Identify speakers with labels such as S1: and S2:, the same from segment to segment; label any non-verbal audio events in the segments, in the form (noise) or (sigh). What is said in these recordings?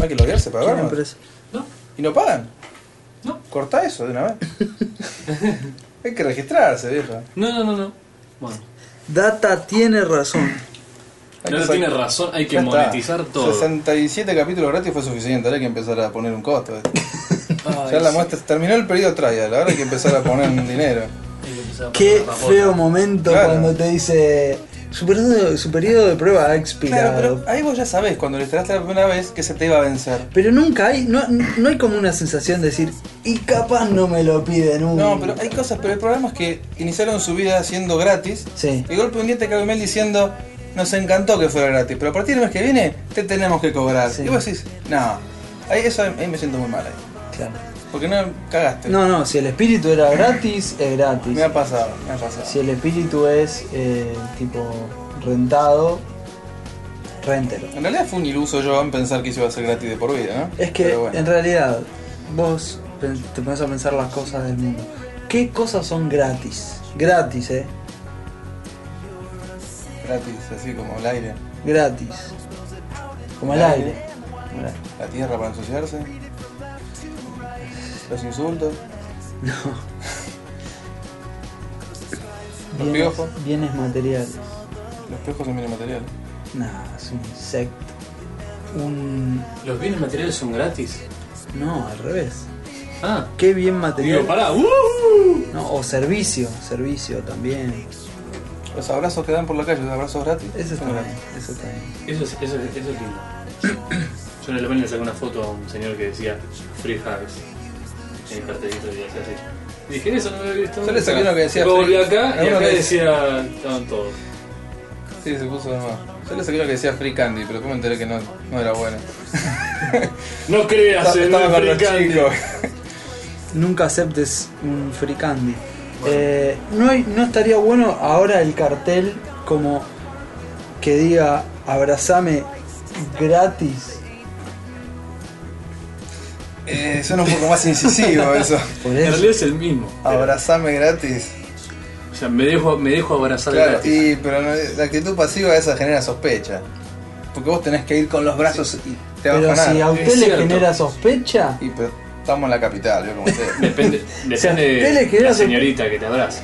S1: Hay que loguearse para
S2: ¿Qué
S1: vernos.
S2: empresa?
S3: No,
S1: ¿Y no pagan?
S3: No.
S1: Corta eso de una
S3: (laughs)
S1: vez. Hay que registrarse, viejo.
S3: no, no, no. no. Bueno,
S2: Data tiene razón.
S1: Hay
S3: Data
S1: que sa-
S3: tiene razón, hay que
S1: Ya está.
S3: monetizar todo.
S1: 67 capítulos gratis fue suficiente, ahora hay que empezar a poner un costo. eh.
S3: Ay,
S1: ya la
S3: sí,
S1: muestra, terminó el periodo trial, ahora hay que empezar a poner un dinero.
S3: hay que empezar a
S2: Qué
S3: poner la
S2: feo
S3: foto.
S2: momento
S1: Claro.
S2: cuando te dice su periodo, su periodo de prueba ha
S1: Claro,
S2: expirado.
S1: pero ah.
S2: pero...
S1: ahí vos ya sabés, cuando le instalaste la primera vez, que se te iba a vencer.
S2: nunca hay, no, no hay como una sensación de decir, y capaz no me lo pide nunca.
S1: No, pero hay cosas, pero el problema es que iniciaron su vida siendo gratis.
S2: Sí.
S1: Y de golpe un día te cae un mail diciendo, nos encantó que fuera gratis, pero a partir del mes que viene te tenemos que cobrar.
S2: Sí.
S1: Y vos decís, no, ahí, eso ahí me siento muy mal ahí.
S2: Claro.
S1: Porque no cagaste.
S2: No, no, si el espíritu era gratis, es gratis.
S1: Me ha pasado, me ha pasado.
S2: Si el espíritu es eh, tipo rentado, rentero.
S1: En realidad fue un iluso yo en pensar que eso iba a ser gratis de por vida, ¿no?
S2: Es que
S1: Pero bueno.
S2: en realidad vos pen- te pones a pensar las cosas del mundo. ¿Qué cosas son gratis? Gratis, eh.
S1: Gratis, así como el aire.
S2: Gratis. Como el
S1: El
S2: aire.
S1: aire. La tierra para ensuciarse. Los insultos. Los
S2: Bienes,
S1: piojos.
S2: bienes materiales.
S1: Los piojos son bienes materiales.
S2: Nah, es un insecto. Un.
S3: ¿Los bienes materiales son gratis?
S2: No, al revés.
S3: Ah,
S2: ¿Qué bien
S3: digo,
S2: material?
S3: pará. ¡uh!
S2: No, o servicio. Servicio también.
S1: Los abrazos que dan por la calle, los abrazos gratis.
S2: Eso
S1: son
S2: está bien.
S1: gratis.
S2: Eso está bien.
S3: Eso es, eso, es, eso es lindo. Yo en el Alemania le saqué una foto a un señor que decía Free Hugs en el cartelito y hacía así. Y dije, eso no lo había visto.
S1: Yo le saqué uno que decía
S3: Luego volví
S1: free-
S3: acá y
S1: alguno
S3: acá
S1: que-
S3: decía, estaban todos.
S1: Sí, se puso de moda. Yo le saqué lo que decía Free Candy, pero después me enteré que no, no era bueno.
S3: No creas, en
S1: Estaba con
S3: el
S1: los
S3: Free Candy.
S1: chicos.
S2: Nunca aceptes un free candy. Eh, no, hay- no estaría bueno ahora el cartel como que diga abrazame gratis.
S1: Eh, suena un poco más (laughs) incisivo eso.
S2: Por
S3: En
S2: eso.
S3: realidad es el mismo.
S1: Abrazame gratis.
S3: O sea, me dejo, me dejo abrazar
S1: Claro,
S3: gratis.
S1: y, pero no- la actitud pasiva esa genera sospecha. Porque vos tenés que ir con los brazos y te va
S2: Pero
S1: a
S2: si a
S1: ganar.
S2: usted
S3: Es
S2: le
S3: cierto.
S2: genera sospecha,
S1: Y pero estamos en la capital, yo como sé.
S3: Depende,
S2: usted le
S3: depende de
S2: genera-
S3: la señorita que te abrace.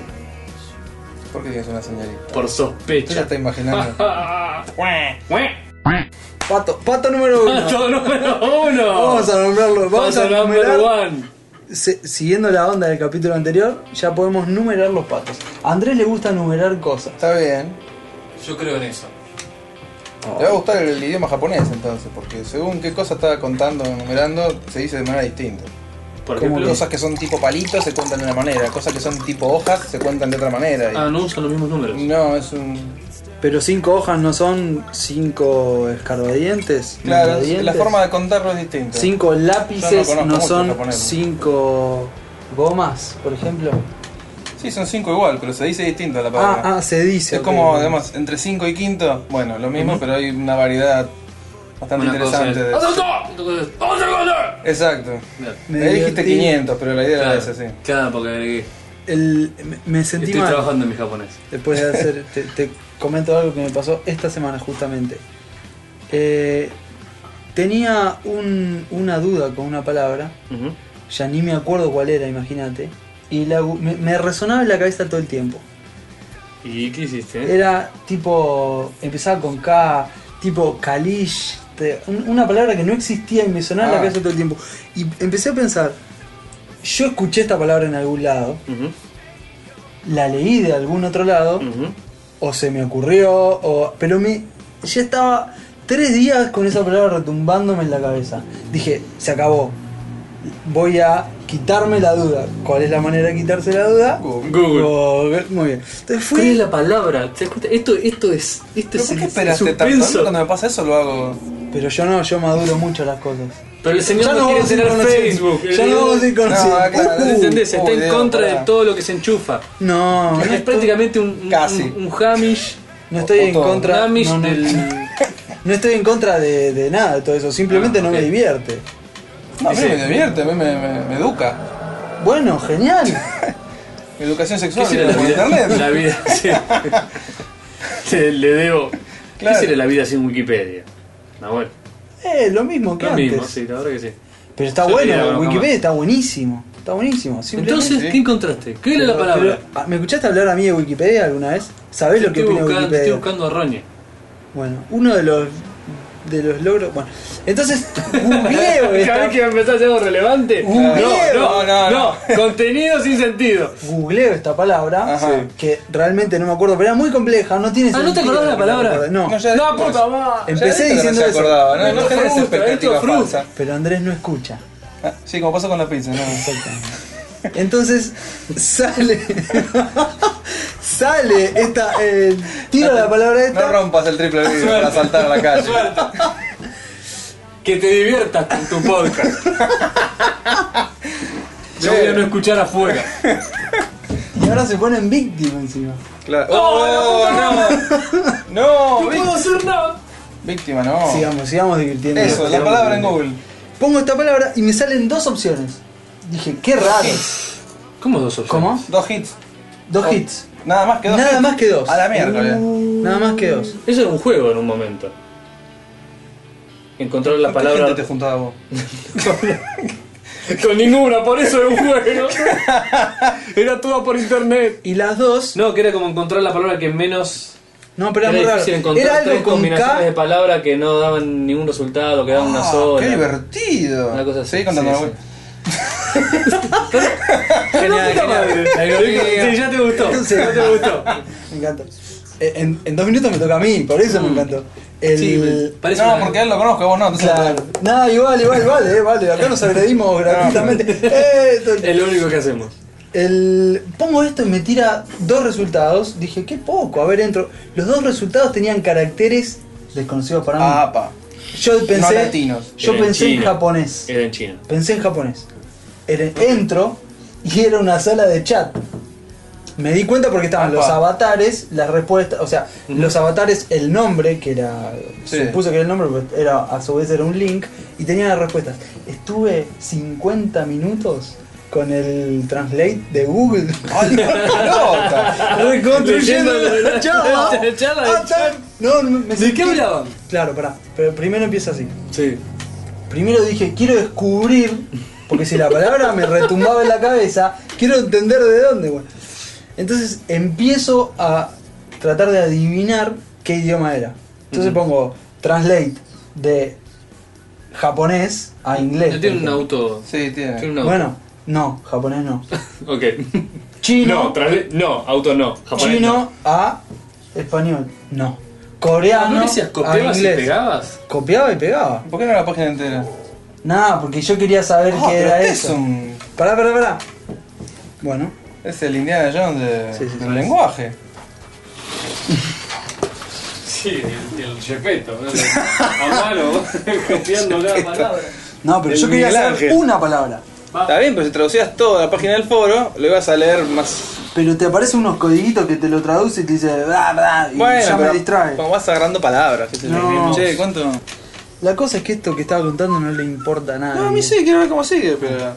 S1: ¿Por qué tienes una señorita?
S3: Por
S1: Usted ya
S3: sospecha. Ah,
S1: está (laughs) imaginando.
S2: pato, pato número (laughs) uno.
S3: Pato número uno.
S2: Vamos a nombrarlo. Vamos
S3: Pato
S2: a
S3: number
S2: numerar.
S3: one.
S2: Se- siguiendo la onda del capítulo anterior, ya podemos numerar los patos. A Andrés le gusta numerar cosas.
S1: Está bien.
S4: Yo creo en eso.
S1: Le va a gustar el, el idioma japonés entonces, porque según qué cosa estaba contando, numerando, se dice de manera distinta.
S3: Por
S2: ¿Cómo
S3: ejemplo,
S1: Cosas que son tipo palitos se cuentan de una manera, cosas que son tipo hojas se cuentan de otra manera. y-
S3: ah, no usan los mismos números.
S1: No, es un.
S2: Pero cinco hojas no son cinco escarbadientes.
S1: Claro,
S2: mondadientes.
S1: la forma de contarlo es distinta.
S2: Cinco lápices
S1: Yo no
S2: no,
S1: conozco mucho
S2: son
S1: japonés.
S2: cinco gomas, por ejemplo.
S1: Sí, son cinco igual, pero se dice distinta la palabra.
S2: Ah, ah, se dice.
S1: es
S2: ok,
S1: como,
S2: bueno.
S1: digamos, entre 5 y quinto, bueno, lo mismo, pero hay una variedad bastante
S3: Una cosa
S1: interesante.
S3: es-
S1: de- Exacto.
S3: Claro.
S2: Me
S1: Ahí dijiste
S2: divertí.
S1: 500, pero la idea era esa, sí.
S3: Claro, porque agregué.
S2: El- me- me sentí
S3: Estoy
S2: mal
S3: trabajando en mi japonés.
S2: después de hacer. te, te comento algo que me pasó esta semana justamente. Eh, tenía un- una duda con una palabra, ya ni me acuerdo cuál era, imagínate. Y la bu- me- me resonaba en la cabeza todo el tiempo.
S3: ¿Y qué hiciste?
S2: Era tipo. empezaba con K, tipo Kalish. te- un- una palabra que no existía y me sonaba en la
S1: Ah.
S2: cabeza todo el tiempo. Y empecé a pensar. Yo escuché esta palabra en algún lado,
S3: Ujú,
S2: la leí de algún otro lado,
S3: ujú.
S2: o se me ocurrió, o. Pero me. Ya estaba tres días con esa palabra retumbándome en la cabeza. Dije, se acabó. Voy a quitarme la duda. ¿Cuál es la manera de quitarse la duda?
S1: Google.
S3: Google.
S2: Google. Muy bien. Entonces fui.
S3: ¿Cuál es la palabra? ¿Te das cuenta? Esto, esto es. Esto
S1: ¿Pero
S3: es
S1: por
S3: el
S1: qué esperaste tanto? A mí
S3: suspenso.
S1: Cuando me pasa eso lo hago.
S2: Pero yo no, yo maduro mucho las cosas.
S3: Pero el señor no quiere tener Facebook.
S2: Ya no vamos a ir con
S1: No,
S2: Facebook.
S1: claro,
S3: ¿No entendés?
S1: Uh,
S3: Está en
S1: Diego,
S3: contra
S1: pará.
S3: de todo lo que se enchufa.
S2: No, no,
S3: Es
S2: estoy-
S3: prácticamente un, un-
S1: Casi.
S3: un, un Hamish.
S2: no estoy en
S1: Otto.
S2: contra.
S3: Namish
S2: No, no,
S3: del-
S2: (laughs) no estoy en contra de, de nada de todo eso, simplemente
S3: Ah,
S2: no me
S3: ok.
S2: divierte.
S1: No, a mí
S3: Dice-
S1: me divierte, a mí me, me- me educa.
S2: Bueno,
S3: (laughs)
S2: genial.
S1: Educación
S3: ¿Qué
S1: sexual,
S3: será la
S1: por
S3: vida?
S1: internet.
S3: La vida, sí. (laughs) le, le debo.
S1: Claro.
S3: ¿Qué será la vida sin Wikipedia? Nahuel.
S2: Eh, lo mismo que
S3: Ah, Lo
S2: antes.
S3: mismo, sí, la verdad que sí.
S2: Pero está
S3: Yo diría
S2: bueno,
S3: algo
S2: Wikipedia
S3: más.
S2: está buenísimo. Está buenísimo. simplemente-
S3: Entonces,
S1: sí.
S3: ¿qué encontraste? ¿Qué era la
S2: Pero-
S3: palabra?
S2: pero, ah, ¿Me escuchaste hablar a mí de Wikipedia alguna vez? ¿Sabés
S3: Te
S2: lo que
S3: estoy
S2: opina
S3: buscando, te
S2: Wikipedia?
S3: estoy buscando a Ronnie.
S2: Bueno, uno de los de los logros. Bueno, entonces (laughs)
S3: (laughs)
S2: googleo esta,
S3: me empezás a hacer algo relevante.
S2: Uh,
S3: no, no,
S1: no,
S3: no,
S1: no.
S3: Contenido sin sentido.
S2: googleo esta palabra
S1: Ajá.
S2: que realmente no me acuerdo, pero era muy compleja, no tiene
S3: Ah, ¿no te
S2: sentido
S3: acordás de la
S2: que me
S3: palabra?
S2: acuerde. No,
S1: No, ya-
S3: no, puta
S2: Em-
S3: madre.
S2: (laughs) Empecé
S1: Ya de esto no
S2: diciendo
S1: se
S2: eso.
S1: acordaba, no,
S3: No,
S1: no tenés
S3: fruta,
S1: expectativa
S3: esto es fruta.
S1: falsa.
S2: pero Andrés no escucha.
S1: Ah, sí, como pasó con la pizza, ¿no?
S2: Exactamente. Entonces sale (laughs) sale esta eh, tiro la palabra
S1: No
S2: esta
S1: rompas el triple vidrio para saltar a la calle.
S3: Suerte. Que te diviertas con tu podcast. Yo voy a no escuchar afuera.
S2: y ahora se ponen víctima encima.
S1: Claro.
S3: ¡Oh, la
S1: no!
S3: No
S1: ¡No!
S3: puedo
S1: vic-
S3: hacer nada.
S1: Víctima, no.
S2: Sigamos, sigamos divirtiendo.
S1: Oh. Eso, la palabra en Google.
S2: Pongo esta palabra y me salen dos opciones. Dije, qué raro.
S3: ¿Cómo dos opciones?
S2: ¿Cómo?
S1: Dos hits.
S2: Dos hits.
S1: Nada más que Oh. dos.
S2: Nada
S1: hits.
S2: más que dos. Uh.
S1: A la mierda, eh.
S2: Nada más que dos.
S3: Eso era un juego en un momento. Encontrar la
S1: ¿Cuánta
S3: palabra
S1: gente te juntaba vos?
S3: con ninguna, por eso era un juego. Era todo por internet.
S2: Y las dos.
S3: No, que era como encontrar la palabra que menos.
S2: No, pero era muy
S3: era
S2: raro.
S3: difícil encontrar
S2: Era
S3: tres
S2: algo con
S3: combinaciones de
S2: K.
S3: palabras que no daban ningún resultado, que daban una
S1: Ah,
S3: sola.
S1: ¡Qué divertido!
S3: Una cosa así.
S1: Seguí contando
S3: Sí,
S1: la
S3: sí. Genial,
S2: puta
S3: genial.
S2: madre.
S3: La algoritmo- Sí, ya te gustó.
S2: Sí.
S3: Ya te gustó.
S2: Me encanta. Eh, En, en dos minutos me toca a mí, por eso me encantó. El,
S3: Mm. Sí, parece
S1: No,
S3: una-
S1: porque a él lo conozco, a vos no. Entonces
S2: Claro. Nada, igual, igual, vale, eh, vale. Acá nos
S3: (laughs) Ah,
S2: agredimos gratuitamente. Eh, to-
S3: es lo único que hacemos.
S2: El, pongo esto y me tira dos resultados. Dije, qué poco. A ver, entro. Los dos resultados tenían caracteres desconocidos para mí.
S1: Ah, pa.
S2: yo pensé.
S1: no latinos.
S2: Yo
S3: Era en
S2: pensé en
S3: China.
S2: japonés.
S3: Era en China.
S2: Pensé en japonés. Era- entro y era una sala de chat. Me di cuenta porque estaban
S1: Apa.
S2: los avatares, las respuestas, o sea,
S3: Ujú.
S2: los avatares, el nombre, que era,
S1: Sí.
S2: supuse que era el nombre, pero era, a su vez era un link, y tenía las respuestas. Estuve 50 minutos con el translate de Google.
S1: ¡Ay,
S3: (laughs)
S1: la pelota!
S2: (laughs) Reconstruyendo
S3: Ah, Leyendo
S2: la
S3: la- (laughs)
S2: charla.
S3: la charla de
S2: Ah, tal. No, no, me
S3: ¿De
S2: sentí-
S3: qué hablaban?
S2: Claro, pará, pero primero empieza así.
S3: Sí.
S2: Primero dije, quiero descubrir, porque si la palabra me retumbaba en la cabeza, quiero entender de dónde. Bueno. Entonces empiezo a tratar de adivinar qué idioma era. Entonces
S3: Ujú.
S2: pongo translate de japonés a inglés.
S3: No tiene
S2: por
S3: un
S2: ejemplo.
S3: auto.
S1: Sí, tiene.
S3: Tiene un auto.
S2: Bueno, no, japonés no.
S3: Ok.
S2: Chino,
S3: (laughs) No, trasle- no, auto no. Japonés
S2: chino
S3: no.
S2: a español, no.
S3: Ah, ¿No
S2: Coreano
S3: decías
S2: a
S3: copiabas y
S2: inglés.
S3: pegabas?
S2: Copiaba y pegaba.
S1: ¿Por qué no la página entera?
S2: Nada, porque yo quería saber
S1: Ah,
S2: qué
S1: pero
S2: era
S1: este
S2: eso.
S1: Es, un-
S2: Pará, pará, pará. Bueno,
S1: es el Indiana Jones de-
S2: Sí, sí,
S1: del
S2: sí.
S1: lenguaje.
S3: Sí, el, el Gepetto, (laughs) ¿no? A mano, (laughs) copiando cada palabra.
S2: no, pero
S1: El
S2: yo quería
S1: Miguel
S2: saber
S1: Ángel.
S2: una palabra.
S1: Está bien, pero si traducías toda la página del foro, lo ibas a leer más.
S2: Pero te aparecen unos codiguitos que te lo traduce y te dice, bla, bla, y
S1: Bueno,
S2: ya me
S1: pero
S2: distrae.
S1: como vas agarrando palabras. qué sé yo.
S2: No.
S1: Che, ¿cuánto?
S2: La cosa es que esto que estaba contando no le importa nada.
S1: No, a mí sí, quiero ver cómo sigue, pero.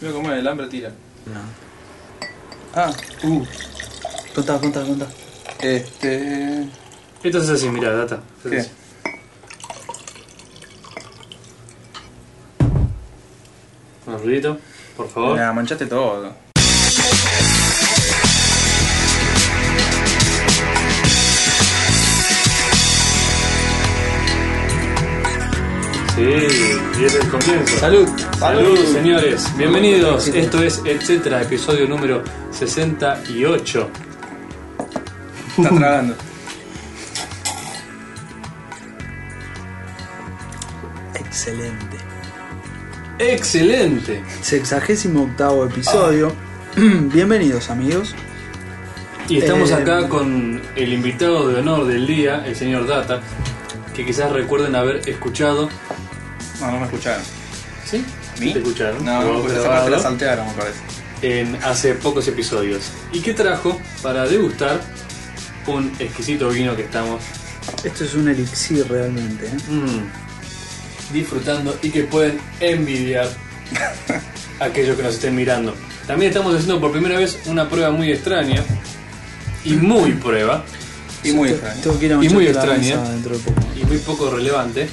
S1: Veo cómo el hambre tira.
S2: No.
S1: Ah,
S2: Uh. Contá, contá, contá.
S1: este.
S3: Esto es así, mirá, data.
S1: ¿Qué?
S3: Un ruidito, por favor.
S1: Nah, manchaste todo.
S3: Sí, y es el comienzo.
S1: Salud.
S3: Salud, señores. Bienvenidos. Esto es Etcétera, episodio número 68.
S1: Está tragando.
S2: Excelente.
S3: ¡Excelente!
S2: Sexagésimo octavo episodio. (clears throat) Bienvenidos, amigos.
S3: Y estamos
S2: Eh,
S3: acá con el invitado de honor del día, el señor Data, que quizás recuerden haber escuchado.
S1: No, no me escucharon.
S3: ¿Sí? Sí
S1: ¿Mí?
S3: te escucharon.
S1: No,
S3: Lo
S1: no,
S3: hemos
S1: porque esa parte la
S3: grabado.
S1: saltearon, me parece.
S3: en hace pocos episodios y que trajo para degustar un exquisito vino que estamos
S2: Esto es un elixir realmente. ¿eh?
S3: mm, disfrutando y que pueden envidiar aquellos que nos estén mirando. También estamos haciendo por primera vez una prueba muy extraña y muy prueba Y muy
S2: Te-
S3: extraña.
S2: Tengo que ir a
S5: Y
S2: manchar
S5: muy
S2: la
S5: extraña,
S2: mesa
S5: ¿eh?
S2: dentro de poco.
S3: Y muy poco relevante.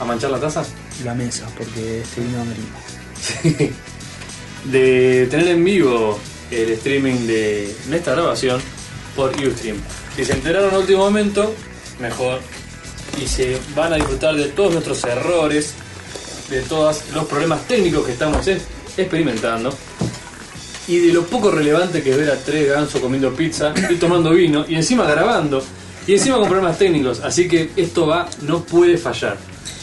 S3: ¿A manchar la taza?
S2: La mesa, porque este vino amarillo.
S3: de tener en vivo el streaming de nuestra grabación por Ustream. Si se enteraron en último momento, mejor. Y se van a disfrutar de todos nuestros errores, de todos los problemas técnicos que estamos eh, experimentando. Y de lo poco relevante que es ver a tres gansos comiendo pizza y tomando vino y encima grabando. Y encima con problemas técnicos. Así que esto va, no puede fallar.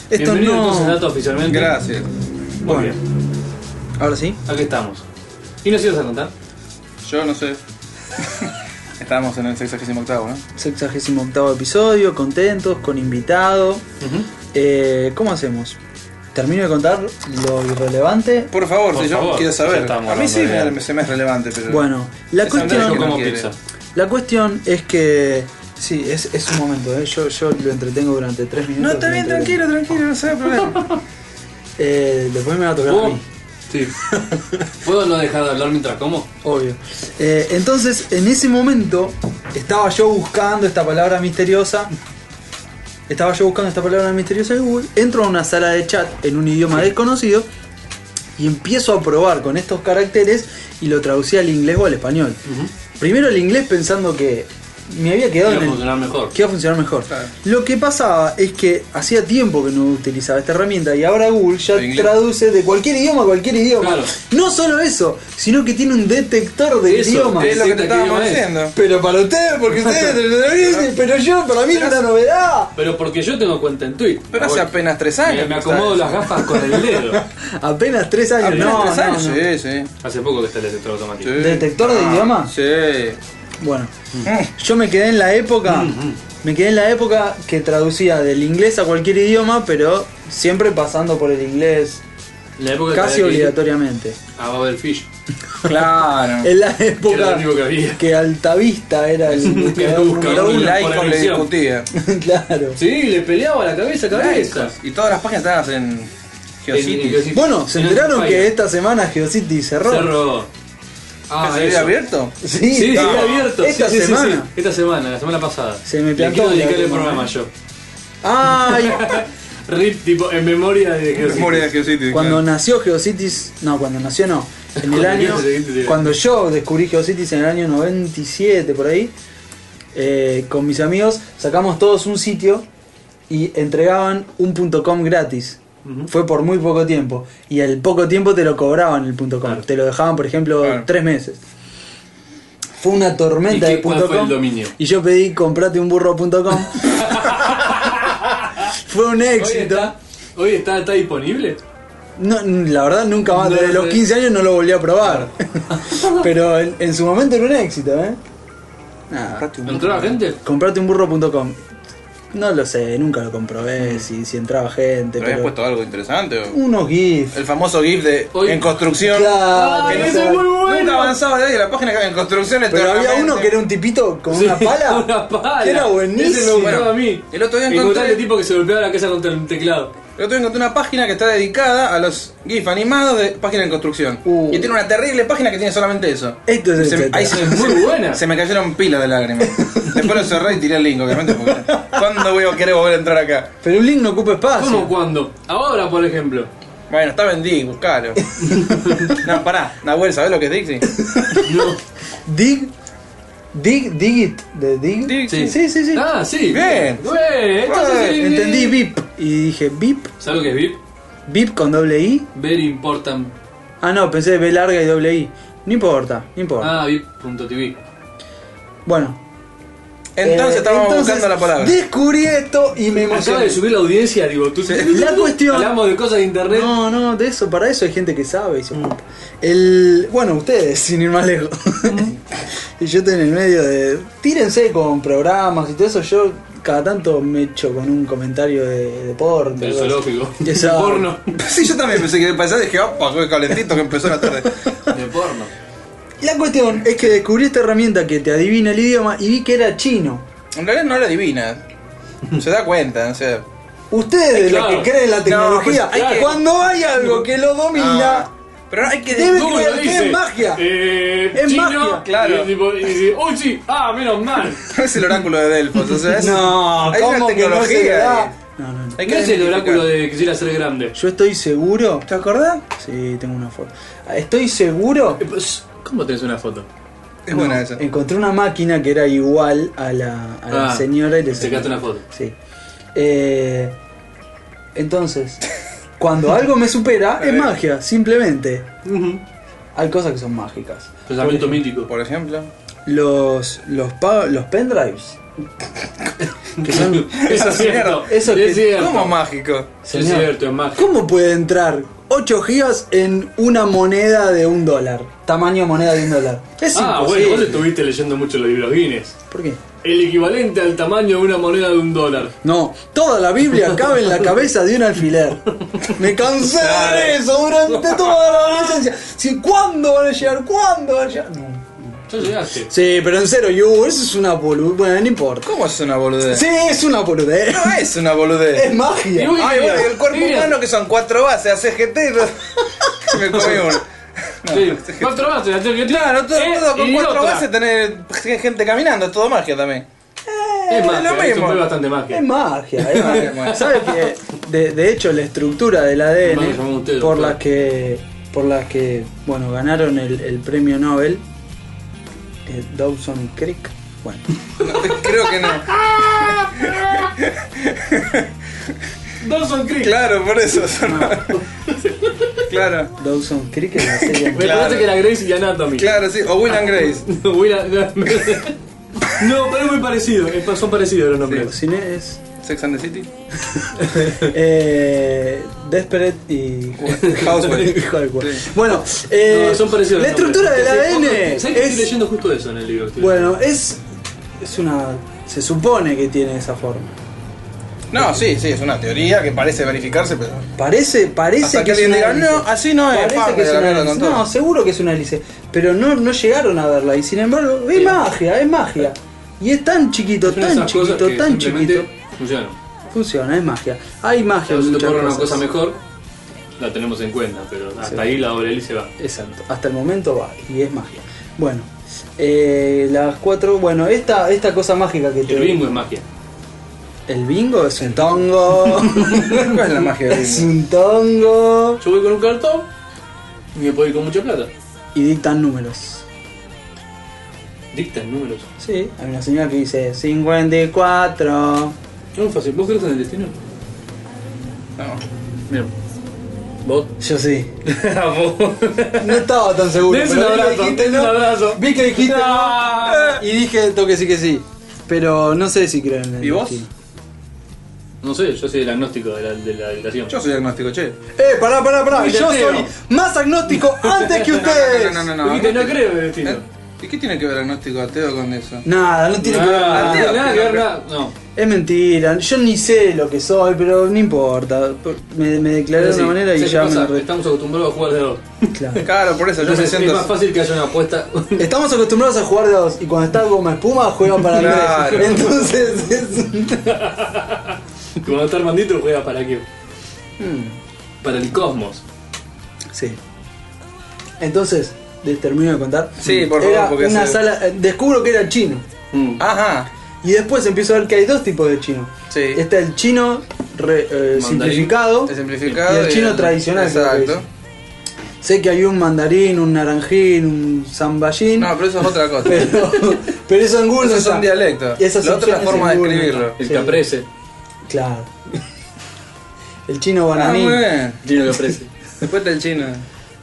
S2: Esto
S3: Bienvenido
S2: no-
S3: entonces Nato, oficialmente.
S1: Gracias.
S3: Muy bien,
S2: Ahora sí.
S3: aquí estamos. ¿Y nos ibas a contar?
S1: Yo no sé. (laughs) Estábamos en el 68, ¿no?
S2: 68 octavo episodio, contentos, con invitado. Eh, ¿Cómo hacemos? ¿Termino de contar lo irrelevante?
S1: Por favor,
S3: Por
S1: si yo
S3: favor,
S1: quiero
S3: ya
S1: saber.
S3: estamos
S1: A mí sí
S3: hablando de-
S1: me, se me es relevante, pero.
S2: Bueno, la
S1: Esa andaba
S3: Yo
S1: que
S2: cuestión,
S1: no
S3: como
S1: quiere.
S3: pizza.
S2: la cuestión es que... Sí, es, es un momento, ¿eh? yo, yo lo entretengo durante tres minutos.
S1: No, está bien,
S2: mientras-
S1: tranquilo, tranquilo, no se va a problema.
S2: Eh, después me va a tocar a
S3: ¿Puedo?
S2: mí,
S3: Sí. Oh. (laughs) ¿Puedo no dejar de hablar mientras como?
S2: obvio. Eh, entonces, en ese momento, estaba yo buscando esta palabra misteriosa. Estaba yo buscando esta palabra misteriosa en Google. Entro a una sala de chat en un idioma desconocido y empiezo a probar con estos caracteres y lo traducí al inglés o al español. Primero el inglés pensando que me había quedado
S3: Iba a
S2: en el-
S3: funcionar mejor.
S2: que iba a funcionar mejor.
S1: Claro.
S2: Lo que pasaba es que hacía tiempo que no utilizaba esta herramienta y ahora Google ya
S1: De inglés.
S2: traduce de cualquier idioma a cualquier idioma.
S3: Claro.
S2: No solo eso, sino que tiene un detector de
S3: Eso, eh.
S2: idiomas.
S1: es lo que
S3: ¿qué
S1: te estábamos
S3: idioma es?
S1: diciendo.
S2: Pero para ustedes, porque
S3: (laughs)
S2: ustedes lo dicen, pero yo, para mí es una novedad.
S3: Pero porque yo tengo cuenta en Twitch.
S1: Pero hace apenas tres
S3: Me,
S1: años.
S3: me
S1: que
S3: acomodo
S1: está
S3: las gafas con el dedo.
S2: Apenas tres años.
S1: eso.
S2: no,
S1: Apenas tres
S2: no,
S1: años,
S2: no.
S1: sí, sí.
S3: Hace poco que está el detector automático.
S1: sí.
S2: ¿Detector de
S1: Ah, Mm.
S2: idioma?
S1: Sí.
S2: Bueno, yo me quedé en la época,
S3: Mm,
S2: me quedé en la época que traducía del inglés a cualquier idioma, pero siempre pasando por el inglés
S3: La época que
S2: casi
S3: había que ir
S2: obligatoriamente.
S3: A Babelfish.
S2: (laughs)
S1: Claro.
S2: En la
S3: Que era lo
S2: época
S3: único que había.
S2: que Altavista era el
S3: (laughs)
S2: buscador
S3: buscador
S2: número
S1: Un
S3: por
S1: laico le
S3: elección.
S1: discutía.
S2: uno. (laughs) claro.
S3: Sí, le peleaba la cabeza a cabeza.
S1: Y todas las páginas estaban en
S3: En- en
S1: Geocities.
S3: Geocities.
S2: Bueno, se
S3: En
S2: enteraron
S3: Spotify.
S2: que esta semana Geocity cerró.
S3: Cerró.
S1: ¿Que
S3: Ah,
S1: se había
S3: eso.
S1: abierto?
S2: Sí,
S3: Sí, se
S2: está-
S3: había abierto.
S2: Esta
S3: Sí, sí, sí,
S2: semana.
S3: sí. Esta semana, la semana pasada.
S2: Se me
S3: Le
S2: plantó
S3: quiero
S2: la
S3: dedicar el
S2: última
S3: programa
S2: vez.
S3: yo.
S2: Ay,
S3: (laughs) Rip, tipo, en memoria de que
S1: Memoria de Geocities.
S2: cuando nació Geocities, no, cuando nació
S3: (laughs)
S2: no. En el
S3: Cuando
S2: año
S3: nació Geocities.
S2: cuando yo descubrí Geocities en el año 97 por ahí, eh, con mis amigos sacamos todos un sitio y entregaban un .com gratis.
S3: Ujú.
S2: Fue por muy poco tiempo. Y al poco tiempo te lo cobraban el punto .com.
S3: Claro.
S2: Te lo dejaban, por ejemplo,
S1: Claro.
S2: tres meses. Fue una tormenta
S3: ¿Y qué-
S2: de
S3: cuál
S2: punto
S3: fue el
S2: .com.
S3: dominio?
S2: Y yo pedí comprate un
S3: (laughs)
S2: burro.com. fue un
S3: Hoy
S2: éxito.
S3: está, hoy está, está disponible.
S2: No, la verdad nunca más.
S3: No
S2: Desde
S3: lo
S2: los
S3: sé.
S2: 15 años no lo volví a
S3: (laughs)
S2: probar. Pero en, en su momento era un éxito, ¿eh? Nada.
S3: ¿Entró la gente?
S2: Comprate un burro.com. No lo sé, nunca lo comprobé
S3: Mm.
S2: si, si entraba gente.
S1: ¿Te habías
S2: Pero
S1: puesto algo interesante? o?
S2: Unos GIFs.
S1: El famoso GIF de
S3: Hoy-
S1: en construcción.
S2: Claro,
S3: Ay,
S2: no
S3: ese
S2: sé.
S3: es muy bueno.
S1: Nunca avanzaba nadie, la página que en construcción
S2: Pero había
S1: eternamente.
S2: uno que era un tipito con una pala.
S3: (laughs) Una pala.
S2: Que era buenísimo.
S3: Ese me gustaba
S1: Bueno,
S3: a mí.
S1: el otro día
S3: Me gustaba
S1: encontré-
S3: el tipo que se golpeaba la casa contra el teclado.
S1: Yo tengo encontré una página que está dedicada a los GIF animados de página en construcción.
S2: Uh.
S1: Y tiene una terrible página que tiene solamente eso.
S2: Esto es el
S1: se, me-
S2: Teta.
S1: ahí se, (laughs)
S3: Es muy buena.
S1: se me cayeron pilas de
S2: (laughs)
S1: lágrimas. Después lo cerré y tiré el link, obviamente, porque ¿cuándo voy a querer volver a entrar acá?
S2: Pero un link no ocupa
S3: ¿Cómo
S2: espacio.
S3: cuándo? Ahora, por ejemplo.
S1: Bueno, está vendido,
S2: (laughs)
S1: buscalo. No, pará, Nahuel, ¿sabés lo que es Dixie?
S3: No.
S2: Dig. Dig, digit. De dig.
S1: Dig,
S2: Sí,
S1: sí.
S2: sí, sí. sí.
S3: Ah, sí.
S1: Bien.
S3: Güey, entonces
S1: Güey,
S3: sí.
S2: Entendí VIP. Y dije VIP.
S3: ¿Sabes lo que es VIP?
S2: VIP con doble I.
S3: Very important.
S2: Ah, no, pensé B larga y doble I. No importa, no importa.
S3: Ah, VIP.tv.
S2: Bueno.
S1: Entonces
S2: eh,
S1: estábamos
S2: entonces
S1: buscando la palabra.
S2: Descubrí esto y me
S3: Acaba
S2: emocioné.
S3: de subir la audiencia, digo, tú.
S2: La cuestión-
S3: Hablamos de cosas de internet.
S2: No, no, de eso, para eso hay gente que sabe y
S1: Mm.
S2: se ocupa. El, bueno, ustedes, (laughs) sin ir más lejos.
S3: Mm.
S2: (laughs) y yo estoy en el medio de. Tírense con programas y todo eso. Yo cada tanto me echo con un comentario de deporte.
S3: Del
S2: algo así.
S3: zoológico. (laughs)
S2: De
S3: De
S2: esa-
S3: porno.
S1: (laughs) Sí, yo también pensé que pensé, dije, opa, qué calentito que empezó la tarde.
S3: De porno.
S2: La cuestión es que descubrí esta herramienta que te adivina el idioma y vi que era chino.
S1: En realidad no la adivina. Se da cuenta, o sea.
S2: Ustedes, de
S3: claro.
S2: los que creen en la tecnología,
S1: No, pues, hay que-
S2: cuando hay algo que lo domina,
S1: Pero hay que
S2: Debe
S1: descubrir.
S2: creer que es magia.
S3: eh,
S2: Es
S3: chino,
S2: magia.
S1: Claro.
S3: Y, tipo, y dice, uy, sí, ah, menos mal.
S1: es el oráculo de Delfos, o sea, es-
S2: No,
S1: hay una
S2: ¿cómo que no se le
S1: tecnología.
S2: da?
S1: ahí.
S2: No, no, no.
S1: Hay
S3: ¿Qué es el
S1: desmitificar.
S3: oráculo de que quisiera ser grande?
S2: Yo estoy seguro. ¿Te acordás? Sí, tengo una foto. Estoy seguro.
S3: Eh, pues, ¿Cómo tenés una foto?
S1: Es buena esa.
S3: eh.
S2: Encontré una máquina que era igual a la, a la
S3: Ah,
S2: señora y le
S3: te sacaste una foto.
S2: Sí. Eh, entonces, cuando algo me supera, es magia, simplemente. Hay cosas que son mágicas.
S1: (laughs)
S3: Pensamiento mítico.
S1: Por ejemplo.
S2: Los, los, pa- los pendrives. Que son-
S1: Eso es cierto.
S2: Eso
S3: es
S2: que-
S3: cierto.
S1: ¿Cómo mágico?
S3: Es
S2: Señor.
S3: cierto, es magia.
S2: ¿Cómo puede entrar 8 gigas en una moneda de un dólar? Tamaño moneda de un dólar. Es
S3: Ah,
S2: imposible.
S3: bueno, vos estuviste leyendo mucho los libros Guinness.
S2: ¿Por qué?
S3: El equivalente al tamaño de una moneda de un dólar.
S2: No, toda la Biblia
S3: (laughs)
S2: cabe en la cabeza de un alfiler. Me cansé de
S3: (laughs)
S2: ver eso durante toda la adolescencia. Si, ¿Cuándo van a llegar? ¿Cuándo van a llegar? No.
S3: Ya llegaste.
S2: Sí, pero en serio, yo, eso es una boludez. Bueno, no importa.
S1: ¿Cómo es una boludez?
S2: Sí, es una
S3: (laughs)
S2: boludez.
S1: No es una boludez.
S2: Es magia.
S3: Dibujo-
S1: Ay, bueno, y el cuerpo
S3: Mira.
S1: humano que son cuatro bases, hace GT y lo- (laughs) me comí uno.
S3: Sí. Cuatro bases, la tengo que-
S1: Claro, todo,
S3: Eh,
S1: todo con
S3: y
S1: cuatro
S3: otra.
S1: bases tener gente caminando, es todo magia también.
S3: Es
S1: lo
S3: magia, eso
S1: mismo.
S3: fue bastante
S2: Es
S3: magia. (laughs)
S2: magia, es magia.
S1: Bueno.
S2: ¿Sabes qué? De, de hecho, la estructura del
S3: Vamos, vamos
S2: ADN
S3: ustedes,
S2: por
S3: doctor.
S2: las que, por las que, bueno, ganaron el, el premio Nobel, eh, Dawson Crick,
S3: (laughs)
S2: bueno,
S1: Creo que no.
S3: Dawson Creek.
S1: Claro, por eso. son- (laughs) claro,
S2: Dawson Crick es la
S3: (laughs)
S2: serie.
S3: Me
S1: Claro.
S3: parece que era Grace y Anatomy.
S1: claro, sí. O Will and Grace.
S3: No, voy a- (laughs) No, pero es muy parecido. eh, Son parecidos los nombres.
S2: Sin es
S1: Sex and the City.
S2: eh, Desperate y
S3: (laughs)
S1: Housewife.
S2: Hijo de cual.
S1: Sí.
S2: Bueno, eh,
S3: No, son parecidos.
S2: la
S3: los nombres.
S2: estructura del
S3: Sí,
S2: ADN
S3: ojo, ¿Sabes que estoy
S2: es,
S3: leyendo justo eso en el libro? Estoy
S2: bueno, es es una, se supone que tiene esa forma.
S1: No, sí, sí, es una teoría que parece verificarse, pero.
S2: Parece, parece
S1: Hasta
S2: que
S1: que alguien
S2: es una
S1: diga,
S2: hélice.
S1: "No, así no es,
S2: Parece
S1: pam,
S2: que es
S1: de la
S2: una
S1: mierda
S2: hélice.
S1: con todo".
S2: No, seguro que es una hélice. Pero no, no llegaron a verla. Y sin embargo, es
S3: Sí.
S2: magia, es magia. Y es tan chiquito,
S3: Es una de
S2: tan
S3: esas cosas
S2: chiquito,
S3: que
S2: tan
S3: simplemente
S2: chiquito.
S3: Funcionan.
S2: Funciona, es magia. Hay magia. en
S3: Si te
S2: muchas
S3: ocurre una
S2: cosas.
S3: cosa mejor, la tenemos en cuenta, pero hasta
S2: Sí.
S3: ahí la doble hélice va.
S2: Exacto. Hasta el momento va. Y es magia. Bueno. eh, las cuatro. Bueno, esta, esta cosa mágica que te.
S3: El bingo es magia.
S2: El bingo es un tongo.
S1: ¿Cuál es la magia del
S2: es
S1: bingo?
S2: un tongo.
S3: Yo voy con un cartón y me puedo ir con mucha plata.
S2: Y dictan números.
S3: Dictan números.
S2: Sí, hay una señora que dice 54.
S3: No es fácil. ¿Vos crees en el destino?
S1: No.
S3: Mira. ¿Vos?
S2: (laughs) Yo sí.
S3: ¿Vos?
S2: No estaba tan seguro.
S3: Dense
S2: pero vi
S3: un
S2: que
S3: abrazo,
S2: dijiste
S3: dense
S2: no,
S3: un abrazo.
S2: Vi que dijiste no, Eh,
S3: Ah.
S2: y dije de toque sí que sí. Pero no sé si creo en el
S1: ¿Y vos?
S2: destino.
S3: No sé, yo soy el agnóstico de la, de la habitación.
S1: Yo soy agnóstico, che.
S2: Eh, pará, pará, pará.
S3: Uy,
S2: Yo
S3: teteo.
S2: soy más
S1: (laughs)
S2: agnóstico antes que ustedes.
S1: No, no, no, no. no.
S3: Dijiste, no creo en el destino.
S1: ¿Eh? ¿Y qué tiene que ver agnóstico ateo con eso?
S2: Nada, no
S1: Ah.
S2: tiene que ver
S3: Nada,
S2: nada.
S1: ateo.
S3: Ah, nada que ver, nada. No.
S2: Es mentira, yo ni sé lo que soy, pero no importa. Por- Me, me declaré
S3: Es
S2: de
S3: así.
S2: una manera y
S3: ¿Sabes
S2: ya
S3: qué
S2: me
S3: pasa?
S2: re-
S3: Estamos acostumbrados a jugar de dos.
S2: Claro.
S1: (laughs) Claro, por eso yo me
S3: Entonces es
S1: siento.
S3: más fácil que haya una apuesta. (laughs)
S2: Estamos acostumbrados a jugar de dos y cuando está goma espuma juegan para tres.
S1: Claro.
S2: Entonces (laughs) es un-
S3: Cuando está Armandito juega para qué? Para el cosmos.
S2: Mm, Sí. Entonces, les termino de contar.
S1: Sí, por favor,
S2: Era
S1: porque
S2: una
S1: hace-
S2: sala. eh, Descubro que era chino. Mm.
S1: Ajá.
S2: Y después empiezo a ver que hay dos tipos de chino.
S1: Sí.
S2: Está el chino re- eh,
S3: Mandarín.
S2: simplificado.
S1: Es simplificado.
S2: Y el chino tradicional, creo
S1: Exacto.
S2: Sé que hay un mandarín, un naranjín, un zamballín.
S1: No, pero eso es otra cosa.
S2: (laughs)
S1: (laughs)
S2: Pero, pero eso en Google
S1: Esos
S2: no
S1: son
S2: está.
S1: dialectos.
S2: Esas
S1: La otra es la
S2: opciones
S1: forma
S2: en
S1: de
S2: Google no
S1: escribirlo.
S2: están.
S3: El
S2: Sí.
S3: caprese.
S2: Claro. El chino
S1: Ah,
S2: bananín.
S1: muy bien.
S3: Chino caprese.
S1: Después está el chino.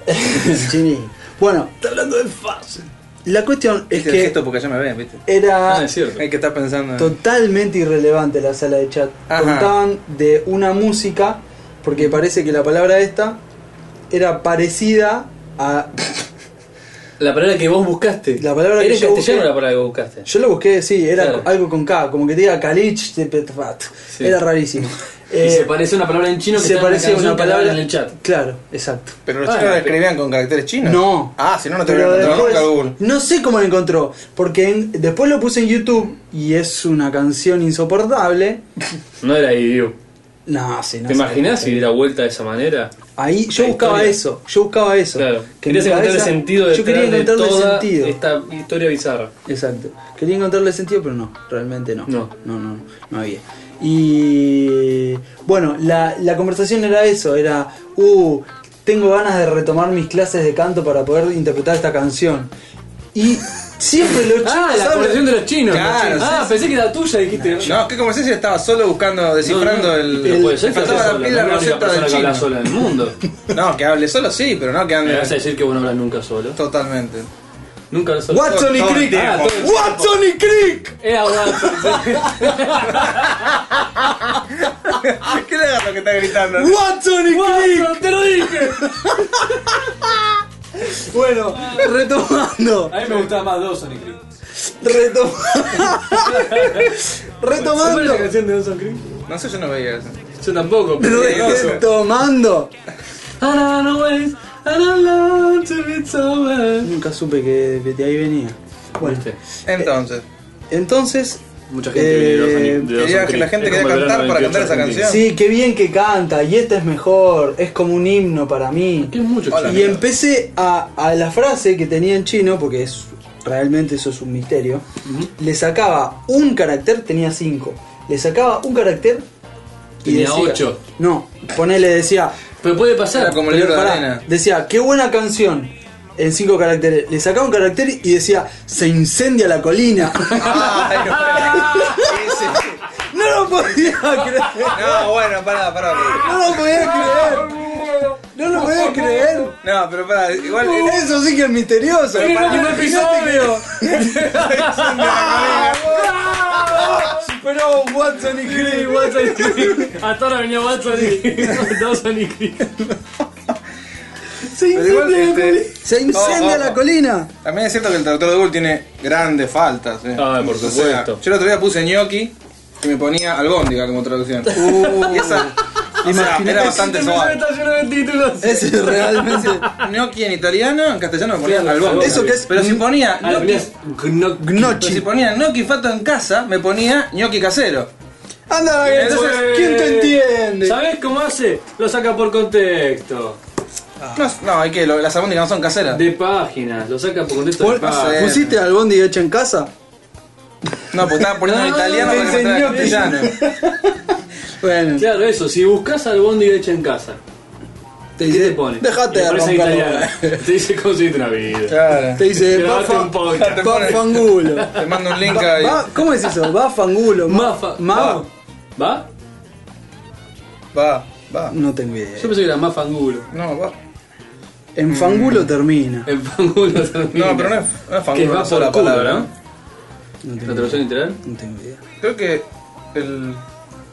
S2: (laughs) el chinín. Bueno,
S3: está hablando de fácil.
S2: la cuestión es
S1: Viste el
S2: que
S1: Este gesto porque ya me ven, ¿viste?
S2: era
S3: Ah, es cierto.
S1: Hay que estar pensando. en-
S2: Totalmente irrelevante la sala de chat.
S1: Ajá.
S2: Contaban de una música, porque parece que la palabra esta era parecida a.
S3: La palabra que vos buscaste.
S2: La palabra que
S3: ¿Era en
S2: yo
S3: castellano
S2: busqué.
S3: la palabra que vos buscaste?
S2: Yo lo busqué, sí, era
S3: Claro.
S2: algo con K, como que te diga Kalich de Petfat.
S3: Sí.
S2: Era rarísimo.
S3: (laughs) y
S2: Eh,
S3: se parece a una palabra en chino que
S2: se
S3: está en la
S2: parecía a
S3: canción
S2: una
S3: que hablaban
S2: palabra
S3: en el chat.
S2: Claro, exacto.
S1: Pero los
S3: Ah,
S1: chinos la
S3: pero-
S1: escribían con caracteres chinos.
S2: No.
S1: Ah, si no, no te
S2: Pero
S1: hubieran encontrado
S2: después-
S1: nunca Google.
S2: No sé cómo lo encontró, porque en- después lo puse en YouTube y es una canción insoportable.
S3: No era IDU.
S2: No, sí, no
S3: ¿Te
S2: sé.
S3: imaginas si diera vuelta de esa manera?
S2: Ahí yo
S3: La
S2: buscaba
S3: historia.
S2: eso, yo buscaba eso.
S3: Claro.
S2: en mi
S3: Querías encontrarle
S2: cabeza-
S3: sentido
S2: Yo quería
S3: detrás de
S2: encontrarle
S3: toda
S2: sentido.
S3: esta historia bizarra.
S2: Exacto. Quería encontrarle sentido, pero no, realmente no.
S3: No.
S2: no, no, no había. Y bueno, la, la conversación era eso, era, uh, tengo ganas de retomar mis clases de canto para poder interpretar esta canción. Y siempre los chicos
S6: Ah, la
S2: hablan-
S6: conversación de los chinos.
S1: Claro,
S6: ah,
S1: sí,
S6: pensé que era tuya, dijiste.
S1: No, que como si estaba solo buscando, descifrando
S3: No, no,
S1: el.
S3: pero puede ser que
S1: faltaba
S3: hables
S1: la
S3: sola,
S1: piel de
S3: no
S1: la
S3: eres la
S1: receta del
S3: persona que habla
S1: chino.
S3: sola en
S1: (laughs)
S3: el mundo.
S1: No, que hable solo sí, pero no que
S3: Me
S1: ande.
S3: vas a decir que vos no hablas nunca solo.
S1: Totalmente.
S3: Nunca hablas solo. (laughs) Eh,
S2: Watson y
S1: Todo el
S2: Crick.
S1: tiempo.
S2: Ah, todo el- Watson y Crick.
S3: Era
S1: (laughs)
S3: Watson.
S1: ¿Qué le hagas lo que está gritando?
S2: Watson y Crick.
S6: ¡Te lo dije!
S2: Bueno, retomando.
S6: A mí me gustaba más Dawson y Creek.
S2: Retomando.
S6: ¿Cuál es la
S2: retomando.
S6: canción de Dawson Creek?
S1: No sé, yo no veía eso.
S3: Yo tampoco. pero es grosso.
S2: Retomando.
S3: And I always, and I love to be someone.
S2: Nunca supe que, que de ahí venía. Bueno,
S3: Viste, (laughs)
S1: Entonces,
S2: entonces,
S3: Mucha gente
S2: Eh,
S3: de Dawson
S1: quería que
S3: Creek.
S1: la gente
S3: Es como
S1: quería
S3: el verano
S1: cantar para
S3: 98
S1: cantar esa
S3: argentino.
S1: canción.
S2: sí, qué bien que canta, y este es mejor, es como un himno para mí.
S3: Que es mucho
S1: Hola,
S2: Y
S3: chino.
S2: empecé a, a la frase que tenía en chino, porque es realmente eso es un misterio, le sacaba un carácter, tenía cinco, le sacaba un carácter y
S3: Tenía
S2: decía-
S3: ocho.
S2: No, ponele, decía,
S3: Pero puede
S1: Era
S3: pasar.
S1: como el
S2: Pero
S1: libro de
S2: pará,
S1: arena.
S2: Decía, qué buena canción. En cinco caracteres. Le sacaba un carácter y decía, se incendia la colina. (laughs)
S1: Ay,
S3: Ah,
S1: no.
S2: no lo podía creer.
S1: no, bueno, pará, pará.
S2: No lo podía creer. No lo podía creer.
S1: (laughs) No, pero pará, igual en (laughs) eso.
S2: Eso sí que es misterioso.
S6: Pero no,
S2: Imagínate
S6: un episodio.
S2: que- Pero Watson y Crick, Watson y Crick.
S6: Hasta ahora venía Watson y Dawson y Creek.
S2: Se
S1: Pero igual,
S2: incendia, la,
S1: este-
S2: coli- se incendia
S1: Oh, oh,
S2: la
S1: oh.
S2: colina.
S1: También es cierto que el traductor de Google tiene grandes faltas. eh.
S3: Ah, por
S1: O sea,
S3: supuesto.
S1: yo el otro día puse gnocchi y me ponía albóndiga como
S2: (laughs)
S1: traducción. y esa, o sea,
S2: Uh. Imagínate
S1: era
S2: si
S1: bastante
S6: Este episodio
S1: suave.
S6: está lleno de títulos.
S1: (laughs)
S2: Es realmente.
S1: Gnocchi en italiano, en castellano me ponía
S3: Sí,
S1: albóndiga.
S2: eso que es-
S1: Pero si ponía
S6: Ah,
S1: gnocchi,
S6: ponías gno-
S1: pero si
S2: Gnochi.
S1: ponía gnocchi fatto en casa, me ponía gnocchi casero.
S2: Anda, entonces,
S3: pues,
S2: ¿quién te entiende?
S6: ¿Sabés cómo hace? Lo saca por contexto.
S2: Ah.
S1: No, no, hay que, lo- las albóndigas no son caseras.
S6: De páginas. Lo saca por contexto de
S2: Pon-
S6: páginas.
S1: sé.
S2: ¿Pusiste al bondi hecho en casa?
S1: No, pues estaba poniendo en
S2: No,
S1: italiano
S2: te
S1: para que me
S2: enseñó
S1: castellano.
S2: (laughs) Bueno,
S6: Claro, eso. Si buscas al Bondi hecha en casa,
S2: te
S6: ¿qué
S2: dice,
S6: te pone?
S2: dejate
S6: Y
S2: de
S6: aparece en
S2: romper la
S6: italiano. (laughs) Te dice conseguirte una vida.
S1: Claro.
S2: bola". (laughs) Te dice, va,
S6: Grabate
S2: fa-
S6: un podcast.
S1: Te pone-
S2: va fangulo.
S1: Te mando un link
S2: Va-
S1: ahí.
S2: va- ¿Cómo es eso? Va fangulo. ma-
S6: Mafa.
S2: ma-
S6: ¿Va?
S1: Va, va.
S2: No tengo idea.
S6: Yo pensé que era más fangulo.
S1: No, va.
S2: En fangulo termina.
S6: El fangulo termina.
S1: No, pero no es, no es
S6: Que
S1: fangulo,
S6: va
S1: no
S6: por
S1: es
S6: culo,
S1: la palabra.
S6: ¿no?
S2: No
S3: ¿La
S2: tengo, idea.
S3: traducción literal?
S2: No tengo idea.
S1: Creo que el.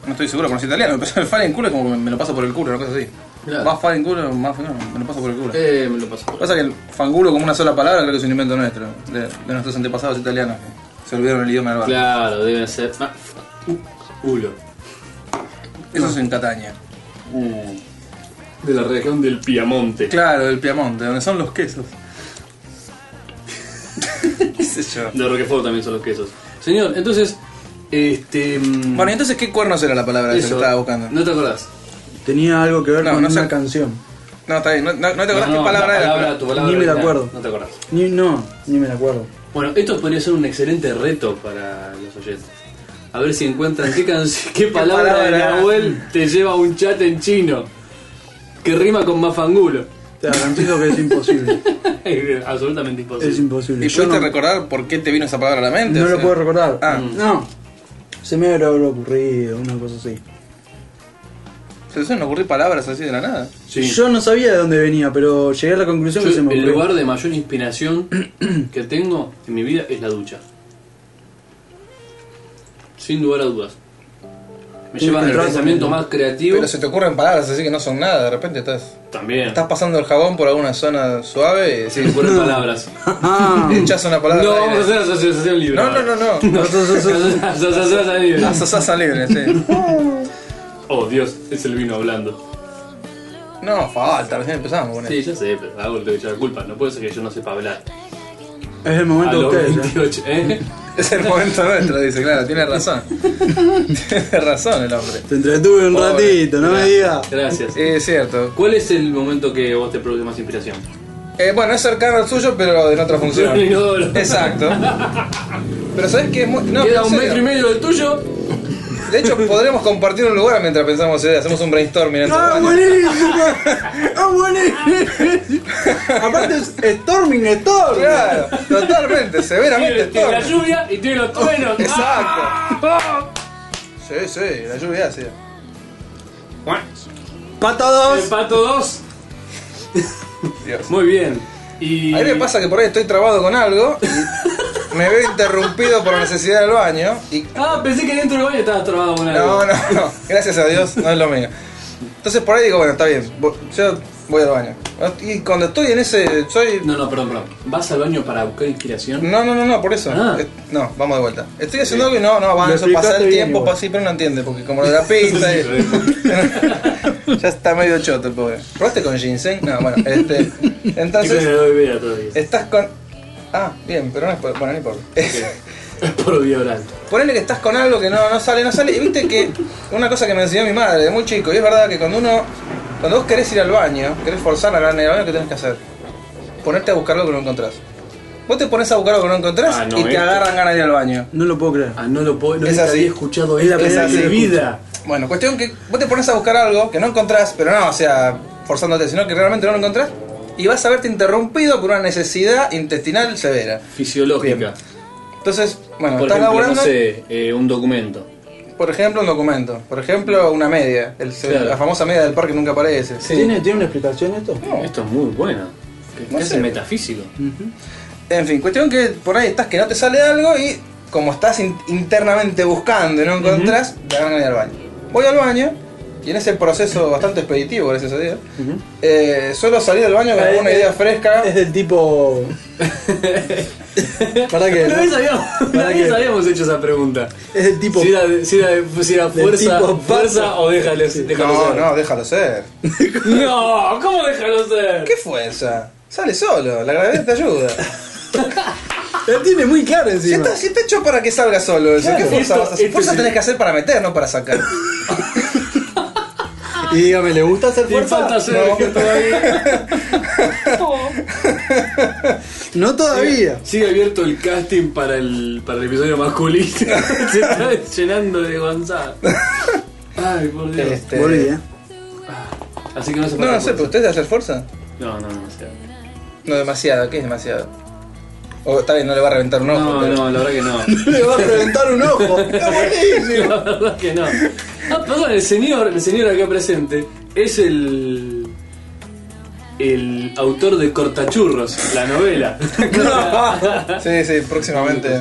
S1: No estoy seguro, pero es italiano. (laughs) Pero el fare en culo es como que me lo paso por el culo, una cosa así.
S3: Claro.
S1: Más fare en culo, más no, me lo paso por el culo.
S3: Eh, me lo paso por.
S1: Pasa que el fangulo como una sola palabra creo que es un invento nuestro, de, de nuestros antepasados italianos. que Se olvidaron el idioma del barrio.
S3: Claro, debe ser. Ah, uh, culo.
S1: Eso es en Cataña.
S3: De la región del Piamonte.
S1: Mm. Claro, del Piamonte, donde son los quesos. ¿Qué sé yo?
S3: De Roquefort también son los quesos. Señor, entonces. Este. mm,
S1: Bueno, y entonces, ¿qué cuernos era la palabra esa
S3: eso.
S1: que estaba buscando?
S3: ¿No te acordás?
S2: Tenía algo que ver
S1: No,
S2: con
S1: no sé.
S2: una canción.
S1: No, está bien, no, no- no te acordás
S3: No, no,
S1: qué palabra
S3: la
S1: era.
S3: palabra, tu palabra
S2: Ni me la
S3: original.
S2: acuerdo.
S3: No te acordás.
S2: Ni, no, ni me la acuerdo.
S3: Bueno, esto podría ser un excelente reto para los oyentes. A ver si encuentran qué, can- (laughs) qué palabra de
S1: palabra?
S3: Nahuel te lleva a un chat en chino. Que rima con (laughs) mafangulo.
S2: Te garantizo (laughs) que es imposible.
S3: Absolutamente imposible.
S2: es imposible.
S1: ¿Y
S2: Yo
S1: pudiste
S2: no,
S1: recordar por qué te vino esa palabra a la mente?
S2: no
S1: O
S2: lo
S1: sea,
S2: puedo recordar. Mm.
S1: Ah.
S2: No. Se me habrá ocurrido, una cosa así.
S1: Se suelen ocurrir palabras así de la nada.
S3: Sí.
S2: Yo no sabía de dónde venía, pero llegué a la conclusión
S3: Yo,
S2: que se me
S3: el
S2: ocurrió.
S3: lugar de mayor inspiración (clears throat) que tengo en mi vida es la ducha. Sin lugar a dudas. Me
S2: Sí,
S3: lleva al
S2: entrás-
S3: pensamiento más creativo.
S1: Pero se te ocurren palabras así que no son nada, de repente estás.
S3: También.
S1: Estás pasando el jabón por alguna zona suave y
S3: Se me
S1: decís, (laughs)
S3: ocurren palabras.
S2: (laughs) Ah.
S1: echás una palabra.
S3: No,
S1: al
S3: vamos a
S1: aire.
S3: hacer asociación libre.
S1: ¿eh? no, no, no, no.
S3: (laughs) Asociación libre.
S1: Asasasa libre, sí.
S3: Oh, Dios, es el vino hablando.
S1: No, falta, recién empezamos con eso.
S3: Sí, ya sé, pero hago lo que yo la culpa. No puede ser que yo no sepa hablar.
S2: Es el
S3: A
S2: momento de
S3: los
S2: ustedes. ¿eh?
S3: 28, ¿eh?
S1: Es el momento nuestro, dice, claro, tiene (laughs) razón. tiene razón el hombre.
S2: Te entretuve un
S1: Pobre.
S2: ratito, no me digas.
S3: Gracias.
S1: Es cierto.
S3: ¿Cuál es el momento que vos te produce más inspiración?
S1: Eh, bueno, es cercano al suyo, pero en otra función.
S3: Un inodoro.
S1: Exacto. Pero sabes que es muy. No,
S3: Queda
S1: en
S3: un
S1: serio.
S3: metro y medio del tuyo.
S1: De hecho, podremos compartir un lugar mientras pensamos ideas. Hacemos un brainstorming. en su
S2: ¡Ah,
S1: baño.
S2: buenísimo! (laughs) ¡Ah, buenísimo! Aparte es Storming Storm.
S1: Claro, totalmente, severamente
S6: Tiene, tiene la
S1: Storm.
S6: lluvia y tiene los truenos.
S1: (laughs) Exacto.
S6: ¡Ah!
S1: Sí, sí, la lluvia sí.
S2: Pato
S6: El
S2: 2.
S6: pato 2.
S1: Dios.
S6: Muy bien. Y.
S1: A mí me pasa que por ahí estoy trabado con algo y me veo interrumpido por necesidad del baño y
S6: Ah, pensé que dentro del baño estabas trabado con algo.
S1: No, no, no. Gracias a Dios, no es lo mío. Entonces por ahí digo, bueno, está bien. vo- Yo voy al baño. Y cuando estoy en ese. Soy.
S3: No, no, perdón, perdón. ¿Vas al baño para buscar inspiración?
S1: No, no, no, no, por eso.
S3: Ah.
S1: Eh, No, vamos de vuelta. Estoy haciendo algo y no, no,
S2: Eh, Lo
S1: avanzo, pasa
S2: explicaste
S1: el
S2: bien
S1: tiempo,
S2: igual.
S1: pasa pero no entiende, porque como lo de la pinta. y- (laughs) ya está medio choto el pobre. ¿Probaste con ginseng? No, bueno, este.
S6: Entonces,
S1: Entonces,
S6: no doy vida todavía.
S1: estás con. Ah, bien, pero no es por. Bueno, no importa.
S3: (laughs) Por vía oral.
S1: Ponele que estás con algo que no, no sale, no sale. Y viste que una cosa que me enseñó mi madre de muy chico, y es verdad que cuando uno, cuando vos querés ir al baño, querés forzar a la nena al baño, ¿qué tenés que hacer? Ponerte a buscar algo que no encontrás. Vos te pones a buscar algo que no encontrás
S6: Ah, no,
S1: y te
S6: esto.
S1: agarran ganas de ir al baño.
S2: No lo puedo creer.
S3: Ah, no lo puedo. No
S1: Es
S3: nunca
S1: así.
S3: había escuchado
S2: Es la
S3: esto
S2: primera
S3: en
S2: vez
S3: mi
S2: que lo
S3: vida.
S1: Bueno, cuestión que vos te pones a buscar algo que no encontrás, pero no, o sea, forzándote, sino que realmente no lo encontrás, y vas a verte interrumpido por una necesidad intestinal severa.
S3: Fisiológica.
S1: Entonces, bueno,
S3: Por
S1: estás
S3: ejemplo, no
S1: laburando,
S3: sé, eh, un documento.
S1: por ejemplo, un documento, por ejemplo, una media, el-
S3: Claro.
S1: la famosa media del parque nunca aparece.
S2: ¿Tiene, ¿Tiene una explicación esto?
S1: No.
S3: Esto es muy bueno. Que-
S1: No
S3: Casi
S1: sé.
S3: metafísico.
S1: En fin, cuestión que por ahí estás que no te sale algo y como estás in- internamente buscando y no encontrás, te dan ganas de ir al baño. Voy al baño y en ese proceso bastante expeditivo, gracias a Dios, eh, suelo salir del baño con
S2: Ah,
S1: alguna
S2: es-
S1: idea fresca.
S2: Es del (laughs) tipo. ¿Para (laughs) qué?
S1: (laughs)
S3: Una vez habíamos, una
S2: ¿Para
S3: vez
S2: qué?
S3: habíamos hecho esa pregunta.
S2: Es del tipo.
S3: Si era, de- si era de- si era
S2: Del
S3: fuerza,
S2: tipo
S3: fuerza
S2: pato.
S3: o déjalo, déjalo
S1: No,
S3: ser.
S1: no, déjalo ser.
S3: (laughs)
S6: No, ¿cómo déjalo ser?
S1: ¿Qué fue esa? Sale solo, la gravedad te ayuda.
S2: La tiene muy clara
S1: Si
S2: encima.
S1: está, si está hecho para que salga solo eso, ¿qué
S6: Claro.
S1: fuerza
S6: Esto-
S1: vas a hacer?
S6: esto
S1: Fuerza
S6: es-
S1: tenés que hacer para meter, no para sacar.
S2: Y dígame, ¿le gusta hacer
S6: Te falta
S2: fuerza?
S6: Sergio todavía.
S2: (laughs) No todavía.
S3: Sigue abierto el casting para el, para el episodio masculino.
S1: (laughs)
S3: Se está llenando de gonzada. Ay, por Dios.
S1: Este,
S2: Volví, eh.
S3: Así que no se
S1: No, no sé, pero ustedes hacer fuerza.
S3: No, no, no. o sea,
S1: No, demasiado, ¿qué es demasiado? O está bien, no le va a reventar un ojo.
S3: No,
S1: pero-
S3: no, la verdad que no.
S2: Le va a reventar un ojo. ¡Está buenísimo!
S3: (laughs) La verdad que no. Ah, perdón, el señor, el señor acá presente es el. el autor de Cortachurros, la novela.
S1: (laughs) Sí, sí, próximamente.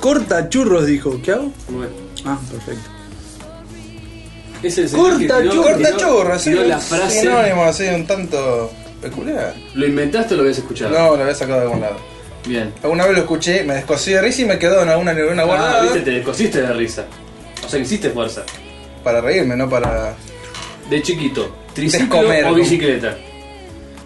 S2: Corta churros, dijo. ¿Qué hago?
S3: (laughs) Bueno,
S2: Ah, perfecto.
S3: es el señor que
S2: Cortachurros,
S3: tiró-
S1: Corta
S3: tiró-
S1: churro, sí.
S3: tiró la
S1: un
S3: frase.
S1: Sinónimo así, un tanto peculiar.
S3: ¿Lo inventaste o lo habías escuchado?
S1: No, lo había sacado de algún lado.
S3: Bien.
S1: Alguna vez lo escuché, me descosí de risa y me quedó en alguna neurona
S3: Ah,
S1: guardada.
S3: viste, te descosiste de risa. O sea que hiciste fuerza.
S1: Para reírme, no para.
S3: De chiquito, triciclo
S1: Descomer,
S3: o
S1: ¿no?
S3: bicicleta.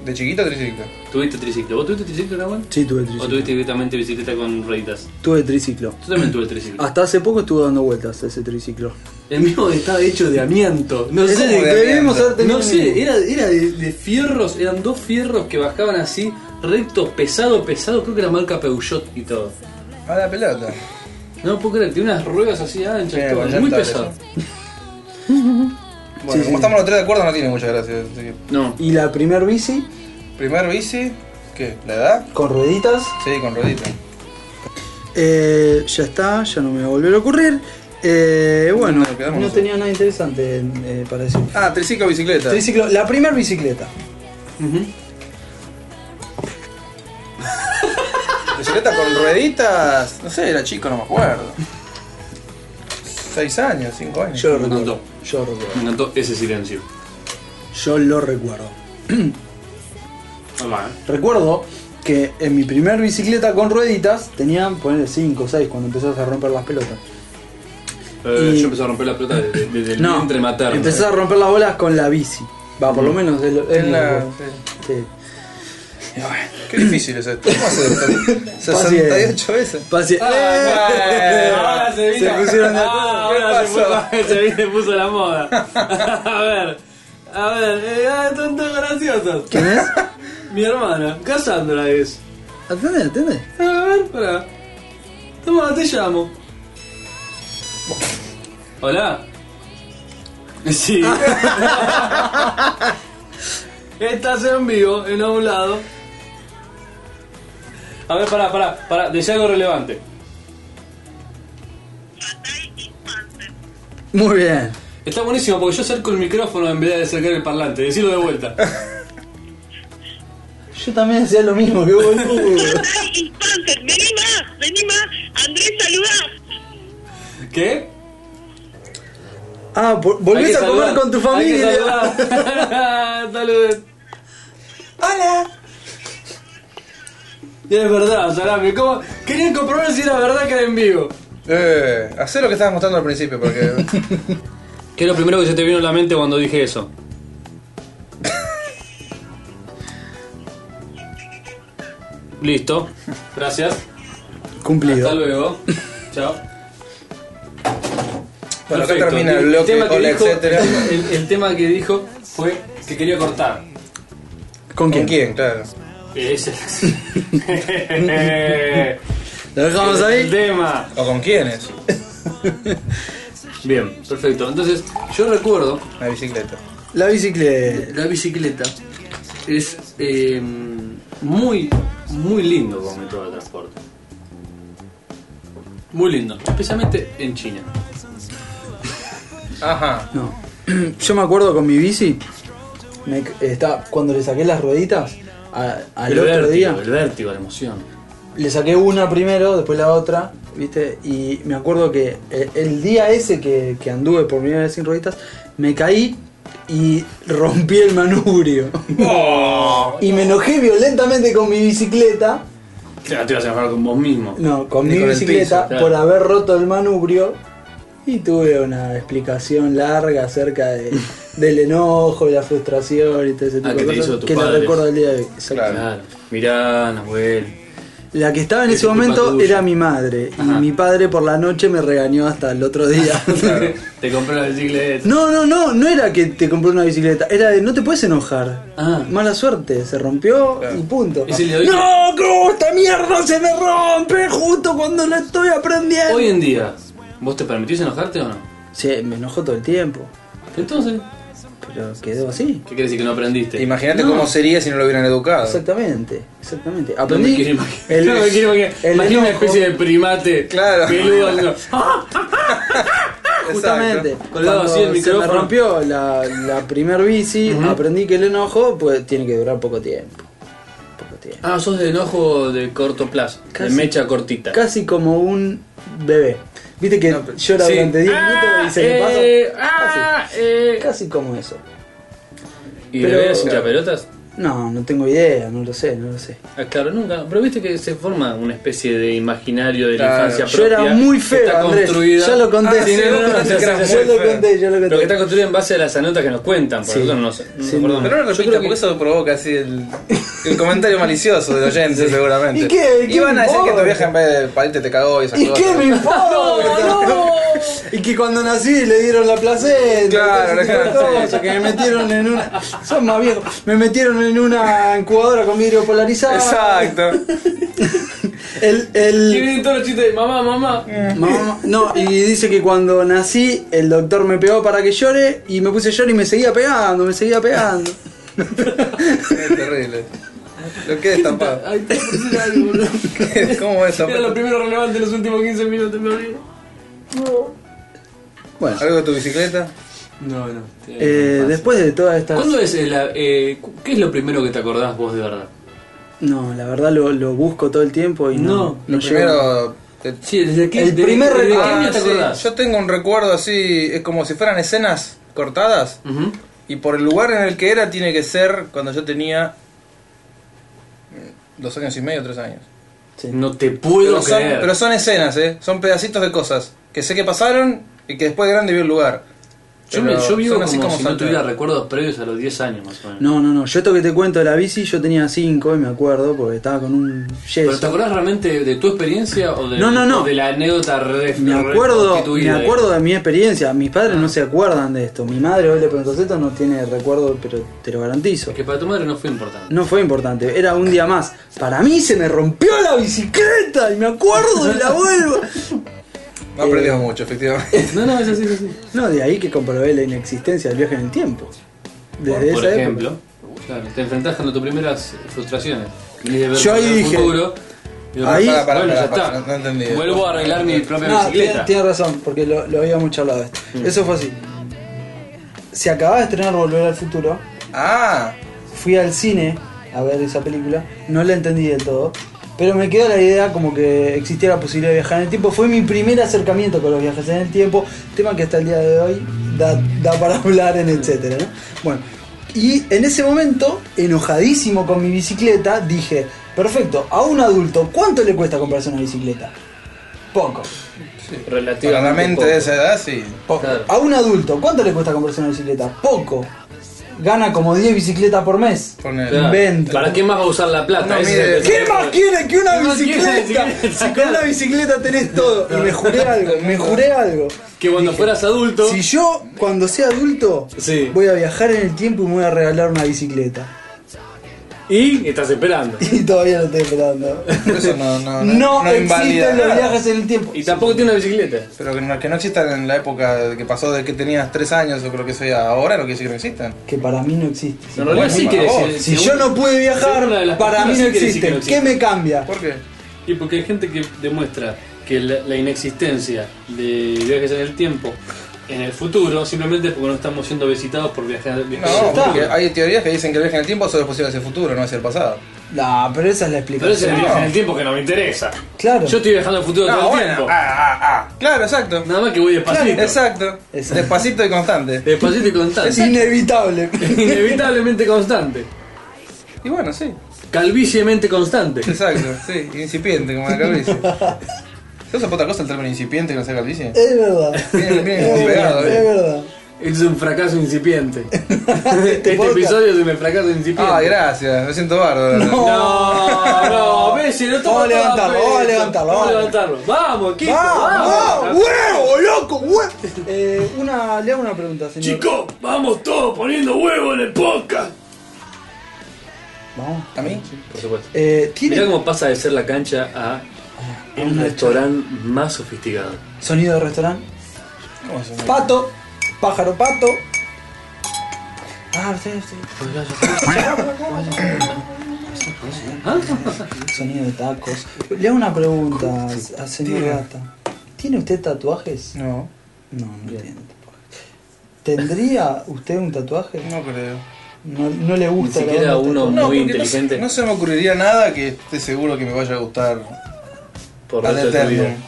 S1: De chiquito triciclo.
S3: Tuviste triciclo. ¿Vos tuviste triciclo, Nahuel?
S2: Sí, tuve
S3: ¿O
S2: triciclo.
S3: tuviste directamente bicicleta con rueditas?
S2: Tuve triciclo.
S3: Yo también tuve el triciclo.
S2: Hasta hace poco estuvo dando vueltas ese triciclo.
S3: El mismo estaba hecho de amianto. No
S1: Es
S3: sé de
S1: como de
S2: Debemos
S1: amianto.
S2: haber tenido
S3: No sé, era, era de, de fierros, eran dos fierros que bajaban así, rectos, pesado, pesado, creo que era marca Peugeot y todo.
S1: A Ah, la pelota.
S3: No puedo creer, tiene unas ruedas así anchas,
S1: Mira,
S3: todo,
S1: con
S3: muy
S1: llantas,
S3: pesado. (laughs)
S1: Bueno,
S2: Sí, sí.
S1: como estamos los tres de acuerdo, no tiene muchas gracias. así que-
S3: No,
S2: Y la primer bici
S1: Primer bici, ¿qué? ¿La edad?
S2: con rueditas.
S1: Sí, con rodita.
S2: Eh, ya está, ya no me va a volver a ocurrir. Eh, bueno,
S1: No, quedamos
S2: no
S1: nosotros.
S2: tenía nada interesante eh, para decir.
S1: Ah, triciclo bicicleta.
S2: Triciclo, la primer bicicleta.
S1: Bicicleta con rueditas. No sé, era chico, no me acuerdo. Seis años, cinco años.
S2: Yo lo
S3: Me
S2: recuerdo.
S3: encantó.
S2: Yo lo recuerdo.
S3: me encantó ese silencio.
S2: Yo lo recuerdo.
S3: Ah, va, eh.
S2: Recuerdo que en mi primer bicicleta con rueditas tenían, poner 5 o 6 cuando empezás a romper las pelotas.
S3: Eh,
S2: Y-
S3: Yo empecé a romper la pelota desde, desde el vientre materno. Mm.
S2: empezás a romper las bolas con la bici. Va, por lo menos es lo- es
S1: En
S2: lo
S1: la-
S2: que- sí.
S1: Qué difícil es esto. ¿Cómo hace doctor? 68 veces.
S2: Pase.
S1: Eh,
S3: Ahora se vino.
S2: Se pusieron de acuerdo.
S3: Ah,
S1: ¿Qué
S3: ahora se
S1: pasó?
S3: puso, (laughs) se vino- se puso la moda. (laughs) A ver, a ver, eh, ah, son todos graciosos.
S2: ¿Quién es?
S3: Mi hermana, Cassandra es.
S2: Atende, atende.
S3: A ver, pará. Toma, te llamo. Hola. Sí. (laughs) Estás en vivo, en un lado. A ver, pará, pará, pará, decía algo relevante.
S2: Muy bien.
S3: Está buenísimo porque yo acerco el micrófono en vez de acercar el parlante. Decirlo de vuelta.
S2: Yo también hacía lo mismo que vos. boludo.
S7: Fatal Infantes, vení más, vení más. Andrés, saludá.
S3: ¿Qué?
S2: Ah, vol- volvés a
S3: Hay que
S2: comer
S3: saludar,
S2: con tu
S3: hay que
S2: familia.
S3: (laughs) saludar. Saluden.
S1: ¡Hola!
S3: Y es verdad, Salami. ¿Cómo? Querían comprobar si era verdad que era en vivo.
S1: Eh, hacé lo que estabas mostrando al principio, porque.
S3: ¿Qué es lo primero que se te vino a la mente cuando dije eso? Listo. Gracias. Hasta
S2: Cumplido.
S3: luego. Chao.
S1: Bueno, acá
S3: Perfecto.
S1: termina el bloque,
S3: tema que
S1: hola,
S3: dijo-
S1: etcétera.
S3: el- el tema que dijo fue que quería cortar.
S2: ¿Con
S1: ¿Con
S2: quién?
S1: quién? Claro.
S2: (laughs)
S3: Ese es
S2: ¿Lo dejamos
S3: el
S2: ahí?
S3: tema.
S1: ¿O con quiénes?
S3: Bien, perfecto. Entonces, yo recuerdo
S1: La bicicleta.
S2: La bicicleta.
S3: la bicicleta es eh, muy, muy lindo como método de transporte. Muy lindo, especialmente en China.
S1: Ajá.
S2: No. (clears throat) Yo me acuerdo con mi bici. me c- está, cuando le saqué las rueditas a- al
S3: el
S2: otro
S3: vértigo,
S2: día.
S3: el vértigo, la emoción.
S2: Le saqué una primero, después la otra, ¿viste? Y me acuerdo que eh, el día ese que, que anduve por primera vez sin rueditas, me caí y (laughs) rompí el manubrio. y me enojé violentamente con mi bicicleta.
S3: Claro, te vas a enojar con vos mismo.
S2: No, con
S1: Ni
S2: mi
S1: con el
S2: bicicleta
S3: piso, claro.
S2: por haber roto el manubrio. Y tuve una explicación larga acerca de- del enojo y la frustración y todo ese tipo
S3: Ah,
S2: de
S3: que te
S2: cosas
S3: hizo tu
S2: que no
S3: padre.
S2: recuerdo el día de hoy. Exacto.
S1: Claro.
S3: Claro, mirá, Nahuel.
S2: La que estaba en
S3: Es
S2: ese
S3: culpa
S2: momento
S3: tuya.
S2: era mi madre.
S3: Ajá.
S2: Y mi padre por la noche me regañó hasta el otro
S3: (laughs)
S2: día.
S3: te compré la bicicleta.
S2: no, no, no, no era que te compré una bicicleta. Era de no te puedes enojar.
S3: Ah.
S2: Mala suerte, se rompió y punto.
S3: Y se le doy-
S2: ¡No, cómo esta mierda se me rompe justo cuando la estoy aprendiendo!
S3: Hoy en día, ¿vos te permitís enojarte o no?
S2: Sí, me enojó todo el tiempo.
S3: Entonces,
S2: Pero quedó así.
S3: ¿qué quiere decir que no aprendiste?
S1: Imagínate
S2: No.
S1: cómo sería si no lo hubieran educado.
S2: Exactamente, exactamente.
S3: No me
S2: Aprendí.
S3: quiero imaginar.
S2: el-
S3: no me quiero imaginar.
S2: el
S3: Imagina una
S2: enojo.
S3: especie de primate.
S1: Claro.
S2: (laughs)
S3: Peludo. haciendo, ¡Ah!
S2: Justamente,
S1: Exacto.
S3: Colgado
S2: cuando
S3: así el
S2: se me
S3: micrófono.
S2: rompió la, la primer bici, aprendí que el enojo pues tiene que durar poco tiempo. Poco tiempo.
S3: Ah, sos de enojo de corto plazo.
S2: Casi.
S3: De mecha cortita.
S2: Casi como un bebé. Viste que llora
S3: Sí.
S2: durante 10
S3: Ah,
S2: minutos y se le pasa.
S3: eh,
S2: Casi,
S3: ah, eh.
S2: casi como eso.
S3: ¿Y
S2: Pero- eh,
S3: bebés hincha pelotas?
S2: No, no tengo idea, no lo sé, no lo sé.
S3: Ah, claro, nunca. Pero viste que se forma una especie de imaginario de
S1: Claro.
S3: la infancia
S2: Yo
S3: propia.
S2: era muy
S3: que
S2: feo,
S3: está
S2: Andrés.
S3: construida-
S2: Ya lo conté.
S1: Ah, sí, no, no, no,
S2: yo
S1: te creas muy
S2: lo
S1: feo.
S2: conté, yo lo conté.
S3: Pero que está construida en base a las anécdotas que nos cuentan. Por
S2: Sí.
S3: nosotros no, sé- no
S2: Sí,
S3: nos acordamos.
S1: Pero no lo repita, porque eso provoca así el, el comentario malicioso del oyente,
S2: (laughs)
S1: seguramente.
S2: ¿Y qué? ¿Y qué
S1: Y van a decir que
S2: importa?
S1: tu vieja en vez de palete te cagó y esas
S2: ¿Y
S1: cosas.
S2: qué me importa? Y que cuando nací le dieron la placenta.
S1: Claro,
S2: todo ese tipo de
S1: claro.
S2: cosas, que me metieron en una. Son más viejos. Me metieron en una incubadora con vidrio polarizado. (laughs)
S1: Exacto.
S2: El,
S3: Y
S2: el,
S3: vienen todos los chistes de mamá, mamá.
S2: Mm. mamá- no, y dice que cuando nací el doctor me pegó para que llore y me puse a llorar y me seguía pegando, me seguía pegando.
S1: es terrible. Lo que
S2: (laughs)
S1: destapado.
S3: Ay, te puse algo, boludo.
S1: ¿Cómo es
S3: Era lo
S1: destapado?
S3: primero relevante en los últimos 15 minutos, me olvido.
S2: Bueno,
S1: ¿Algo de tu bicicleta?
S3: No, no.
S2: eh, después de todas estas.
S3: ¿Cuándo es el, eh, cu- ¿Qué es lo primero que te acordás vos de verdad?
S2: No, la verdad lo, lo busco todo el tiempo y no.
S3: No,
S2: no
S1: Lo
S2: llego.
S1: primero. te-
S3: Sí, desde
S2: El
S3: desde-
S2: primer
S3: desde
S2: recuerdo.
S3: qué
S1: Ah,
S3: año te
S1: sí,
S3: acordás?
S1: Yo tengo un recuerdo así, es como si fueran escenas cortadas.
S3: Ujú.
S1: Y por el lugar en el que era, tiene que ser cuando yo tenía. mm, Dos años y medio, tres años.
S2: Sí.
S3: No te puedo
S1: Pero son,
S3: creer.
S1: pero son escenas, ¿eh? Son pedacitos de cosas que sé que pasaron y que después de grande vi el lugar.
S3: Yo,
S1: Pero
S3: me- yo vivo
S1: son
S3: como,
S1: así como
S3: si no
S1: salteados.
S3: tuviera recuerdos previos a los 10 años más o menos.
S2: No, no, no. Yo esto que te cuento de la bici, yo tenía 5 y me acuerdo porque estaba con un
S3: ¿Pero te
S2: yeso.
S3: acordás realmente de tu experiencia o de,
S2: No, no, no.
S3: o de la anécdota re,
S2: Me acuerdo, me
S3: reconstituida?
S2: acuerdo de mi experiencia. Mis padres
S3: Ah.
S2: no se acuerdan de esto. Mi madre hoy le preguntó esto, no tiene recuerdo, pero te lo garantizo.
S3: Que para tu madre no fue importante.
S2: No fue importante, era un día más. Para mí se me rompió la bicicleta y me acuerdo
S3: (laughs)
S2: y la vuelvo.
S1: No aprendimos mucho, efectivamente.
S3: No, no, es así, es así.
S2: No, de ahí que comprobé la inexistencia del viaje en el tiempo. Desde
S3: por
S2: esa
S3: ejemplo,
S2: época.
S3: claro, te enfrentás con tus primeras frustraciones. Venís de ver
S2: Yo ahí
S3: el
S2: dije-
S3: futuro, y de
S2: ahí-
S3: repente,
S1: Pará, pará,
S3: bueno,
S1: pará,
S3: ya
S1: pará,
S3: está.
S1: no entendí.
S3: Vuelvo a arreglar mi propia
S2: No,
S3: bicicleta. Mm.
S2: tiene- tiene razón, porque lo, lo habíamos charlado esto. Eso fue así. Se acababa de estrenar Volver al Futuro.
S1: Ah,
S2: Fui al cine a ver esa película. No la entendí del todo. Pero me quedó la idea como que existía la posibilidad de viajar en el tiempo. Fue mi primer acercamiento con los viajes en el tiempo. Tema que hasta el día de hoy da, da para (laughs) hablar en etcétera, ¿no? Bueno. Y en ese momento, enojadísimo con mi bicicleta, dije, perfecto, a un adulto, ¿cuánto le cuesta comprarse una bicicleta? Poco.
S1: para la
S3: Relativamente
S1: mente
S3: poco.
S1: de esa edad, sí.
S2: Poco.
S3: Claro.
S2: A un adulto, ¿cuánto le cuesta comprarse una bicicleta? Poco. Gana como 10 bicicletas por mes.
S1: Ponele.
S3: Claro.
S2: invento.
S3: ¿Para qué más va a usar la plata?
S1: No,
S3: Ese
S1: mire,
S3: es el-
S2: ¿Qué más quiere que una
S3: ¿Qué más quiere una
S2: bicicleta?
S3: bicicleta?
S2: Si con una bicicleta tenés todo. Y me juré algo, me juré algo.
S3: Que cuando
S2: Dije,
S3: fueras adulto.
S2: Si yo, cuando sea adulto,
S3: Sí.
S2: voy a viajar en el tiempo y me voy a regalar una bicicleta. (laughs)
S3: Y estás esperando.
S2: Y todavía lo estoy esperando.
S1: Por eso no,
S2: (laughs)
S1: no, no, no invalida
S2: existen los
S1: nada.
S2: viajes en el tiempo.
S3: Y tampoco tiene una bicicleta.
S1: Pero que no, que no existan en la época que pasó de que tenías 3 años o creo que sea ahora, no quiere decir que no existan.
S2: Que para mí no existe.
S3: En realidad
S1: Bueno,
S3: sí
S1: por
S3: quiere
S1: favor.
S3: decir-
S2: Si yo
S3: según-
S2: no pude
S3: según la de
S2: viajar,
S3: las
S2: para mí
S3: películas
S2: no
S3: sí quiere decir que no
S2: existe. ¿Qué me cambia?
S1: ¿Por qué?
S8: Y porque hay gente que demuestra que la, la inexistencia de viajes en el tiempo en el futuro simplemente porque no estamos siendo visitados por viajes viajes en el
S1: No,
S2: está.
S1: porque hay teorías que dicen que el viaje en el tiempo solo es posible hacia el futuro, no hacia el pasado.
S2: No, pero esa es la
S3: Pero ese es el
S2: explicación.
S3: viaje en el tiempo que no me interesa.
S2: Claro.
S3: Yo estoy viajando al futuro
S1: No,
S3: todo el
S1: bueno.
S3: tiempo.
S1: Ah, ah, ah. Claro, exacto.
S3: Nada más que voy despacito.
S1: Exacto.
S2: Exacto.
S1: Despacito y constante.
S3: Despacito y
S2: Es
S3: constante. (laughs)
S2: inevitable.
S3: Inevitablemente constante.
S1: Y bueno, sí.
S3: Calviciamente constante.
S1: Exacto, sí. Incipiente, como la calvicie. ¿Se usa para otra cosa el término incipiente que no sea calvicie?
S2: Es verdad.
S1: Bien, bien, (laughs)
S2: es,
S1: pegado,
S2: verdad es
S3: eh.
S1: bien.
S2: verdad.
S3: Es un
S2: (laughs)
S3: fracaso incipiente. este
S2: podcast.
S3: episodio es un fracaso incipiente.
S1: Ah, gracias. Me siento bárbaro.
S3: No, no, Messi, no
S2: Vamos a levantarlo, vamos a levantarlo,
S3: Vamos a
S2: vamos.
S3: levantarlo. Vamos, equipo,
S2: ¡Ah!
S3: vamos.
S2: ¡Ah! ¡Huevo, loco! ¡Huevo! Eh, una, le hago una pregunta, señor.
S8: Chicos, vamos todos poniendo huevo en el podcast.
S2: Vamos.
S1: ¿A mí?
S3: Por supuesto.
S2: Eh,
S3: Mirá
S2: ¿Tiene
S3: cómo pasa de ser la cancha a el restaurante más sofisticado.
S2: sonido de restaurante?
S1: ¿Cómo se llama?
S2: Pato. Pájaro pato. Ah, usted, usted. Sonido de tacos. Le hago una pregunta al señor Gata. ¿Tiene usted tatuajes?
S1: No,
S2: No, no tiene tatuajes. ¿Tendría usted un tatuaje?
S1: no creo.
S2: No, no le gusta
S3: Ni
S2: la
S3: siquiera
S2: onda
S3: uno
S2: tatuaje.
S1: No, porque
S3: Muy inteligente.
S1: No, se- no se me ocurriría nada que esté seguro que me vaya a gustar
S3: Por
S1: ad
S3: resto de tu vida.
S1: eternum.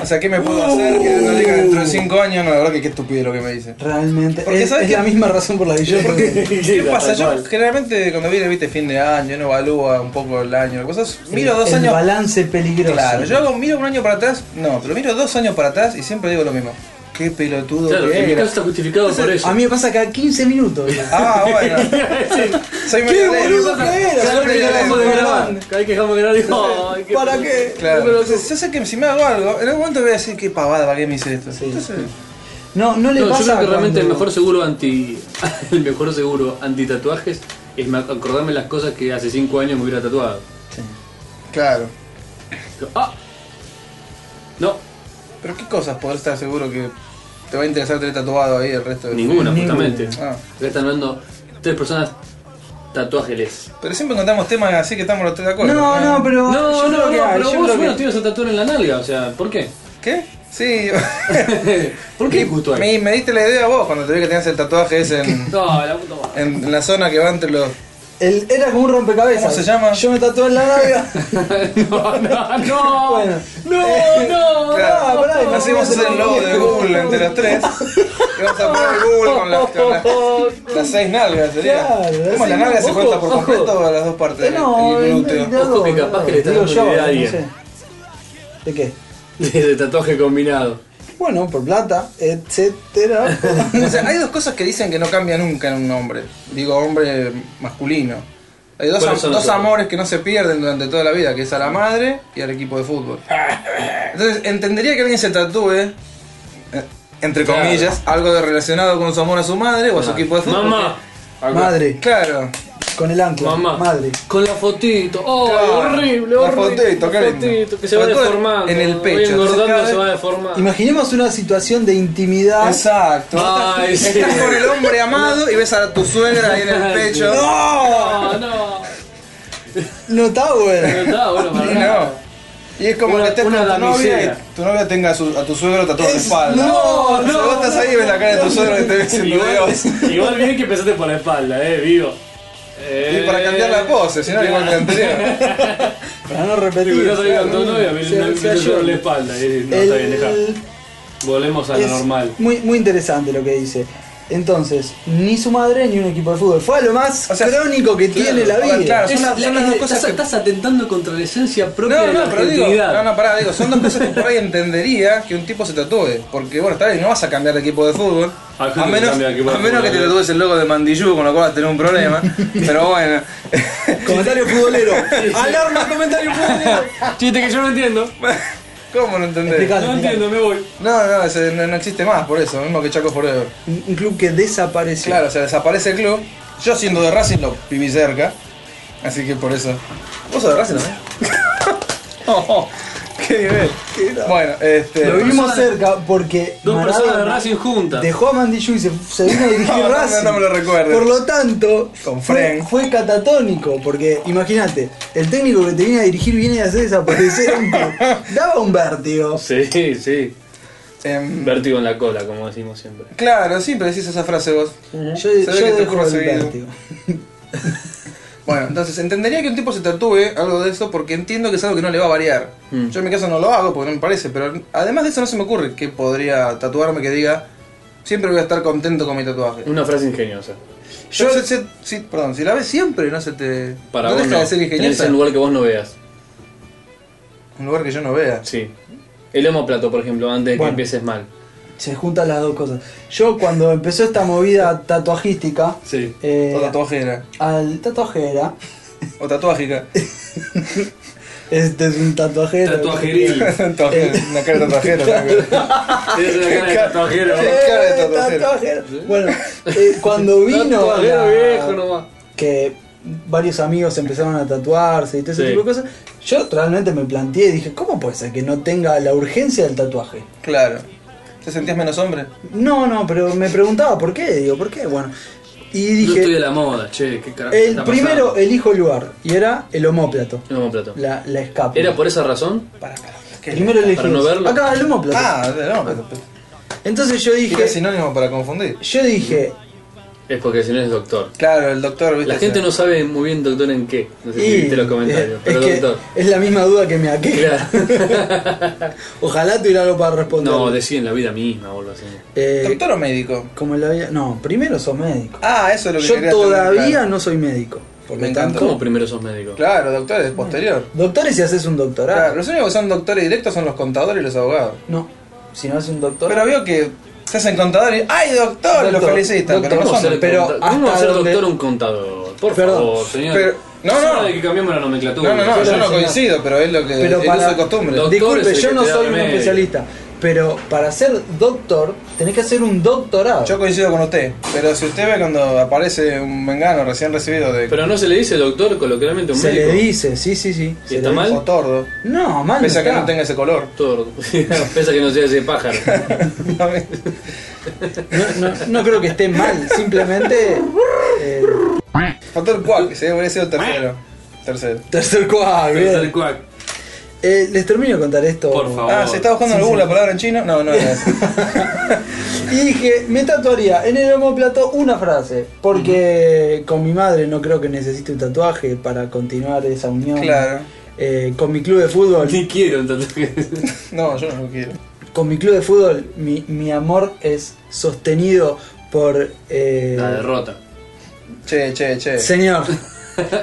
S1: O sea, ¿qué me puedo hacer que no diga dentro de 5 años? No, la verdad que qué estúpido lo que me dice.
S2: Realmente.
S1: Porque
S2: es
S1: ¿sabes
S2: es
S1: qué?
S2: la misma razón por la que yo. (laughs)
S1: ¿Qué
S3: Tal
S1: pasa? Yo
S3: cual.
S1: generalmente cuando viene, viste, fin de año, uno evalúa un poco el año, cosas. Miro dos
S2: el
S1: años.
S2: balance peligroso.
S1: Claro, yo hago, miro un año para atrás, no, pero miro dos años para atrás y siempre digo lo mismo. Qué pelotudo
S3: Claro, en
S1: que
S3: mi
S1: era.
S3: caso está justificado por eso.
S2: A
S3: (laughs)
S2: mí me pasa cada 15 minutos.
S1: Ah, bueno. Soy
S2: ¡Qué
S1: medio lento.
S2: boludo que era!
S1: Soy
S3: Cada vez que
S1: medio lento.
S3: dejamos de grabar, cada vez que dejamos de grabar, digo, ay, qué
S2: ¿Para qué?
S1: Claro.
S3: Pero-
S1: Entonces, yo sé que si me hago algo, en algún momento voy a decir qué pavada, ¿para qué me hice esto? Entonces,
S2: No, no le
S3: No,
S2: pasa.
S3: yo creo que
S2: cuando-
S3: realmente el mejor seguro anti. (laughs) el mejor seguro anti tatuajes es ma- acordarme las cosas que hace 5 años me hubiera tatuado.
S2: Sí.
S1: claro.
S3: Yo, ¡Ah! No,
S1: Pero qué cosas podrás estar seguro que te va a interesar tener tatuado ahí el resto de
S3: ninguna,
S2: Ninguna.
S3: justamente.
S1: Ah.
S3: Acá están hablando tres personas tatuajeles.
S1: Pero siempre encontramos temas así que estamos los tres de acuerdo.
S2: No, no, pero.
S3: No, no,
S2: yo
S3: no,
S2: creo que hay,
S3: pero
S2: yo
S3: vos
S2: creo
S3: bueno,
S2: que-
S3: tienes a tatuar en la nalga, o sea, ¿por qué? (laughs)
S1: ¿Qué? Sí.
S3: ¿Por qué justo ahí?
S1: me, me diste la idea vos cuando te vi que tenías el tatuaje ese en,
S3: No, la puta madre.
S1: en- en la zona que va entre los.
S2: el- era como un rompecabezas.
S1: ¿Cómo se llama?
S2: Yo me tatué en la nalga. (laughs)
S1: (laughs)
S3: No, no, no.
S2: Bueno.
S3: No, no.
S1: Claro,
S2: pará, pará,
S1: hacemos
S2: pará,
S1: el logo
S2: pará,
S6: (laughs)
S1: de Google
S2: pará,
S1: entre los tres. Y vamos a poner Google con las, con las, las seis nalgas, sería.
S2: Claro,
S1: ¿Cómo la
S2: sí,
S1: nalga se
S3: ojo,
S1: cuenta por
S3: ojo.
S1: completo o las dos
S3: Eh,
S1: partes? del-
S2: Eh, no,
S1: del
S2: el-
S1: glúteo?
S2: el- no,
S3: Ojo que
S2: no,
S3: capaz
S2: no,
S3: que le está
S2: digo
S3: dando
S2: yo,
S3: idea a
S2: no
S3: alguien.
S2: sé. ¿De qué?
S3: De tatuaje combinado.
S2: Bueno, por plata,
S3: (laughs)
S2: etcétera.
S1: (laughs) O sea, hay dos cosas que dicen que no cambia nunca en un hombre. Digo, hombre masculino. Hay dos,
S6: ¿Cuáles son
S1: dos
S6: los otros?
S1: amores que no se pierden durante toda la vida, que es a la madre y al equipo de fútbol. Entonces, entendería que alguien se tatúe, eh, entre
S6: Claro.
S1: comillas, algo de relacionado con su amor a su madre o a su equipo de fútbol.
S6: Mamá,
S2: madre,
S1: Claro.
S2: con el ancla.
S6: mamá.
S2: Madre.
S3: Con la fotito. ¡Oh,
S1: Claro.
S3: horrible,
S1: La
S3: horrible!
S1: fotito, qué lindo.
S3: fotito, que se va
S1: Sobre todo
S3: deformando.
S1: en el
S3: va
S1: pecho,
S3: engordando,
S1: entonces
S3: se va
S6: (laughs)
S1: cada
S3: deformando.
S2: Imaginemos una situación de intimidad.
S1: Exacto.
S3: Ay, sí.
S1: Estás con el hombre amado y ves a tu suegra ahí en el pecho. ¡No!
S3: No, no.
S2: No está
S3: No
S2: bueno.
S1: (laughs)
S3: está bueno para
S1: Y
S3: nada.
S1: no. Y es como
S3: Una-
S1: que estés con
S3: una
S1: tu novia
S3: damisela.
S1: y tu novia tenga a, su- a tu suegro tatuado en la
S2: Es-
S1: espalda.
S2: no,
S1: O sea,
S3: no,
S1: vos estás ahí y ves la cara de tu suegro que te ve diciendo
S6: Igual, (laughs)
S1: Dios.
S6: igual bien que empezaste por la espalda, eh, vivo. Eh,
S1: Y para cambiar la pose, si no, igual que la (laughs) anterior.
S2: Para Ah, no
S6: Sí,
S2: repetir.
S6: pero yo salí con tu novia, me
S2: Se-
S6: me- me
S2: se halló.
S6: dolor la espalda. y no, está bien, deja.
S2: El-
S6: Volvemos a lo
S2: es
S6: normal.
S2: Muy, muy interesante lo que dice. Entonces, ni su madre ni un equipo de fútbol. Fue a lo más
S1: O sea,
S2: crónico que
S1: claro,
S2: tiene la
S1: a ver,
S2: vida.
S1: claro,
S3: Es
S1: Son las-
S3: la-
S1: son las
S3: es-
S1: dos cosas
S3: estás,
S1: que-
S3: estás atentando contra la esencia propia
S1: No,
S3: de la
S1: no, pero digo,
S3: argentinidad.
S1: no, no, pará, digo, son dos cosas que por ahí entendería que un tipo se tatúe. Porque, bueno, está bien, no vas a cambiar de equipo de fútbol.
S6: Hay gente Ah,
S1: A
S6: que
S1: menos,
S6: cambia de equipo de
S1: a menos que
S6: fútbol,
S1: te
S6: ¿eh?
S1: tatúes el logo de Mandillú, con lo cual vas a tener un
S6: (laughs)
S1: problema. Pero bueno. (laughs)
S2: Comentario futbolero. Alarma, comentario futbolero.
S3: Chiste que yo no entiendo.
S1: ¿Cómo no entendés?
S2: Explicalo,
S3: No
S2: explicalo.
S3: entiendo, me voy.
S1: No, no, ese no, no existe más por eso, mismo que Chaco Forever.
S2: Un un club que desapareció.
S1: Claro, o sea, desaparece el club. Yo siendo de Racing lo viví cerca. Así que por eso. ¿Vos sos de Racing (laughs) también? oh, oh, qué nivel. Bueno, este.
S2: Lo vivimos
S3: personas-
S2: cerca porque
S3: Dos personas de
S2: Maradona
S3: Racing juntas.
S2: dejó a Mandillú y se, se vino a dirigir
S1: No, no, no,
S2: Racing.
S1: no me lo recuerdes.
S2: Por lo tanto,
S1: Con
S2: fue,
S1: Fren.
S2: fue catatónico porque imagínate, el técnico que te viene a dirigir viene a hacer desaparecer a un
S1: (laughs)
S2: club. Daba un vértigo.
S6: (laughs) Sí, sí.
S1: em,
S6: Vértigo en la cola, como decimos siempre.
S1: claro, siempre decís esa frase vos.
S2: Yo,
S1: ve
S2: yo
S1: que te
S2: dejo
S1: ocurre
S2: el
S1: seguido.
S2: vértigo.
S1: Bueno, entonces entendería que un tipo se tatúe algo de eso porque entiendo que es algo que no le va a variar.
S6: Mm.
S1: Yo en mi caso no lo hago porque no me parece, pero además de eso no se me ocurre que podría tatuarme que diga siempre voy a estar contento con mi tatuaje.
S6: Una frase ingeniosa.
S1: Yo, se- se- si- perdón, si la ves siempre, no se te.
S6: Para
S1: no
S6: vos
S1: deja
S6: no.
S1: de ser
S6: Tenés
S1: ingeniosa.
S6: el lugar que vos no veas.
S1: Un lugar que yo no vea.
S6: Sí. El homoplato, por ejemplo, antes de que
S2: Bueno.
S6: empieces mal.
S2: Se juntan las dos cosas. Yo cuando empezó esta movida tatuajística,
S6: Sí.
S2: eh,
S1: O tatuajera.
S2: al tatuajera,
S1: O tatuajica. (laughs)
S2: este es un tatuajero.
S3: Tatuajeril. Esa
S1: Tatuajera, Una cara
S6: (laughs)
S1: de tatuajera. ¿no?
S6: Es una cara de tatuajero.
S1: Ah. Qué cara de tatuajero.
S2: Bueno, eh,
S6: (laughs)
S2: cuando vino
S6: Tatuajero
S2: la-
S6: viejo nomás.
S2: que varios amigos empezaron a tatuarse y todo ese
S6: Sí.
S2: tipo de cosas, yo realmente me planteé y dije, ¿cómo puede ser que no tenga la urgencia del tatuaje?
S1: Claro. ¿Te sentías menos hombre?
S2: No, no, pero me preguntaba por qué, digo, ¿por qué? Bueno, y
S3: Yo
S2: dije,
S3: estoy de la moda, che, qué carajo.
S2: el
S3: está pasando?
S2: primero elijo el lugar y era el homóplato,
S6: El homoplato.
S2: la, la escapa.
S6: ¿Era por esa razón?
S1: Para, para.
S2: Primero elegí
S6: no
S2: eso.
S6: verlo?
S2: acá el homóplato.
S1: Ah, no, pero.
S2: Entonces yo
S1: Y que es
S2: dije,
S1: sinónimo para confundir.
S2: yo dije,
S6: Es porque si no es doctor.
S1: Claro, el doctor, viste.
S6: La gente no sabe muy bien doctor en qué. No sé si
S2: y
S6: viste los comentarios.
S2: eh,
S6: Pero
S2: es, que
S6: doctor.
S2: (laughs) es la misma duda que me aqueja.
S6: Claro.
S2: Ojalá tuviera algo para responder.
S6: No, deciden la vida misma, boludo. así.
S2: Eh,
S1: ¿Doctor o médico?
S2: como la vida- No, primero sos médico.
S1: Ah, eso es lo que
S2: Yo
S1: quería
S2: todavía
S1: tener claro.
S2: no soy médico. Por
S1: Me
S2: lo
S1: encanta.
S2: tanto,
S6: ¿Cómo primero sos médico?
S1: Claro, doctor es posterior.
S2: doctores si haces un doctorado.
S1: Claro, los únicos que son doctores directos son los contadores y los abogados.
S2: No, si no haces un doctor.
S1: Pero veo que se hacen contadores y. ¡Ay, doctor! Los
S2: Doctor,
S1: felicitan, pero
S6: ¿Cómo,
S1: no son.
S6: ser,
S2: pero
S6: conta- ¿cómo
S2: hasta
S6: ser
S2: donde-
S6: doctor un contador? Por
S2: Perdón,
S6: favor, señor.
S1: pero- no,
S6: Es
S1: no.
S6: hora de que cambiemos la nomenclatura.
S1: No, no, no, yo no
S2: Doctor,
S1: coincido, pero es lo que
S2: Pero
S1: es
S2: para-
S1: uso de costumbre.
S6: Doctor
S2: Disculpe,
S6: es el
S2: yo
S6: que
S2: no
S6: te da
S2: soy un
S6: remedio.
S2: especialista. Pero para ser doctor, tenés que hacer un doctorado.
S1: Yo coincido con usted, pero si usted ve cuando aparece un mengano recién recibido de
S6: Pero no se le dice doctor coloquialmente a un
S2: se
S6: médico.
S2: le dice, sí, sí, sí.
S6: ¿Y
S2: se
S6: está
S2: le-
S6: mal?
S1: o tordo,
S2: No, mal.
S1: pese a que
S2: está.
S1: no tenga ese color. (laughs)
S6: Doctor. (laughs) Pesa que no sea ese
S2: (laughs)
S6: pájaro.
S2: No, no- no creo que esté mal,
S1: (laughs)
S2: simplemente. eh,
S1: Faltó el cuac, se hubiera sido tercero. Tercero.
S2: tercer cuadro. Eh,
S3: Tercer cuac.
S2: les termino de contar esto.
S3: Por favor.
S1: Ah, ¿se está buscando en Google la palabra en chino? No, no era eso.
S2: (laughs) Y dije, me tatuaría en el homoplato una frase, porque con mi madre no creo que necesite un tatuaje para continuar esa unión.
S1: Claro.
S2: Eh, con mi club de fútbol,
S3: Ni quiero un tatuaje.
S1: No, yo no lo quiero.
S2: con mi club de fútbol, mi, mi amor es sostenido por... eh,
S6: La derrota.
S1: Che, che,
S6: (laughs)
S1: che.
S2: señor,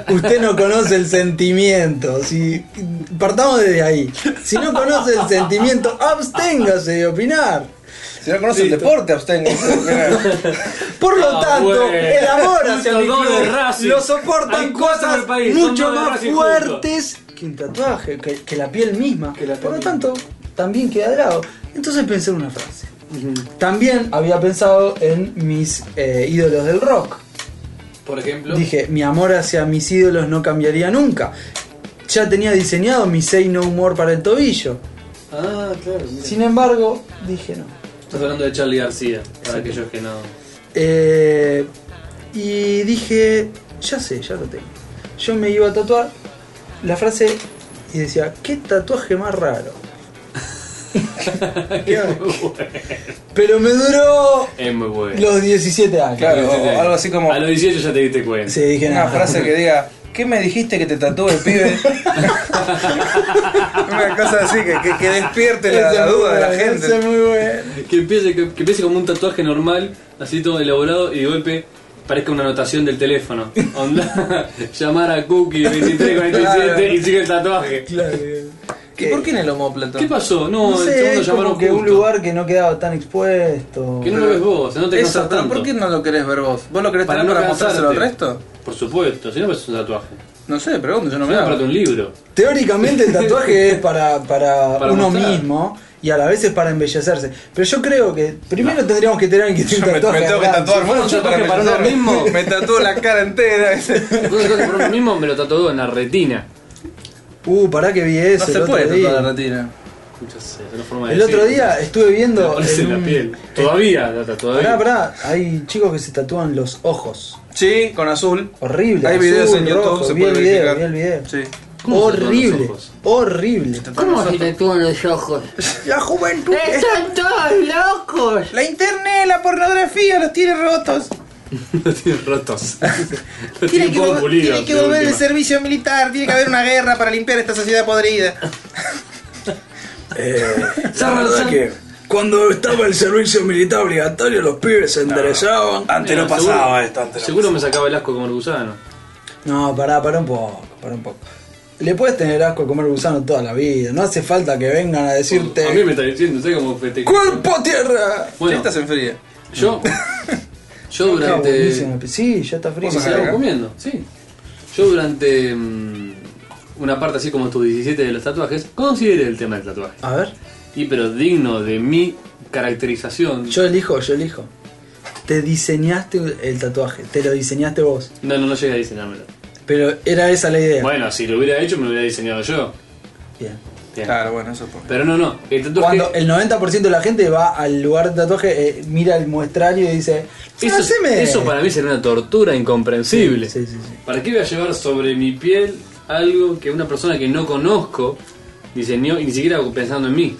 S2: Usted no conoce el sentimiento. Si partamos desde ahí. Si no conoce el sentimiento, absténgase de opinar.
S1: Si no conoce el deporte, absténganse.
S2: Por lo
S3: Ah,
S2: tanto,
S3: bueno.
S2: el amor hacia
S3: Los
S2: mi
S3: dos
S2: club
S3: de Racing.
S2: lo
S3: Hay
S2: soportan
S3: cuatro en
S2: cosas
S3: el país, son
S2: mucho
S3: dos de
S2: más
S3: Racing juntos.
S2: fuertes que un tatuaje, que, que la piel misma.
S3: la
S2: Por lo
S3: piel
S2: tanto, también queda de lado. Entonces pensé en una frase. También había pensado en mis eh, ídolos del rock.
S3: Por ejemplo.
S2: Dije, mi amor hacia mis ídolos no cambiaría nunca. Ya tenía diseñado mi Say No More para el tobillo.
S3: Ah, claro. mira.
S2: Sin embargo, dije no.
S3: Estás hablando de Charlie García, para aquellos que no.
S2: Eh, y dije, ya sé, ya lo tengo. Yo me iba a tatuar la frase y decía, ¿qué tatuaje más raro? Pero me duró
S3: Es muy bueno.
S2: los 17 años.
S1: Claro, o algo así como
S3: A los 18 ya te diste cuenta.
S2: Sí, dije
S1: una
S2: nada.
S1: frase
S2: (laughs)
S1: que diga. ¿Qué me dijiste que te tatúe, (laughs) pibe? Una cosa así que, que, que despierte la, la duda de la
S2: Es
S1: gente.
S2: muy bueno.
S3: Que empiece, que, que empiece como un tatuaje normal, así todo elaborado y de golpe parezca una anotación del teléfono. Onda, (laughs) llamar a
S1: (laughs)
S3: Cookie 2347 y sigue el tatuaje.
S2: Claro.
S1: ¿Y por qué en el homóplato?
S3: ¿Qué pasó? No,
S2: No, sé,
S3: el segundo
S2: es como
S3: llamaron
S2: que un
S3: justo.
S2: lugar que no quedaba tan expuesto.
S3: Que no lo ves vos, no te
S1: Eso,
S3: cansas
S1: pero
S3: tanto.
S1: ¿por qué no lo querés ver vos? ¿Vos lo querés
S3: Para
S1: tener
S3: no
S1: para mostrárselo al
S3: cansarte.
S1: resto?
S3: Por supuesto, si no pues es un tatuaje.
S1: No sé, pregunto, yo no
S3: No
S1: me
S3: me
S1: hago.
S2: (laughs)
S3: un libro.
S2: Teóricamente el
S1: (laughs)
S2: tatuaje es para, para,
S3: Para
S2: uno
S3: mostrar.
S2: mismo y a la vez es para embellecerse. Pero yo creo que primero tendríamos que tener que tener un
S1: Me, me
S2: tatuaje.
S1: tengo que
S2: adelante.
S1: tatuar
S3: Si fuera un
S1: mucho para,
S3: tatuaje para uno
S1: merecerme.
S3: mismo.
S1: (laughs) Me tatúo la cara entera. (laughs) ese.
S3: Entonces, yo por uno mismo me lo tatuó en la retina.
S2: Uh, pará que vi eso.
S1: No se
S2: el
S1: puede
S2: otro día.
S1: tatuar la retina.
S3: Ya sé, es una forma de
S2: El
S3: decir.
S2: otro día estuve
S3: Me
S2: viendo.
S3: aparece
S2: en
S3: en
S2: un-
S3: la piel. Todavía, Data,
S2: Pará,
S3: todavía.
S2: pará, hay chicos que se tatúan los ojos.
S1: Sí, con azul.
S2: Horrible.
S1: Hay
S2: azul,
S1: videos en YouTube,
S2: rojo.
S1: se
S2: Vi
S1: puede
S2: el video,
S1: verificar.
S2: vi el video.
S1: Sí.
S3: ¿Cómo se tatúan los
S2: horrible,
S3: ojos?
S2: horrible.
S9: ¿Cómo se tatúan los ojos?
S1: La juventud.
S9: ¡Están todos locos!
S1: La internet, la pornografía los tiene rotos.
S3: Lo tienen
S10: (laughs)
S3: rotos. Lo tienen poco pulido. de última.
S1: servicio militar. Tiene que haber una guerra para limpiar esta sociedad podrida. (laughs)
S2: Eh, la verdad que cuando estaba el servicio militar obligatorio, los pibes se enderezaban.
S1: Ah.
S10: Antes no
S3: Seguro-
S10: pasaba esto, antes no
S3: Seguro me sacaba el asco como el gusano.
S2: No, pará, pará un poco, pará un poco. Le puedes tener asco a comer gusano toda la vida, no hace falta que vengan a
S3: A mí
S2: decirte
S3: me está diciendo, ¿sabes cómo festejo?
S2: ¡Cuerpo a tierra!
S3: (laughs) Bueno,
S1: Esta se enfría.
S3: yo. Yo
S2: Está
S3: durante.
S2: buenísimo, Sí, ya está frío.
S1: Vos
S3: Se
S1: acá.
S3: lo comiendo, sí. Yo durante. mm, una parte así como tus 17 de los tatuajes, consideré el tema del tatuaje.
S2: A ver,
S3: Y pero digno de mi caracterización.
S2: yo elijo, yo elijo. Te diseñaste el tatuaje, te lo diseñaste vos.
S3: No, no, no llegué a diseñármelo.
S2: Pero era esa la idea.
S3: Bueno, si lo hubiera hecho, me lo hubiera diseñado yo.
S2: Bien.
S3: Bien.
S1: Claro, bueno, eso por.
S3: Pero no, no. El tatuaje.
S2: Cuando el 90% de la gente va al lugar de tatuaje, eh, mira el muestrario y dice:
S3: Eso,
S2: "Haceme".
S3: eso para mí sería una tortura incomprensible.
S2: Sí, sí, sí.
S3: ¿Para qué voy a llevar sobre mi piel algo que una persona que no conozco diseñó y ni siquiera pensando en mí?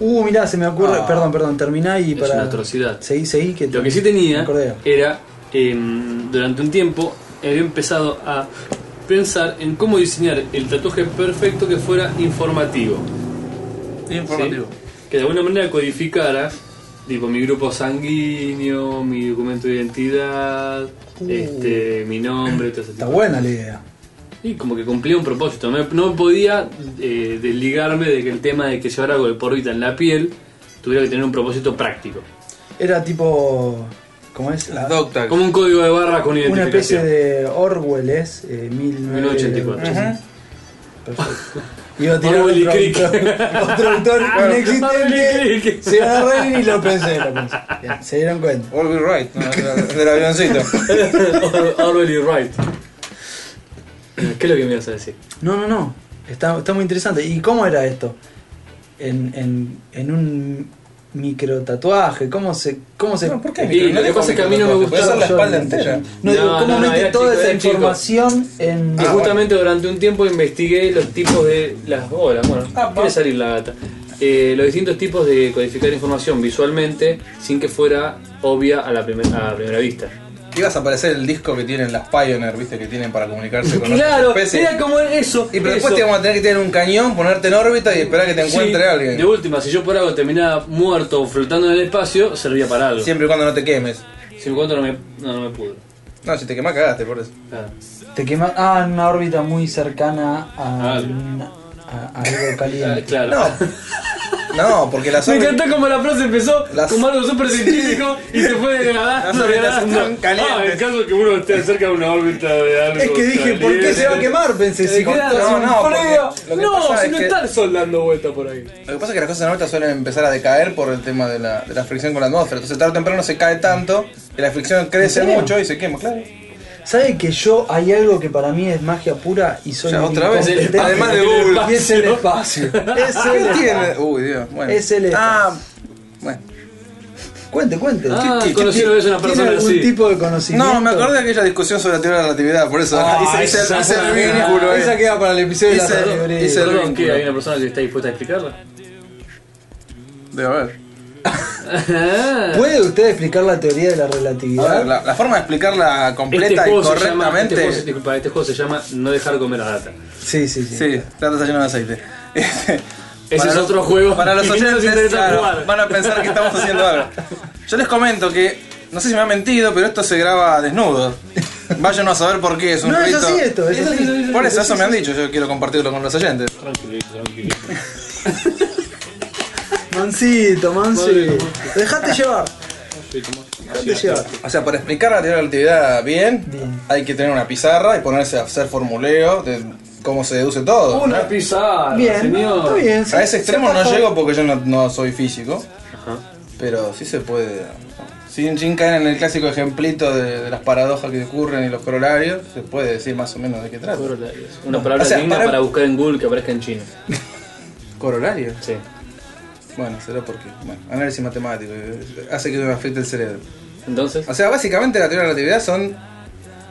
S2: Uh, mirá, se me ocurre.
S1: Ah.
S2: Perdón, perdón, terminá y
S3: Es
S2: para.
S3: una atrocidad.
S2: Seguí, seguí. Que
S3: Lo que sí tenía
S2: me acordé.
S3: era, em, durante un tiempo, había empezado a pensar en cómo diseñar el tatuaje perfecto que fuera informativo.
S1: Informativo.
S3: ¿sí? Que de alguna manera codificara, tipo, mi grupo sanguíneo, mi documento de identidad,
S2: Uh.
S3: este, mi nombre, todo ese
S2: Está
S3: tipo
S2: buena la idea.
S3: Y como que cumplía un propósito. No, no podía eh, desligarme de que el tema de que llevar algo de porrita en la piel tuviera que tener un propósito práctico.
S2: Era tipo. ¿Cómo es? La-
S1: Doctor.
S3: Como un código de barra con
S2: una
S3: identificación.
S2: especie de Orwell es. Eh, 1984.
S3: 1984.
S2: Perfecto. Iba a tirar
S3: Orwell y
S2: otro,
S3: Crick.
S2: autor-
S3: (laughs)
S2: otro autor
S3: Orwell y
S2: inexistente.
S3: Crick.
S2: Se iban a reír y lo pensé. Lo pensé. Bien, se dieron cuenta.
S1: All be right. No, del- del avioncito.
S3: (laughs) Or- Orwell y Wright. ¿Qué es lo que me ibas a decir?
S2: No, no, no. Está, está muy interesante. ¿Y cómo era esto? En, en, en un micro tatuaje. ¿Cómo se.? Cómo se
S1: No, ¿por qué?
S2: Eh,
S3: Y lo que pasa es que a mí no me
S1: Puede
S3: gustaba.
S1: ser la
S2: yo-
S1: espalda
S2: yo-
S1: entera.
S2: No,
S3: No,
S2: digo, ¿cómo
S3: no, no,
S2: mete
S3: era
S2: toda
S3: chico,
S2: esa
S3: era chico.
S2: información en.
S1: Ah,
S3: Y justamente durante un tiempo investigué los tipos de las horas, bueno,
S1: Ah,
S3: quiere salir la gata. Eh, los distintos tipos de codificar información visualmente sin que fuera obvia a la, primer- a la primera vista.
S1: Ibas a aparecer el disco que tienen las Pioneer, viste, que tienen para comunicarse con
S3: Claro,
S1: otras especies.
S3: era como eso.
S1: Y pero después
S3: eso.
S1: te vamos a tener que tener un cañón, ponerte en órbita y esperar que te
S3: Sí,
S1: encuentre alguien.
S3: De última, si yo por algo terminaba muerto o flotando en el espacio, servía para algo.
S1: Siempre y cuando no te quemes.
S3: Si me encuentro no me, no, no me pudro.
S1: No, si te quemás cagaste por eso.
S3: Claro.
S2: Te quema. Ah, en una órbita muy cercana a,
S3: Ah.
S2: a- a (laughs) algo
S3: Ah,
S2: caliente.
S3: claro.
S1: No.
S3: (laughs)
S1: No, porque las
S3: Me
S1: órbitas.
S3: encanta como la frase empezó
S1: Las-
S3: como algo súper científico y se fue degradando,
S1: Las órbitas son
S3: degradando.
S1: calientes.
S3: Ah, en caso que uno esté cerca de una órbita de algo.
S2: Es que dije, ¿por qué se va a quemar? Pensé, si
S1: Con-
S3: No,
S2: queda
S1: no,
S2: sin
S1: no, porque
S2: frío.
S1: lo que
S3: no,
S1: pasa
S3: si
S1: es
S3: no
S1: que-
S3: está el sol dando vuelta por ahí.
S1: Lo que pasa es que las cosas en órbita suelen empezar a decaer por el tema de la, de la fricción con la atmósfera. Entonces tarde o temprano se cae tanto que la fricción crece
S2: ¿En serio?
S1: mucho y se quema, claro.
S2: ¿Sabe que yo hay algo que para mí es magia pura y soy
S1: Ya,
S2: un
S1: otra vez,
S2: incompetente? (laughs)
S1: además de
S3: Google.
S2: Y es el espacio. (laughs) Es el
S1: ¿Qué tiene?
S2: espacio.
S1: Uy, Dios, bueno.
S2: Ah. Es el
S1: Ah, bueno.
S2: Cuente, cuente.
S3: Ah,
S1: qué- qué
S3: conocí una vez a una
S2: ¿Tiene
S3: persona
S2: algún
S3: así.
S2: tipo de conocimiento?
S1: No, me acordé de aquella discusión sobre la teoría de la relatividad, por eso
S2: Ah,
S1: (laughs) hice, hice-
S3: esa
S1: hice el
S3: fue la-
S1: vínculo. eh.
S2: Esa queda para el episodio
S1: Hice-
S2: de la cerebre.
S1: hice-
S3: Perdón,
S1: el
S3: ¿qué?
S1: vínculo.
S3: ¿Hay una persona que está dispuesta a explicarla?
S1: (laughs) Debe haber.
S2: ¿Puede usted explicar la teoría de la
S1: A
S2: relatividad?
S1: ver, la, la forma de explicarla
S3: Este
S1: completa
S3: juego,
S1: y
S3: se llama, este,
S1: correctamente.
S3: juego, se- disculpa, este juego se llama No dejar comer a data.
S2: Sí, sí, sí.
S1: Sí, trata de lleno de aceite. (laughs) Ese
S3: Ese es otro juego
S1: Para los
S3: que no nos
S1: oyentes
S3: interesa
S1: claro,
S3: jugar.
S1: van a pensar que estamos haciendo algo. Yo les comento que, no sé si me han mentido, pero esto se graba desnudo. Vayan a saber por qué, es un
S2: No, es
S1: rito.
S2: así esto, es así.
S1: Por eso, eso me han dicho, yo quiero compartirlo con los oyentes.
S3: Tranquilito, tranquilito.
S2: Mancito, mancito. Dejate llevar. Dejate llevar.
S1: O sea, para explicar la teoría de la actividad bien,
S2: Bien.
S1: hay que tener una pizarra y ponerse a hacer formuleo de cómo se deduce todo.
S3: Una pizarra,
S2: Bien,
S3: señor.
S2: está bien.
S1: a
S2: se-
S1: ese
S2: se
S1: extremo no
S2: ataja.
S1: llego porque yo no, no soy físico,
S3: Ajá.
S1: pero sí se puede. Sin, sin caer en el clásico ejemplito de, de las paradojas que ocurren y los corolarios, se puede decir más o menos de qué trata.
S3: Corolarios. Una palabra
S1: O sea,
S3: linda
S1: para-
S3: para... buscar en Google que aparezca en chino.
S1: ¿Corolario?
S3: Sí.
S1: Bueno, será porque. Bueno, análisis matemático, eh, hace que me afecte el cerebro.
S3: Entonces,
S1: O sea, básicamente la teoría de la relatividad son,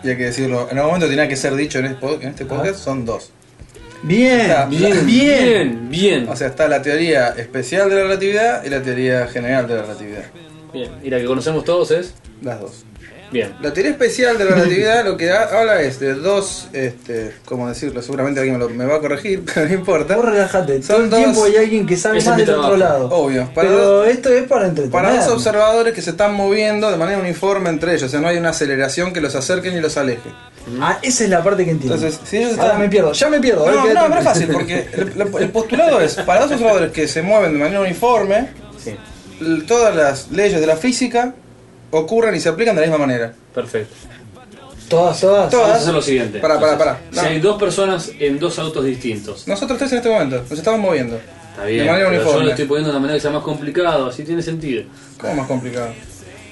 S1: y hay que decirlo, en algún momento tenía que ser dicho en este pod- en este podcast, son dos. Está-
S2: Bien, bien, bien.
S3: bien, bien.
S1: O sea, está la teoría especial de la relatividad y la teoría general de la relatividad.
S3: Bien. Y la que conocemos todos es.
S1: Las dos.
S3: Bien.
S1: La teoría especial de la relatividad lo que ha- habla es de dos, este, ¿cómo decirlo? Seguramente alguien me, lo- me va a corregir, (laughs) pero no importa.
S2: Vos relajate. Todo
S1: Son
S2: el tiempo
S1: dos-
S2: hay alguien que sabe
S3: Ese es
S2: más
S3: mi
S2: del otro
S3: trabajo.
S2: lado.
S1: Obvio. Para
S2: Pero
S1: dos-
S2: esto es para entretener.
S1: Para dos observadores que se están moviendo de manera uniforme entre ellos, o sea, no hay una aceleración que los acerque ni los aleje.
S2: Ah, esa es la parte que entiendo.
S1: Entonces, si ellos
S2: Ahora
S1: están-
S2: me pierdo, ya me pierdo. a ver,
S1: No,
S2: quédate
S1: no, pero es fácil,
S2: tranquilo.
S1: porque el, el- el postulado es, para dos observadores que se mueven de manera uniforme,
S3: Sí.
S1: l- todas las leyes de la física ocurren y se aplican de la misma manera.
S3: Perfecto.
S2: Todas, todas.
S1: Todas.
S3: Vamos a hacer lo siguiente.
S1: Pará, pará, pará.
S3: Entonces,
S1: No.
S3: Si hay dos personas en dos autos distintos.
S1: Nosotros tres en este momento nos estamos moviendo.
S3: Está bien.
S1: De manera
S3: pero yo
S1: uniforme.
S3: lo estoy poniendo de una manera que sea más complicado, así tiene sentido.
S1: ¿Cómo más complicado?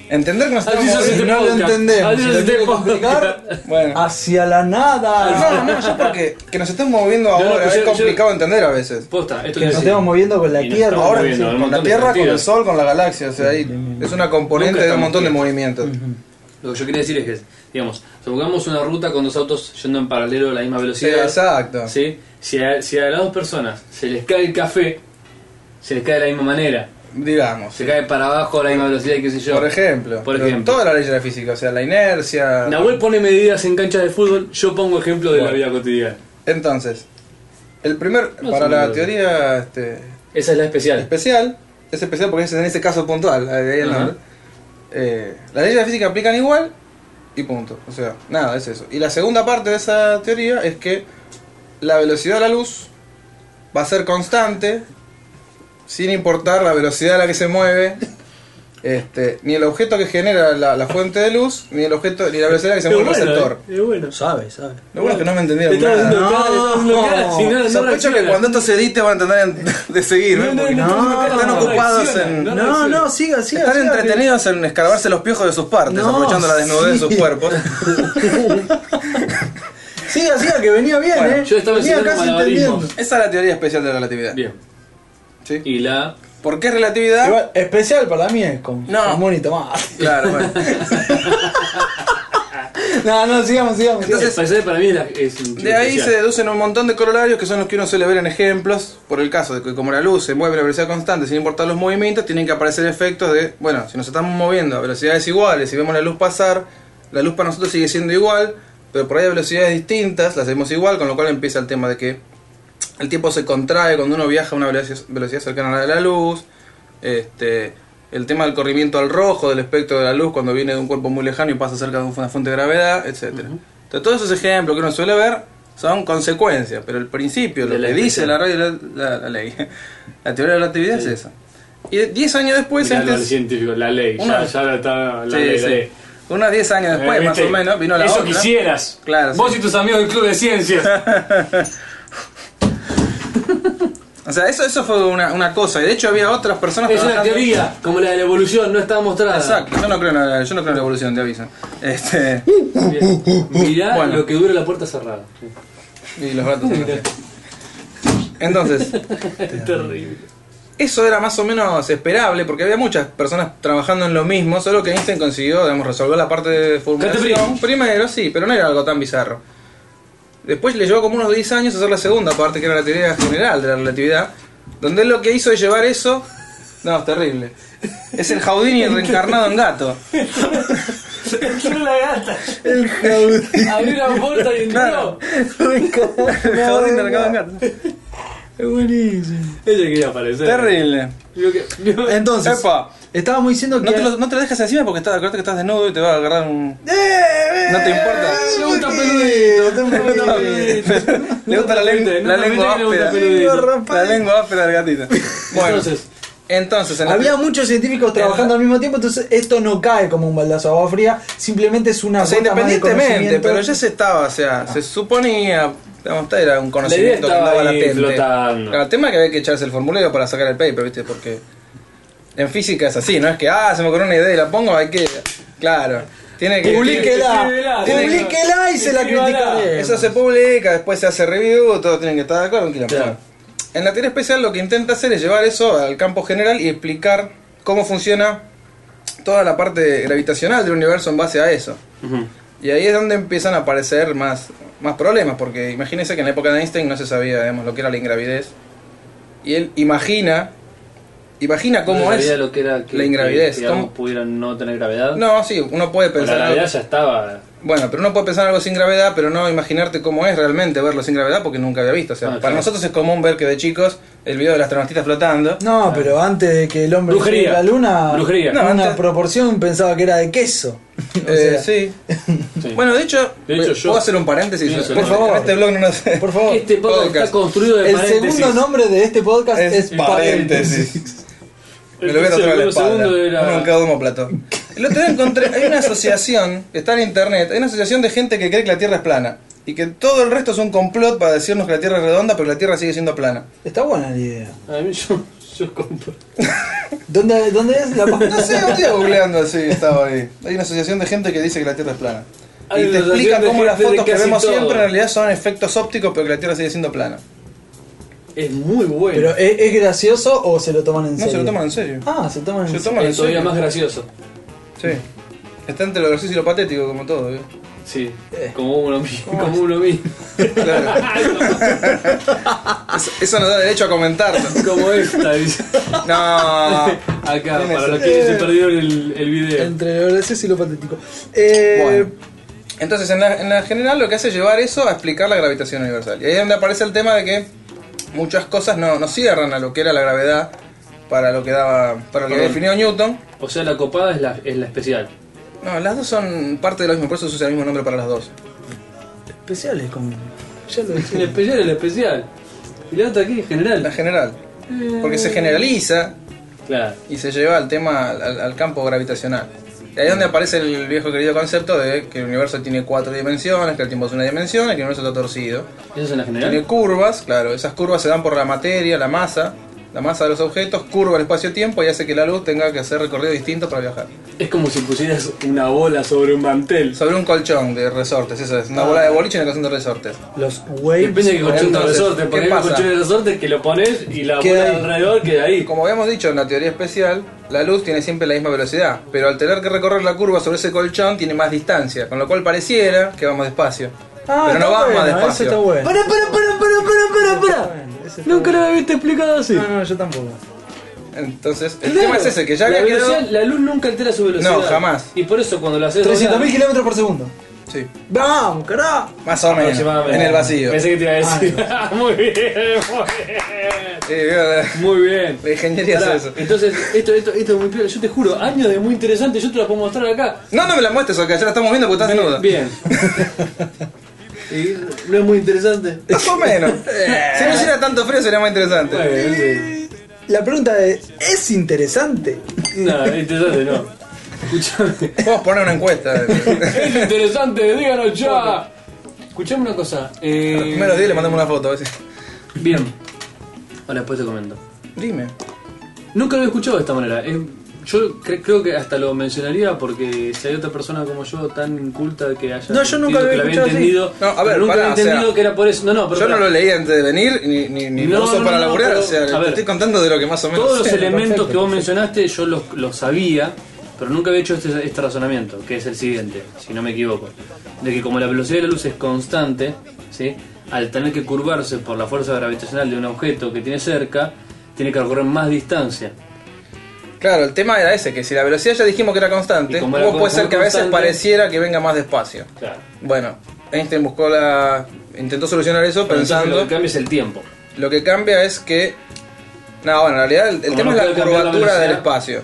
S1: Entender que nos estamos
S3: Así se hace
S1: moviendo.
S3: este
S2: no lo
S3: podcast.
S2: entendemos. Si
S3: Así se
S2: lo
S3: hace
S2: quiere
S3: este podcast.
S2: complicar,
S3: Ah,
S1: Bueno.
S2: Hacia la
S1: No,
S2: nada.
S1: no, yo porque que nos estemos moviendo
S3: no,
S1: ahora
S3: yo-
S1: es
S3: yo-
S1: complicado entender a veces.
S3: Posta, esto
S2: Que nos estamos moviendo con la
S3: Y nos
S2: tierra.
S3: estamos
S1: Ahora
S3: moviendo,
S1: sí,
S3: en un
S1: con la
S3: montón de
S1: Tierra, con
S3: sentidos.
S1: el Sol, con la galaxia, o sea, ahí es una componente
S3: Nunca
S1: de un
S3: estamos
S1: montón de
S3: quietos.
S1: movimientos.
S3: Lo que yo quería decir es que, digamos, supongamos una ruta con dos autos yendo en paralelo a la misma
S1: Sí,
S3: velocidad.
S1: exacto.
S3: ¿sí? Si, a, si a las dos personas se les cae el café, se les cae de la misma manera.
S1: Digamos.
S3: Se cae para abajo a la misma velocidad, qué sé yo.
S1: Por ejemplo.
S3: Por
S1: Pero
S3: ejemplo.
S1: Toda la ley de la física, o sea, la inercia.
S3: Nahuel pone medidas en canchas de fútbol, yo pongo ejemplo de la vida cotidiana.
S1: Entonces, el primer,
S3: No
S1: para
S3: sé,
S1: la
S3: no.
S1: teoría este,
S3: Esa es la especial.
S1: especial, es especial porque es en ese caso puntual, ahí el
S3: Ajá.
S1: nombre, eh, las leyes de la física aplican igual y punto. O sea, nada, es eso. Y la segunda parte de esa teoría es que la velocidad de la luz va a ser constante sin importar la velocidad a la que se mueve. Este, ni el objeto que genera la, la fuente de luz, ni el objeto, ni la velocidad a la que se
S3: Es
S1: mueve
S3: bueno,
S1: el receptor.
S3: eh, es bueno.
S2: Sabe, sabe.
S1: Lo bueno es que no me
S3: Le
S1: entendieron
S3: estaba
S1: nada.
S3: haciendo cara, le estaba haciendo cara, si no, no
S1: Sospecho que
S3: reacciona.
S1: cuando esto se edite van a entender (laughs) de seguirme.
S3: No, no,
S1: porque
S3: no,
S2: no,
S1: están
S2: no,
S1: ocupados
S3: reacciona,
S1: en.
S3: no,
S2: No,
S3: no,
S2: no, siga, siga.
S1: Están
S2: siga,
S1: entretenidos en escarbarse los piojos de sus partes,
S2: No,
S1: aprovechando la desnudez de
S2: sí.
S1: sus
S2: (laughs)
S1: cuerpos.
S2: que- Siga, siga, que venía bien,
S1: Bueno,
S2: eh.
S3: yo estaba
S2: venía
S3: enseñando
S2: casi
S3: malabarismos.
S2: entendiendo.
S1: Esa es la teoría especial de la relatividad.
S3: Bien.
S1: ¿sí?
S3: Y la.
S1: ¿Por qué relatividad?
S2: Igual, especial para mí es con
S1: No.
S2: jamón y tomate.
S1: Claro,
S3: (laughs)
S1: bueno.
S2: No, no, sigamos, sigamos. sigamos.
S1: Entonces-
S3: especial para mí es, la- es un
S1: De ahí se deducen un montón de corolarios que son los que uno suele ver en ejemplos. Por el caso de que como la luz se mueve a una velocidad constante sin importar los movimientos, tienen que aparecer efectos de, bueno, si nos estamos moviendo a velocidades iguales y vemos la luz pasar, la luz para nosotros sigue siendo igual, pero por ahí a velocidades distintas las hacemos igual, con lo cual empieza el tema de que el tiempo se contrae cuando uno viaja a una velocidad, velocidad cercana a la de la luz. Este, el tema del corrimiento al rojo, del espectro de la luz cuando viene de un cuerpo muy lejano y pasa cerca de una fuente de gravedad, etcétera. Entonces, todos esos ejemplos que uno suele ver son consecuencias, pero el principio, lo
S3: De la
S1: que dice
S3: intuición.
S1: la, radio, la, la- la ley, (laughs) la teoría de la relatividad es eso. Y 10 años después,
S6: Miralo al
S1: antes-
S6: científico, la ley, ya,
S1: Una-
S6: ya la está la
S1: Sí,
S6: ley.
S1: sí.
S6: la ley.
S1: Unos 10 años después,
S6: Eh,
S1: más
S6: ¿viste?
S1: o menos, vino la
S6: Eso
S1: otra.
S6: quisieras.
S1: Claro,
S6: Vos
S1: sí.
S6: y tus amigos del Club de
S1: (laughs)
S6: Ciencias.
S1: O sea, eso, eso fue una, una cosa. Y de hecho había otras personas
S3: Es una
S1: trabajando-
S3: teoría, como la de la evolución, no está mostrada.
S1: Exacto, yo no creo en la, yo no creo en la evolución, te aviso. Este,
S3: Bien. Mirá
S1: uh. Bueno.
S3: lo que dura la puerta cerrada.
S1: y los ratos. Entonces,
S3: Es
S1: (laughs)
S3: terrible.
S1: eso era más o menos esperable porque había muchas personas trabajando en lo mismo, solo que Einstein consiguió, digamos, resolver la parte de formulación.
S6: Categoría.
S1: Primero, sí, pero no era algo tan bizarro. Después le llevó como unos 10 años hacer la segunda parte, que era la teoría general de la relatividad, donde él lo que hizo es llevar eso... No, es terrible. Es el Houdini reencarnado en gato.
S6: Quiero la gata. Abrió la puerta y
S1: Claro. El Houdini reencarnado en gato.
S3: Es buenísimo.
S6: Ella quería aparecer.
S1: Terrible.
S6: Vio que- vio-
S2: Entonces,
S1: Epa.
S2: estábamos diciendo que.
S1: No te, lo, no te lo dejas encima porque estás, acordate que estás desnudo y te va a agarrar un. No te importa.
S6: Le gusta peludito,
S1: No, Le gusta la, lengua-
S6: No
S1: la
S6: te
S1: lengua
S6: metas que le gusta
S1: áspera.
S6: peludito.
S1: La lengua áspera del gatito. Bueno,
S6: Entonces,
S1: entonces en la-
S2: Había muchos científicos trabajando al mismo tiempo, entonces esto no cae como un baldazo de agua fría, simplemente es una
S1: o sea,
S2: gota más de
S1: independientemente,
S2: conocimiento.
S1: pero ya se estaba, o sea, se suponía. Digamos, esta era un conocimiento que
S3: estaba
S1: andaba
S3: ahí
S1: latente.
S3: flotando.
S1: Claro, El tema es que había que echarse el formulario para sacar el paper, ¿viste? Porque en física es así, no es que, ah, se me ocurrió una idea y la pongo, hay que. Claro. Tiene que.
S2: Publíquela,
S1: Tiene que-
S2: publíquela y se la
S6: Escribala.
S2: criticaré.
S1: Eso se publica, después se hace review, todos tienen que estar de acuerdo. un quilombo. En la teoría especial lo que intenta hacer es llevar eso al campo general y explicar cómo funciona toda la parte gravitacional del universo en base a eso. Y ahí es donde empiezan a aparecer más, más problemas, porque imagínense que en la época de Einstein no se sabía digamos, lo que era la ingravidez. Y él imagina, imagina cómo
S3: No
S1: es.
S3: sabía lo que era que,
S1: la ingravidez,
S3: que, digamos,
S1: ¿cómo?
S3: pudieran no tener gravedad.
S1: No, sí, uno puede
S3: Pero
S1: pensar.
S3: la
S1: algo-
S3: gravedad ya estaba.
S1: Bueno, pero uno puede pensar algo sin gravedad, pero no imaginarte cómo es realmente verlo sin gravedad porque nunca había visto. O sea,
S3: Ah,
S1: para
S3: claro.
S1: nosotros es común ver que de chicos el video de las astronautistas flotando.
S2: No, pero antes de que el hombre
S3: Brujería.
S2: llegue a la luna,
S3: Brujería.
S1: No,
S2: una
S1: antes-
S2: proporción pensaba que era de
S3: (laughs)
S2: queso. O
S1: Eh,
S2: sea,
S1: sí.
S3: Sí.
S1: Bueno, de hecho,
S3: De hecho, yo-
S1: puedo hacer un paréntesis.
S3: Pienso
S1: Por
S3: en-
S1: favor, este blog no nos.
S2: Por favor,
S3: este podcast,
S1: podcast.
S3: está construido de
S2: el
S3: paréntesis.
S2: segundo nombre de este podcast
S1: Es,
S2: es,
S1: paréntesis. Me lo voy a
S3: El
S1: tatuar en la espalda.
S3: segundo era-
S1: Uno en cada homóplato. El otro día encontré, hay una asociación, que está en internet, hay una asociación de gente que cree que la Tierra es plana. Y que todo el resto es un complot para decirnos que la Tierra es redonda, pero la Tierra sigue siendo plana.
S2: Está buena la idea.
S3: A mí yo, yo compro.
S2: ¿Dónde, dónde es la página?
S1: (laughs) No sé, estoy googleando así, estaba ahí. Hay una asociación de gente que dice que la Tierra es plana. y
S3: Hay
S1: te
S3: una
S1: explica
S3: asociación de
S1: cómo las
S3: gente de
S1: fotos que
S3: casi
S1: vemos
S3: todo.
S1: siempre en realidad son efectos ópticos, pero que la Tierra sigue siendo plana.
S3: Es muy bueno.
S2: Pero ¿es, es gracioso o se lo toman en
S1: No,
S2: serio?
S1: se lo toman en serio.
S2: Ah, se toman
S1: se
S2: en
S1: lo
S2: serio.
S1: toman en
S3: es todavía
S1: serio.
S3: más gracioso.
S1: Sí. Está entre lo gracioso y lo patético, como todo. ¿eh?
S3: Sí,
S2: Eh.
S3: como uno mismo. Como uno mismo. (laughs)
S1: Claro. eso, eso nos da derecho a comentarlo.
S3: como esta, dice.
S1: No.
S3: Acá,
S1: Tiene
S3: para
S1: sentido.
S3: los que se perdieron el, Eh. el video.
S2: Entre lo gracioso y lo patético. Eh,
S1: Bueno. Entonces, en la, en la general, lo que hace es llevar eso a explicar la gravitación universal. Y ahí es donde aparece el tema de que muchas cosas no, no cierran a lo que era la gravedad para lo que daba para lo que
S3: Perdón.
S1: definió Newton.
S3: O sea, la copada es la, es la especial.
S1: No, las dos son parte de lo mismo, por eso se usa el mismo nombre para las dos.
S2: Especiales como... Ya lo
S3: El
S2: dije.
S3: especial es la especial. Y la otra aquí es
S1: La
S3: general.
S1: general. Porque se generaliza
S3: Claro.
S1: y se lleva al tema al, al campo gravitacional. Y ahí es donde aparece el viejo querido concepto de que el universo tiene cuatro dimensiones, que el tiempo es una dimensión y que el universo está torcido.
S3: ¿Eso es en la
S1: Tiene
S3: general?
S1: curvas, claro, esas curvas se dan por la materia, la masa, la masa de los objetos, curva el espacio-tiempo y hace que la luz tenga que hacer recorridos distintos para viajar.
S3: Es como si pusieras una bola sobre un mantel.
S1: Sobre un colchón de resortes, eso es, una bola de boliche y una canción de resortes.
S2: Los waves...
S3: Depende de que colchón de
S1: Entonces,
S3: resorte,
S1: ¿qué
S3: porque hay un
S1: pasa?
S3: colchón de resorte que lo pones y la
S2: Queda
S3: bola
S2: ahí.
S3: alrededor queda ahí.
S1: Como habíamos dicho en la teoría especial, la luz tiene siempre la misma velocidad, pero al tener que recorrer la curva sobre ese colchón tiene más distancia, con lo cual pareciera que vamos despacio.
S2: Ah,
S1: pero
S2: está
S1: no vamos
S2: bueno,
S1: más
S2: Ese
S1: despacio.
S2: está bueno.
S9: Para, para, para, para, para, para, para.
S2: Bueno, ese está
S3: Nunca
S2: bueno.
S3: lo había explicado así.
S2: No, no, yo tampoco.
S1: Entonces, el
S3: Claro,
S1: tema es ese, que ya
S3: la,
S1: había quedado...
S3: velocidad- la luz nunca altera su velocidad.
S1: No, jamás.
S3: Y por eso cuando lo haces doblar-
S2: 300.000 kilómetros por segundo.
S1: Sí.
S2: ¡Vamos, carajo!
S1: Más o menos.
S3: Aproximadamente.
S1: En el vacío. Ah,
S3: Pensé que te iba a decir. (laughs) muy bien,
S1: Sí, veo,
S3: muy bien. Muy bien.
S1: la ingeniería
S3: Pará,
S1: es eso.
S3: Entonces, esto, esto, esto es muy piola. Yo te juro, años de muy interesante, yo te la puedo mostrar acá.
S1: No, no me la muestres, acá ya la estamos viendo porque estás desnuda. (laughs)
S3: Bien. Y no es muy interesante.
S1: Más o menos. si no hiciera tanto frío sería más interesante.
S3: Bueno, sí.
S2: La pregunta es, ¿es interesante?
S3: No, interesante no. Escuchame.
S1: Podemos poner una encuesta.
S3: Es interesante, díganos ya. Escuchame una cosa. Eh,
S1: Los primeros días le mandamos una foto. a ver si-
S3: Bien. Ahora después te comento.
S1: Dime.
S3: Nunca lo he escuchado de esta manera. Es- yo cre- creo que hasta lo mencionaría porque si hay otra persona como yo tan inculta que haya
S2: No, yo nunca lo
S3: entendido que
S2: había
S3: la había
S2: escuchado así.
S3: entendido,
S1: No, a ver,
S3: pero nunca
S1: pará,
S3: había
S1: o sea,
S3: entendido que era por eso. No, no, pero
S1: Yo no
S3: pará.
S1: lo leí antes de venir, ni, ni, ni lo
S3: No,
S1: uso
S3: no,
S1: para
S3: no,
S1: laburar,
S3: pero-
S1: o sea,
S3: a
S1: te
S3: ver,
S1: estoy contando de lo que más o menos
S3: Todos los
S1: sé.
S3: elementos que vos mencionaste yo los, los sabía, pero nunca había hecho este, este razonamiento, que es el siguiente, si no me equivoco. De que como la velocidad de la luz es constante, ¿sí? al tener que curvarse por la fuerza gravitacional de un objeto que tiene cerca, tiene que recorrer más distancia.
S1: Claro, el tema era ese, que si la velocidad ya dijimos que era constante,
S3: Y como era
S1: vos puede
S3: con-
S1: ser que a veces
S3: constante-
S1: pareciera que venga más despacio.
S3: Claro.
S1: Bueno, Einstein buscó la... intentó solucionar eso pensando...
S3: lo que cambia es el tiempo.
S1: Lo que cambia es que... No, bueno, en realidad el, el
S3: Como
S1: tema
S3: no
S1: es la
S3: puede cambiar la
S1: curvatura del
S3: velocidad.
S1: espacio.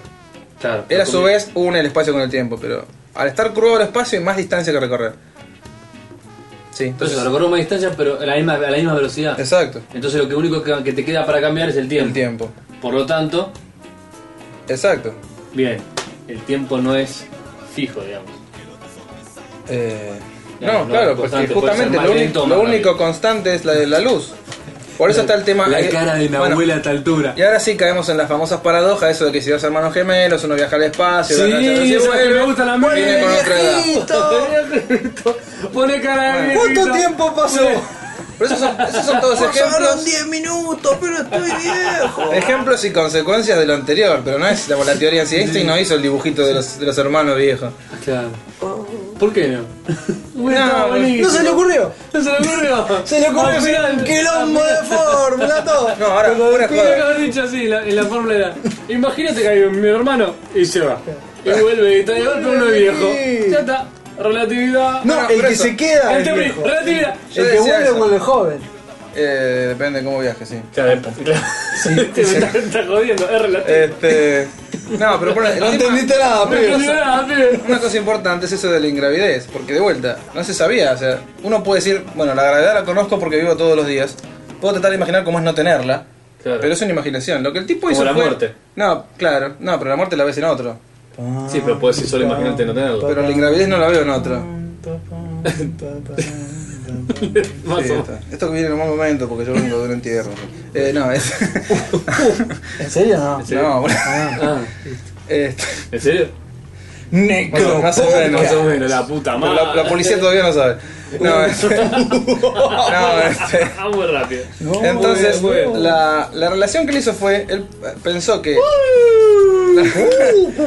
S3: Claro,
S1: Él a
S3: lo
S1: su
S3: combi-
S1: vez une el espacio con el tiempo, pero al estar curvado el espacio hay más distancia que recorrer. Sí,
S3: Entonces
S1: entonces...
S3: recorro más distancia, pero a la misma, a la misma velocidad.
S1: Exacto,
S3: Entonces lo que único que, que te queda para cambiar es el tiempo.
S1: el tiempo.
S3: Por lo tanto,
S1: Exacto.
S3: bien, el tiempo no es fijo, digamos.
S1: Eh,
S3: Ya,
S1: no,
S3: no,
S1: claro,
S3: es
S1: porque
S3: constante, puede ser
S1: justamente
S3: más
S1: lo,
S3: lento o
S1: único,
S3: más
S1: lo
S3: rápido.
S1: único constante es la, la luz. Por eso está el tema. eh, bueno,
S3: a esta altura.
S1: Y ahora sí caemos en las famosas paradojas, eso de que si dos hermanos gemelos, uno viaja al espacio,
S3: Sí,
S1: bla, bla, bla, bla, si
S3: esa
S1: vuelve,
S3: que me gusta la mía.
S1: viene con otra edad.
S3: (laughs) Pone cara de
S2: ¿Cuánto
S3: viejito.
S2: tiempo pasó?
S1: Pero esos son, esos son todos
S2: Pasaron
S1: ejemplos,
S2: 10 minutos, pero estoy
S1: (laughs)
S2: viejo.
S1: ejemplos y consecuencias de lo anterior, pero no es la, la teoría en sí. Einstein no hizo el dibujito de los, de los hermanos viejos.
S3: Claro. ¿Por qué no? (laughs) Bueno,
S1: No,
S3: estaba
S1: no
S3: buenísimo.
S2: No se le ocurrió.
S3: No se le ocurrió.
S2: Se le ocurrió
S3: Al final,
S2: un quilombo de fórmula, todo.
S1: No, ahora,
S2: Cuando
S1: una
S3: Mira que
S1: joda.
S3: haber dicho así, la, en la fórmula era. Imagínate que hay un- mi hermano y se va. Y vuelve y está de golpe uno viejo. Ya está. Relatividad.
S2: No,
S1: No,
S2: el
S1: pero
S2: que
S1: eso-
S2: se queda. es
S3: Gente,
S2: viejo.
S3: relatividad.
S1: Yo
S2: El que
S1: decía
S2: vuelve
S1: eso.
S2: vuelve joven.
S1: Eh, depende de cómo viajes, sí.
S3: Claro, pues, claro.
S1: (laughs)
S3: Te me está- está jodiendo, es relativo.
S1: Este, (laughs) no, pero bueno, el
S2: No
S1: tema-
S2: entendiste nada,
S3: No entendí
S2: pero.
S3: nada, pibe.
S1: Una cosa importante es eso de la ingravidez, porque de vuelta, no se sabía, o sea, uno puede decir, bueno, la gravedad la conozco porque vivo todos los días, puedo tratar de imaginar cómo es no tenerla,
S3: Claro.
S1: pero es una imaginación. Lo que el tipo
S3: Como
S1: hizo
S3: la
S1: fue-
S3: muerte.
S1: No, claro, no, pero la muerte la ves en otro,
S3: Sí, pero puedes ir solo imaginarte no (laughs) tenerlo.
S1: pero la ingravidez no la veo en otro.
S3: Más
S1: Sí,
S3: o
S1: está. Esto que viene en un mal momento porque yo vengo de un
S3: (laughs)
S1: entierro. Eh, no, es...
S2: ¿En serio no?
S1: (laughs) no, bueno,
S3: Ah, (laughs)
S1: este,
S3: ¿En serio?
S1: bueno, más o menos.
S3: Más o menos, la puta
S1: Pero
S3: madre.
S1: la, la policía todavía no sabe.
S3: (laughs)
S1: No, este- no, este...
S3: Ah, muy rápido.
S1: (laughs) Entonces,
S3: muy bien, muy bien.
S1: La, la relación que él hizo fue, él eh, pensó que,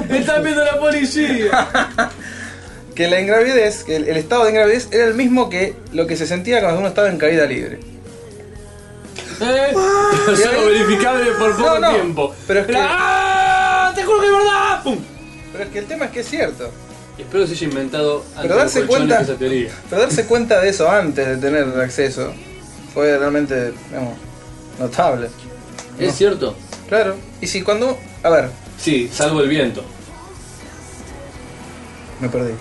S3: Me están viendo la policía.
S1: que la ingravidez, que el, el estado de ingravidez era el mismo que lo que se sentía cuando uno estaba en caída libre.
S3: ¿Eh? (laughs) Es algo verificable por poco
S1: No, no,
S3: tiempo.
S1: pero es que-
S3: Era, ¡Ah! ¡Te juro que es verdad! ¡Pum!
S1: Pero es que el tema es que es cierto.
S3: Espero se haya inventado antes
S1: Pero darse
S3: de colchones
S1: cuenta-
S3: esa teoría.
S1: Pero darse cuenta de eso antes de tener acceso fue realmente, digamos, notable.
S3: ¿Es cierto?
S1: Claro. Y si cuando... A ver,
S3: Sí, salvo el viento.
S1: me perdí.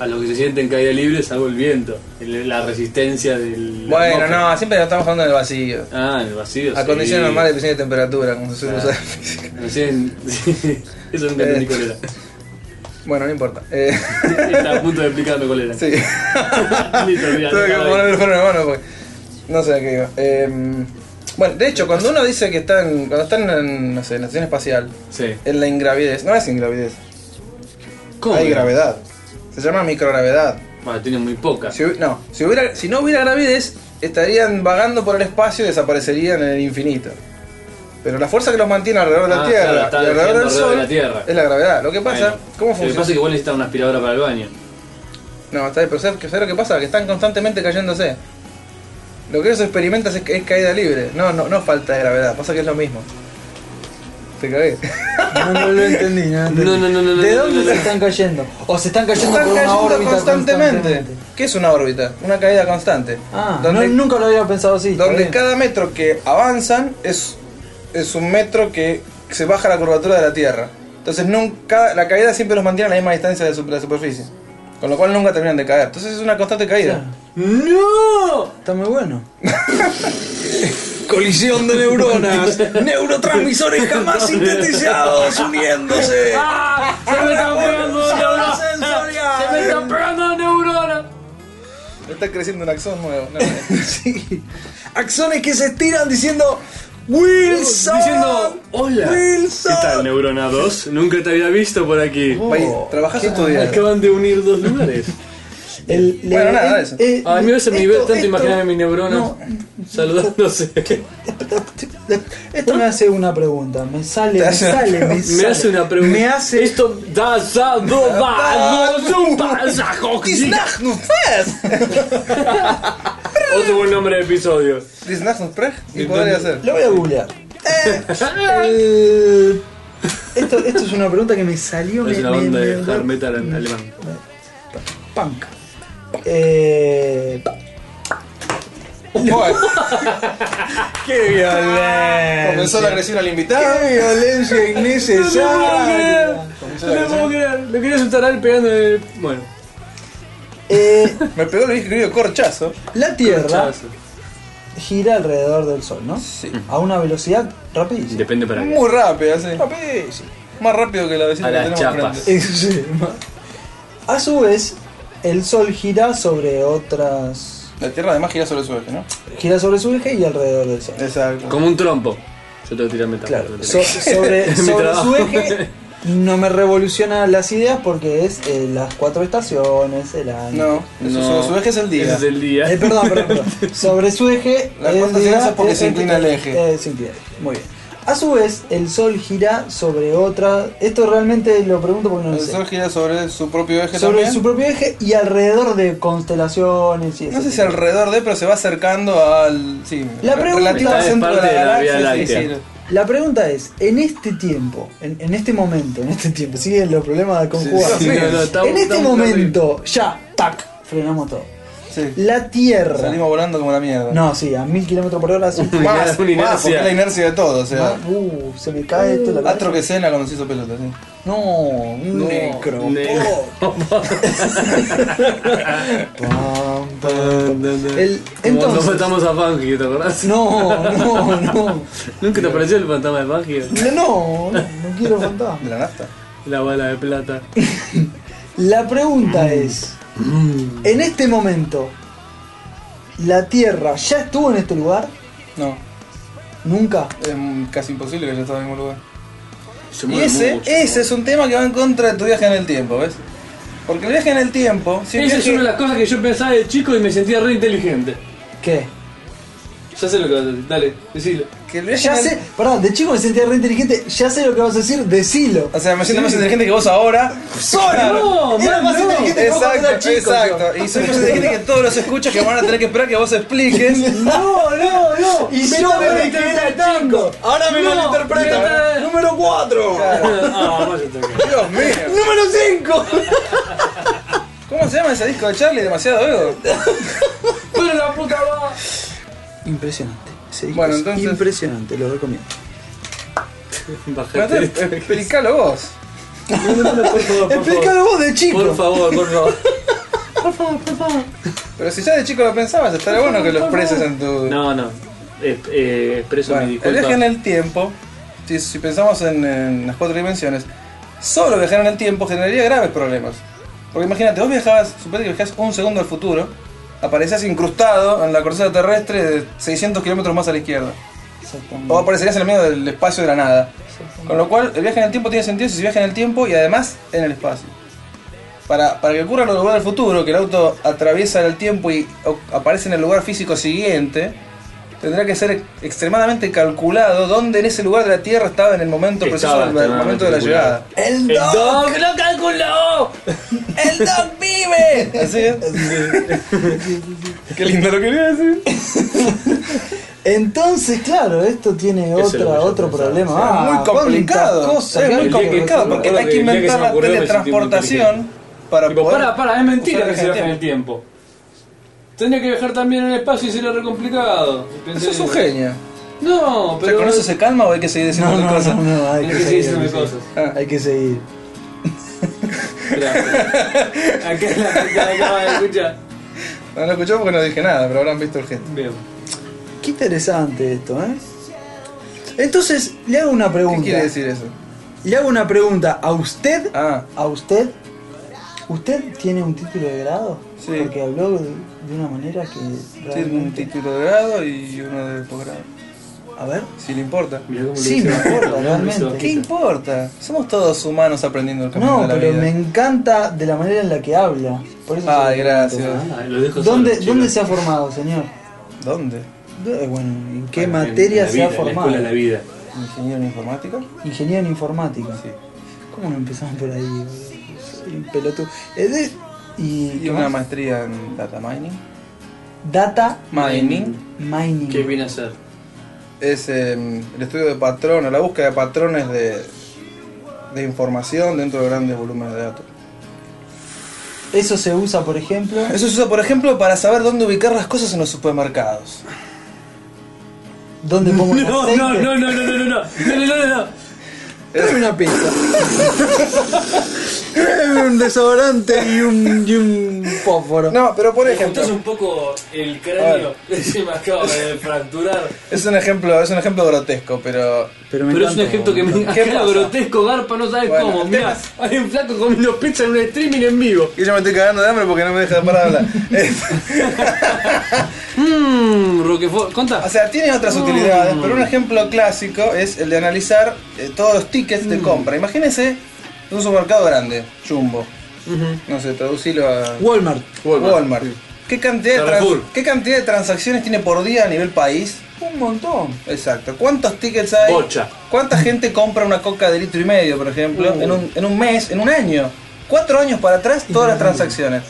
S3: A los que se sienten caída libre, salvo el viento. El- La resistencia del.
S1: Bueno,
S3: atmósfera.
S1: no, siempre estamos hablando del vacío.
S3: Ah, en el vacío.
S1: A
S3: sí.
S1: condiciones normales de presión de temperatura, como se suele
S3: Ah.
S1: usar (laughs) en física.
S3: Recién- (laughs) sí, Eso nunca entendí cuál era.
S1: Eh. Bueno, no importa. Eh,
S3: Está a punto de explicarme cuál era.
S1: sí. (laughs)
S3: Listo, mira,
S1: Tuve que
S3: nada,
S1: poner el freno en la mano porque no sé a qué iba. Eh, bueno, de hecho, cuando uno dice que están, cuando están en, no sé, en la estación espacial,
S3: Sí.
S1: en la ingravidez, no es ingravidez,
S3: ¿Cómo?
S1: hay gravedad. Se llama microgravedad.
S3: Bueno, tiene muy poca.
S1: Si, hubi- no, si, hubiera, si no hubiera gravidez, estarían vagando por el espacio y desaparecerían en el infinito. Pero la fuerza que los mantiene alrededor de la
S3: Ah, claro,
S1: Tierra
S3: está
S1: y alrededor del
S3: girando
S1: Sol
S3: alrededor de la Tierra.
S1: es la gravedad. Lo que
S3: Bueno,
S1: pasa, ¿cómo
S3: Lo que
S1: funciona?
S3: pasa es que vos necesitas una aspiradora para el baño.
S1: No, está bien, pero ¿sabes, qué- ¿sabes lo que pasa? Que están constantemente cayéndose. Lo que ellos experimentas
S2: (laughs)
S1: es, es caída libre, no, no, no falta de gravedad, pasa que es lo mismo. Te cagué.
S2: No, no lo entendí, no lo entendí.
S3: No, no, no, no,
S2: ¿De
S3: no,
S2: dónde
S3: no, no,
S2: se
S3: no.
S2: están cayendo? ¿O se están cayendo
S1: Están
S2: por una
S1: cayendo
S2: órbita
S1: constantemente. ¿Qué es una órbita? Una caída constante.
S2: Ah,
S1: donde
S2: no, nunca lo había pensado así. está
S1: donde
S2: bien.
S1: cada metro que avanzan es, es un metro que se baja la curvatura de la Tierra. Entonces nunca, la caída siempre los mantiene a la misma distancia de, su- de la superficie. Con lo cual nunca terminan de caer. Entonces es una constante caída.
S2: ¡No! Está muy (laughs) bueno.
S1: Colisión de neuronas, neurotransmisores jamás (laughs) sintetizados
S2: eh.
S1: uniéndose.
S3: ¡Se me están pegando neuronas! ¡Se me están pegando neuronas!
S1: Está creciendo un axón nuevo. no, eh.
S2: Sí. Acciones que se estiran diciendo Wilson.
S3: Diciendo, hola, ¿qué
S2: Wilson.
S3: tal, Neurona 2? Nunca te había visto por aquí.
S2: Oh,
S1: País, ¿trabajás o
S2: qué
S1: estudiás? (laughs)
S3: Acaban de unir dos lugares.
S2: El,
S1: Bueno,
S2: le-
S1: nada,
S2: el-
S1: eso.
S2: eh,
S3: Ay, me ese nivel
S2: esto-
S3: tanto,
S2: esto-
S3: imagíname mis neuronas
S2: no.
S3: saludándose.
S2: Esto me hace una pregunta, me sale,
S1: Te
S2: me
S1: hace una
S2: sale, me
S3: Me
S2: sale.
S3: hace una pregunta.
S2: Me hace
S3: Esto da da do da do do pa, za, jo, sí. Otro buen nombre de episodio.
S1: Disnachnutsprech y podría
S2: (laughs)
S1: hacer.
S2: Lo voy a googlear. Eh, esto, esto es una pregunta que me salió.
S3: Es
S2: me-
S3: una
S2: me-
S3: banda
S2: me-
S3: de hard metal en alemán.
S2: Punk. Eh,
S1: Bueno,
S2: ¡Qué violencia!
S1: comenzó la agresión al invitado.
S2: ¡Qué violencia innecesaria!
S3: No lo puedo creer. Lo quería asustar a él pegando. de- Bueno,
S2: Eh,
S1: Me pegó el querido corchazo.
S2: la Tierra
S3: chazo.
S2: gira alrededor del Sol, ¿no?
S1: Sí.
S2: A una velocidad rapidísima.
S3: Depende para qué.
S1: Muy rápido, sí.
S2: Rapidísima.
S1: Más rápido que la vecina
S3: A
S1: que
S3: las
S1: tenemos
S3: chapas.
S1: frente.
S2: Extrema. A su vez, el Sol gira sobre otras.
S1: La Tierra además gira sobre su eje, ¿no?
S2: gira sobre su eje y alrededor del Sol.
S1: Exacto.
S3: Como un trompo. Yo tengo que tirar metáfora.
S2: Claro, so- sobre,
S3: Es mi
S2: sobre
S3: trabajo.
S2: su eje no me revoluciona las ideas porque es eh, las cuatro estaciones, el año.
S1: No, eso
S3: No.
S1: sobre su eje es el
S3: Ese
S1: día.
S3: es el día.
S1: (laughs)
S2: Eh,
S3: (laughs)
S2: perdón, perdón, perdón. Sobre su eje.
S1: Las
S2: el
S1: cuatro estaciones es porque
S2: es-
S1: se inclina el eje.
S2: eh, se inclina el eje. Muy bien. A su vez, el sol gira sobre otra. Esto realmente lo pregunto porque no lo
S1: El
S2: sé.
S1: Sol gira sobre su propio eje
S2: Sobre
S1: también.
S2: su propio eje y alrededor de constelaciones y
S1: No sé si
S2: ese tipo de-
S1: alrededor de, pero se va acercando al. Sí,
S2: La
S1: re-
S2: pregunta-
S1: relativo al
S2: Está de
S1: centro de la
S3: parte de la Vía
S1: galaxia. sí,
S3: Láctea.
S1: sí,
S2: La pregunta es: en este tiempo, en, en este momento, en este tiempo, siguen los problemas de conjugar.
S1: sí, no, no,
S3: estamos-
S2: en este
S3: estamos
S2: momento, ya, tac, frenamos todo.
S1: sí.
S2: La Tierra.
S1: Salimos volando como la mierda.
S2: No, sí, a mil kilómetros por
S1: (laughs)
S2: hora. sí.
S3: Una
S1: más,
S3: inercia.
S1: más, porque es la inercia de todo, o sea.
S2: Uh, se me cae esto. La
S1: Astro que cena cuando se hizo pelota, sí.
S2: No, un necro.
S3: negro.
S2: Pam, pam. El-
S3: El, Como
S2: entonces-
S3: nos matamos a Fangio, ¿te acordás?
S2: No, no, no.
S3: ¿Nunca te apareció el fantasma de Fangio?
S2: No, no, no quiero fantasma.
S1: De la nafta.
S3: La bala de plata.
S2: La pregunta es, en este momento, ¿la Tierra ya estuvo en este lugar?
S1: No,
S2: Nunca.
S1: es mm, casi imposible que haya estado en el mismo lugar.
S3: Se
S1: Y
S3: mueve
S1: ese,
S3: mucho.
S1: ese es un tema que va en contra de tu viaje en el tiempo, ¿ves? Porque el viaje en el tiempo. Si el
S3: Esa es
S1: viaje-
S3: una de las cosas que yo pensaba de chico y me sentía re inteligente.
S2: ¿Qué?
S3: Ya sé lo que vas a decir, dale, decilo.
S1: que el viaje
S2: Ya
S1: en el-
S2: sé, perdón, de chico me sentía re inteligente, ya sé lo que vas a decir, decilo.
S1: O sea, me siento más inteligente que vos ahora.
S2: ¡Sola!
S3: No,
S2: Era
S3: man,
S2: más
S3: no.
S2: inteligente que vos cuando
S1: Exacto,
S2: eras chico,
S1: exacto.
S2: yo.
S1: Y soy más inteligente que todos los escuchas que van a tener que esperar que vos
S3: (laughs)
S1: expliques.
S2: No, no, no.
S3: Y
S2: me
S3: yo
S2: tomé
S3: me
S2: de
S3: quedé
S2: que era
S3: chico.
S2: chico. Ahora me
S3: No,
S2: malinterpretan.
S3: me-
S2: Número 4.
S3: Ah, vaya toque.
S1: Dios mío.
S2: Número 5.
S1: ¿Cómo se llama ese disco de Charlie? Demasiado ego.
S3: Pero la puta va.
S2: Impresionante. Sí,
S1: Bueno,
S2: es
S1: entonces-
S2: Impresionante, lo recomiendo.
S3: (laughs) Bajate.
S1: Pero te- Explicalo vos.
S3: No, no, no, por favor, por favor.
S2: Explícalo vos de chico.
S3: Por favor, por favor.
S1: Pero si ya de chico lo pensabas, estaría bueno que lo expreses en tu.
S3: No, no. Eh, eh, expreso
S1: Bueno,
S3: mi
S1: el
S3: disculpa.
S1: viaje en el tiempo, si, si pensamos en, en las cuatro dimensiones, solo viajar en el tiempo generaría graves problemas. Porque imagínate, vos viajabas, suponete que viajás un segundo al futuro, aparecías incrustado en la corteza terrestre de 600 kilómetros más a la izquierda.
S2: Exactamente.
S1: O aparecerías en el medio del espacio de la nada. Con lo cual, el viaje en el tiempo tiene sentido si se viaja en el tiempo y además en el espacio. Para, para que ocurra lo lugar del futuro, que el auto atraviesa el tiempo y o- aparece en el lugar físico siguiente, tendrá que ser extremadamente calculado dónde en ese lugar de la Tierra estaba en el momento preciso
S3: Estaba
S1: del del momento de la
S3: extremadamente
S1: llegada.
S2: El
S3: ¡El
S2: dog.
S3: dog lo calculó!
S2: El dog vive.
S1: Así es. Qué lindo lo quería decir.
S2: Entonces, claro, esto tiene
S3: Eso es
S2: otra,
S3: lo que yo
S2: otro
S3: pensaba.
S2: problema.
S1: Es
S2: Ah,
S1: muy complicado.
S2: cuántas cosas
S1: es
S2: que
S1: muy
S2: hay que
S1: complicado
S2: resolver.
S1: porque hay
S3: resolver.
S1: que
S3: El día que se
S1: inventar
S3: me
S1: la
S3: ocurrió, me sentí muy
S1: teletransportación para
S3: Tipo,
S1: poder.
S3: para, para, es mentira
S1: usar
S3: que se
S1: el
S3: baja en el
S1: tiempo.
S3: tiempo. Tendría que viajar también en el espacio y sería re complicado.
S1: Eso es un genio.
S3: No,
S1: O sea,
S3: pero.
S1: eh, ¿Con eso se calma o hay que seguir
S2: No,
S1: diciendo
S2: no,
S1: cosas?
S2: no, no, hay
S3: Hay
S2: que
S3: que seguir
S2: seguir.
S3: diciéndome
S2: hay que
S3: cosas.
S2: seguir. Hay que seguir.
S3: Esperá. Acá es la gente que acaba de escuchar.
S1: (laughs) No lo escuchó porque no dije nada, pero habrán visto el gesto.
S3: Bien.
S2: Qué interesante esto, ¿eh? Entonces, le hago una pregunta.
S1: ¿Qué quiere decir eso?
S2: Le hago una pregunta a usted.
S1: Ah,
S2: A usted. ¿Usted tiene un título de grado?
S1: Sí.
S2: Porque habló de, de una manera que
S1: tiene un
S2: realmente...
S1: título de grado y uno de posgrado.
S2: A ver.
S1: Si le importa.
S3: Mirá cómo lo
S2: Sí,
S3: hice
S2: me
S3: bajito, (laughs)
S2: importa,
S3: mirá cómo lo hice
S2: realmente.
S3: bajito.
S1: ¿Qué importa? Somos todos humanos aprendiendo el camino
S2: No,
S1: de la
S2: pero
S1: vida.
S2: me encanta de la manera en la que habla. Por eso
S1: Ay,
S2: se lo
S1: gracias.
S2: pregunto.
S3: Ah, lo dejo
S2: ¿Dónde,
S3: solo,
S2: ¿Dónde
S3: chicos.
S2: se ha formado, señor?
S1: ¿Dónde?
S2: Eh, Bueno, ¿en qué
S3: Bueno, en-
S2: materia
S3: en
S2: se
S3: la
S2: ha
S3: vida, en la
S2: formado?
S3: escuela de la vida.
S1: ¿Ingeniero informático?
S2: Ingeniero en informática.
S1: Sí.
S2: ¿Cómo no empezamos por ahí? boludo? Soy un pelotudo. Es de- y
S1: Y
S2: ¿qué
S1: una
S2: más?
S1: maestría en data mining.
S2: Data
S1: Mining
S2: mining.
S3: ¿Qué viene a hacer?
S1: es eh, el estudio de patrones, la búsqueda de patrones de, de información dentro de grandes volúmenes de datos.
S2: Eso se usa, por ejemplo.
S1: Eso se usa, por ejemplo, para saber dónde ubicar las cosas en los supermercados.
S2: ¿Dónde pongo el
S3: (laughs) No,
S2: aceite?
S3: no, no, no, no, no, no, no, no, no, no, no.
S2: Tráeme una pizza. Tráeme un desodorante y un, y un fósforo.
S1: No, pero por
S3: Me
S1: ejemplo,
S3: juntás un poco el cráneo, (laughs)
S1: A
S3: se me acaba de fracturar.
S1: es un ejemplo, es un ejemplo grotesco, pero
S2: me
S3: Pero es un
S2: encanta,
S3: ejemplo que me
S1: boludo.
S3: acá
S1: ¿Qué
S3: era
S1: pasa?
S3: grotesco, Garpa, no sabes
S1: Bueno,
S3: cómo.
S1: el
S3: Mirá, hay un flaco comiendo pizza en un streaming en vivo.
S1: y yo me estoy cagando de hambre porque no me deja parar de hablar. (laughs)
S3: Mmm, Roquefort, contá.
S1: o sea, tiene otras utilidades, pero un ejemplo clásico es el de analizar eh, todos los tickets
S3: Mm.
S1: de compra. Imagínense un supermercado grande, Jumbo.
S3: Ujú.
S1: No sé, traducilo a
S2: Walmart.
S1: Walmart.
S3: Walmart.
S1: ¿Qué, cantidad de trans-
S3: Carrefour.
S1: ¿Qué cantidad de transacciones tiene por día a nivel país?
S2: Un montón.
S1: Exacto. ¿Cuántos tickets hay?
S3: Bocha.
S1: ¿Cuánta gente compra una coca de litro y medio, por ejemplo, en, un, en un mes, en un año? Cuatro años para atrás, todas las transacciones.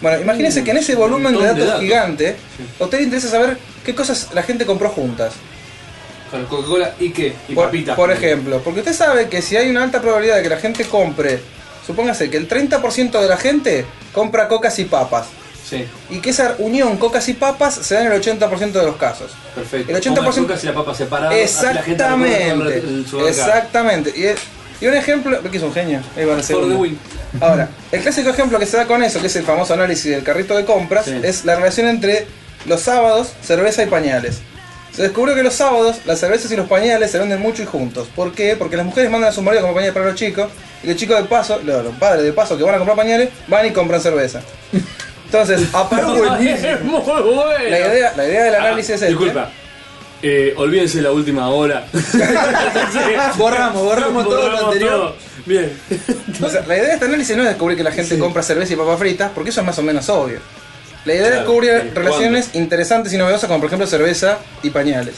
S1: Bueno, imagínense que en ese volumen de
S3: montón de
S1: datos,
S3: datos.
S1: gigante, a usted le interesa saber qué cosas la gente compró juntas.
S3: Con Coca-Cola y qué? Y
S1: por,
S3: papitas.
S1: por ejemplo, porque usted sabe que si hay una alta probabilidad de que la gente compre, supóngase que el 30% de la gente compra cocas y papas,
S3: Sí,
S1: y que esa unión cocas y papas se da en el 80% de los casos.
S3: perfecto.
S1: El 80%
S3: Pongan las coca y Ah, la papa separada.
S1: Exactamente. Exactamente. Y, eh, y un ejemplo. ¿Qué es un genio? Ahí va la
S3: Por
S1: segunda.
S3: the win.
S1: Ahora, el clásico ejemplo que se da con eso, que es el famoso análisis del carrito de compras,
S3: Sí.
S1: es la relación entre los sábados, cerveza y pañales. Se descubrió que los sábados las cervezas y los pañales se venden mucho y juntos. ¿Por qué? Porque las mujeres mandan a su marido como pañales para los chicos y los chicos de paso, los, los padres de paso que van a comprar pañales, van y compran cerveza. Entonces, (laughs)
S3: (laughs)
S1: aparte,
S3: Es muy bueno.
S1: la idea, la idea del
S3: Ah,
S1: análisis es... este.
S3: Disculpa. Eh, olvídense la última
S1: (laughs)
S3: hora. (laughs) Sí.
S2: Borramos, borramos todo lo
S3: Borramos
S2: anterior.
S3: todo. Bien.
S1: O sea, la idea de este análisis no es descubrir que la gente compra cerveza y papas fritas, porque eso es más o menos obvio. La idea es
S3: Claro,
S1: descubrir
S3: ¿en cuándo?
S1: relaciones interesantes y novedosas, como por ejemplo cerveza y pañales.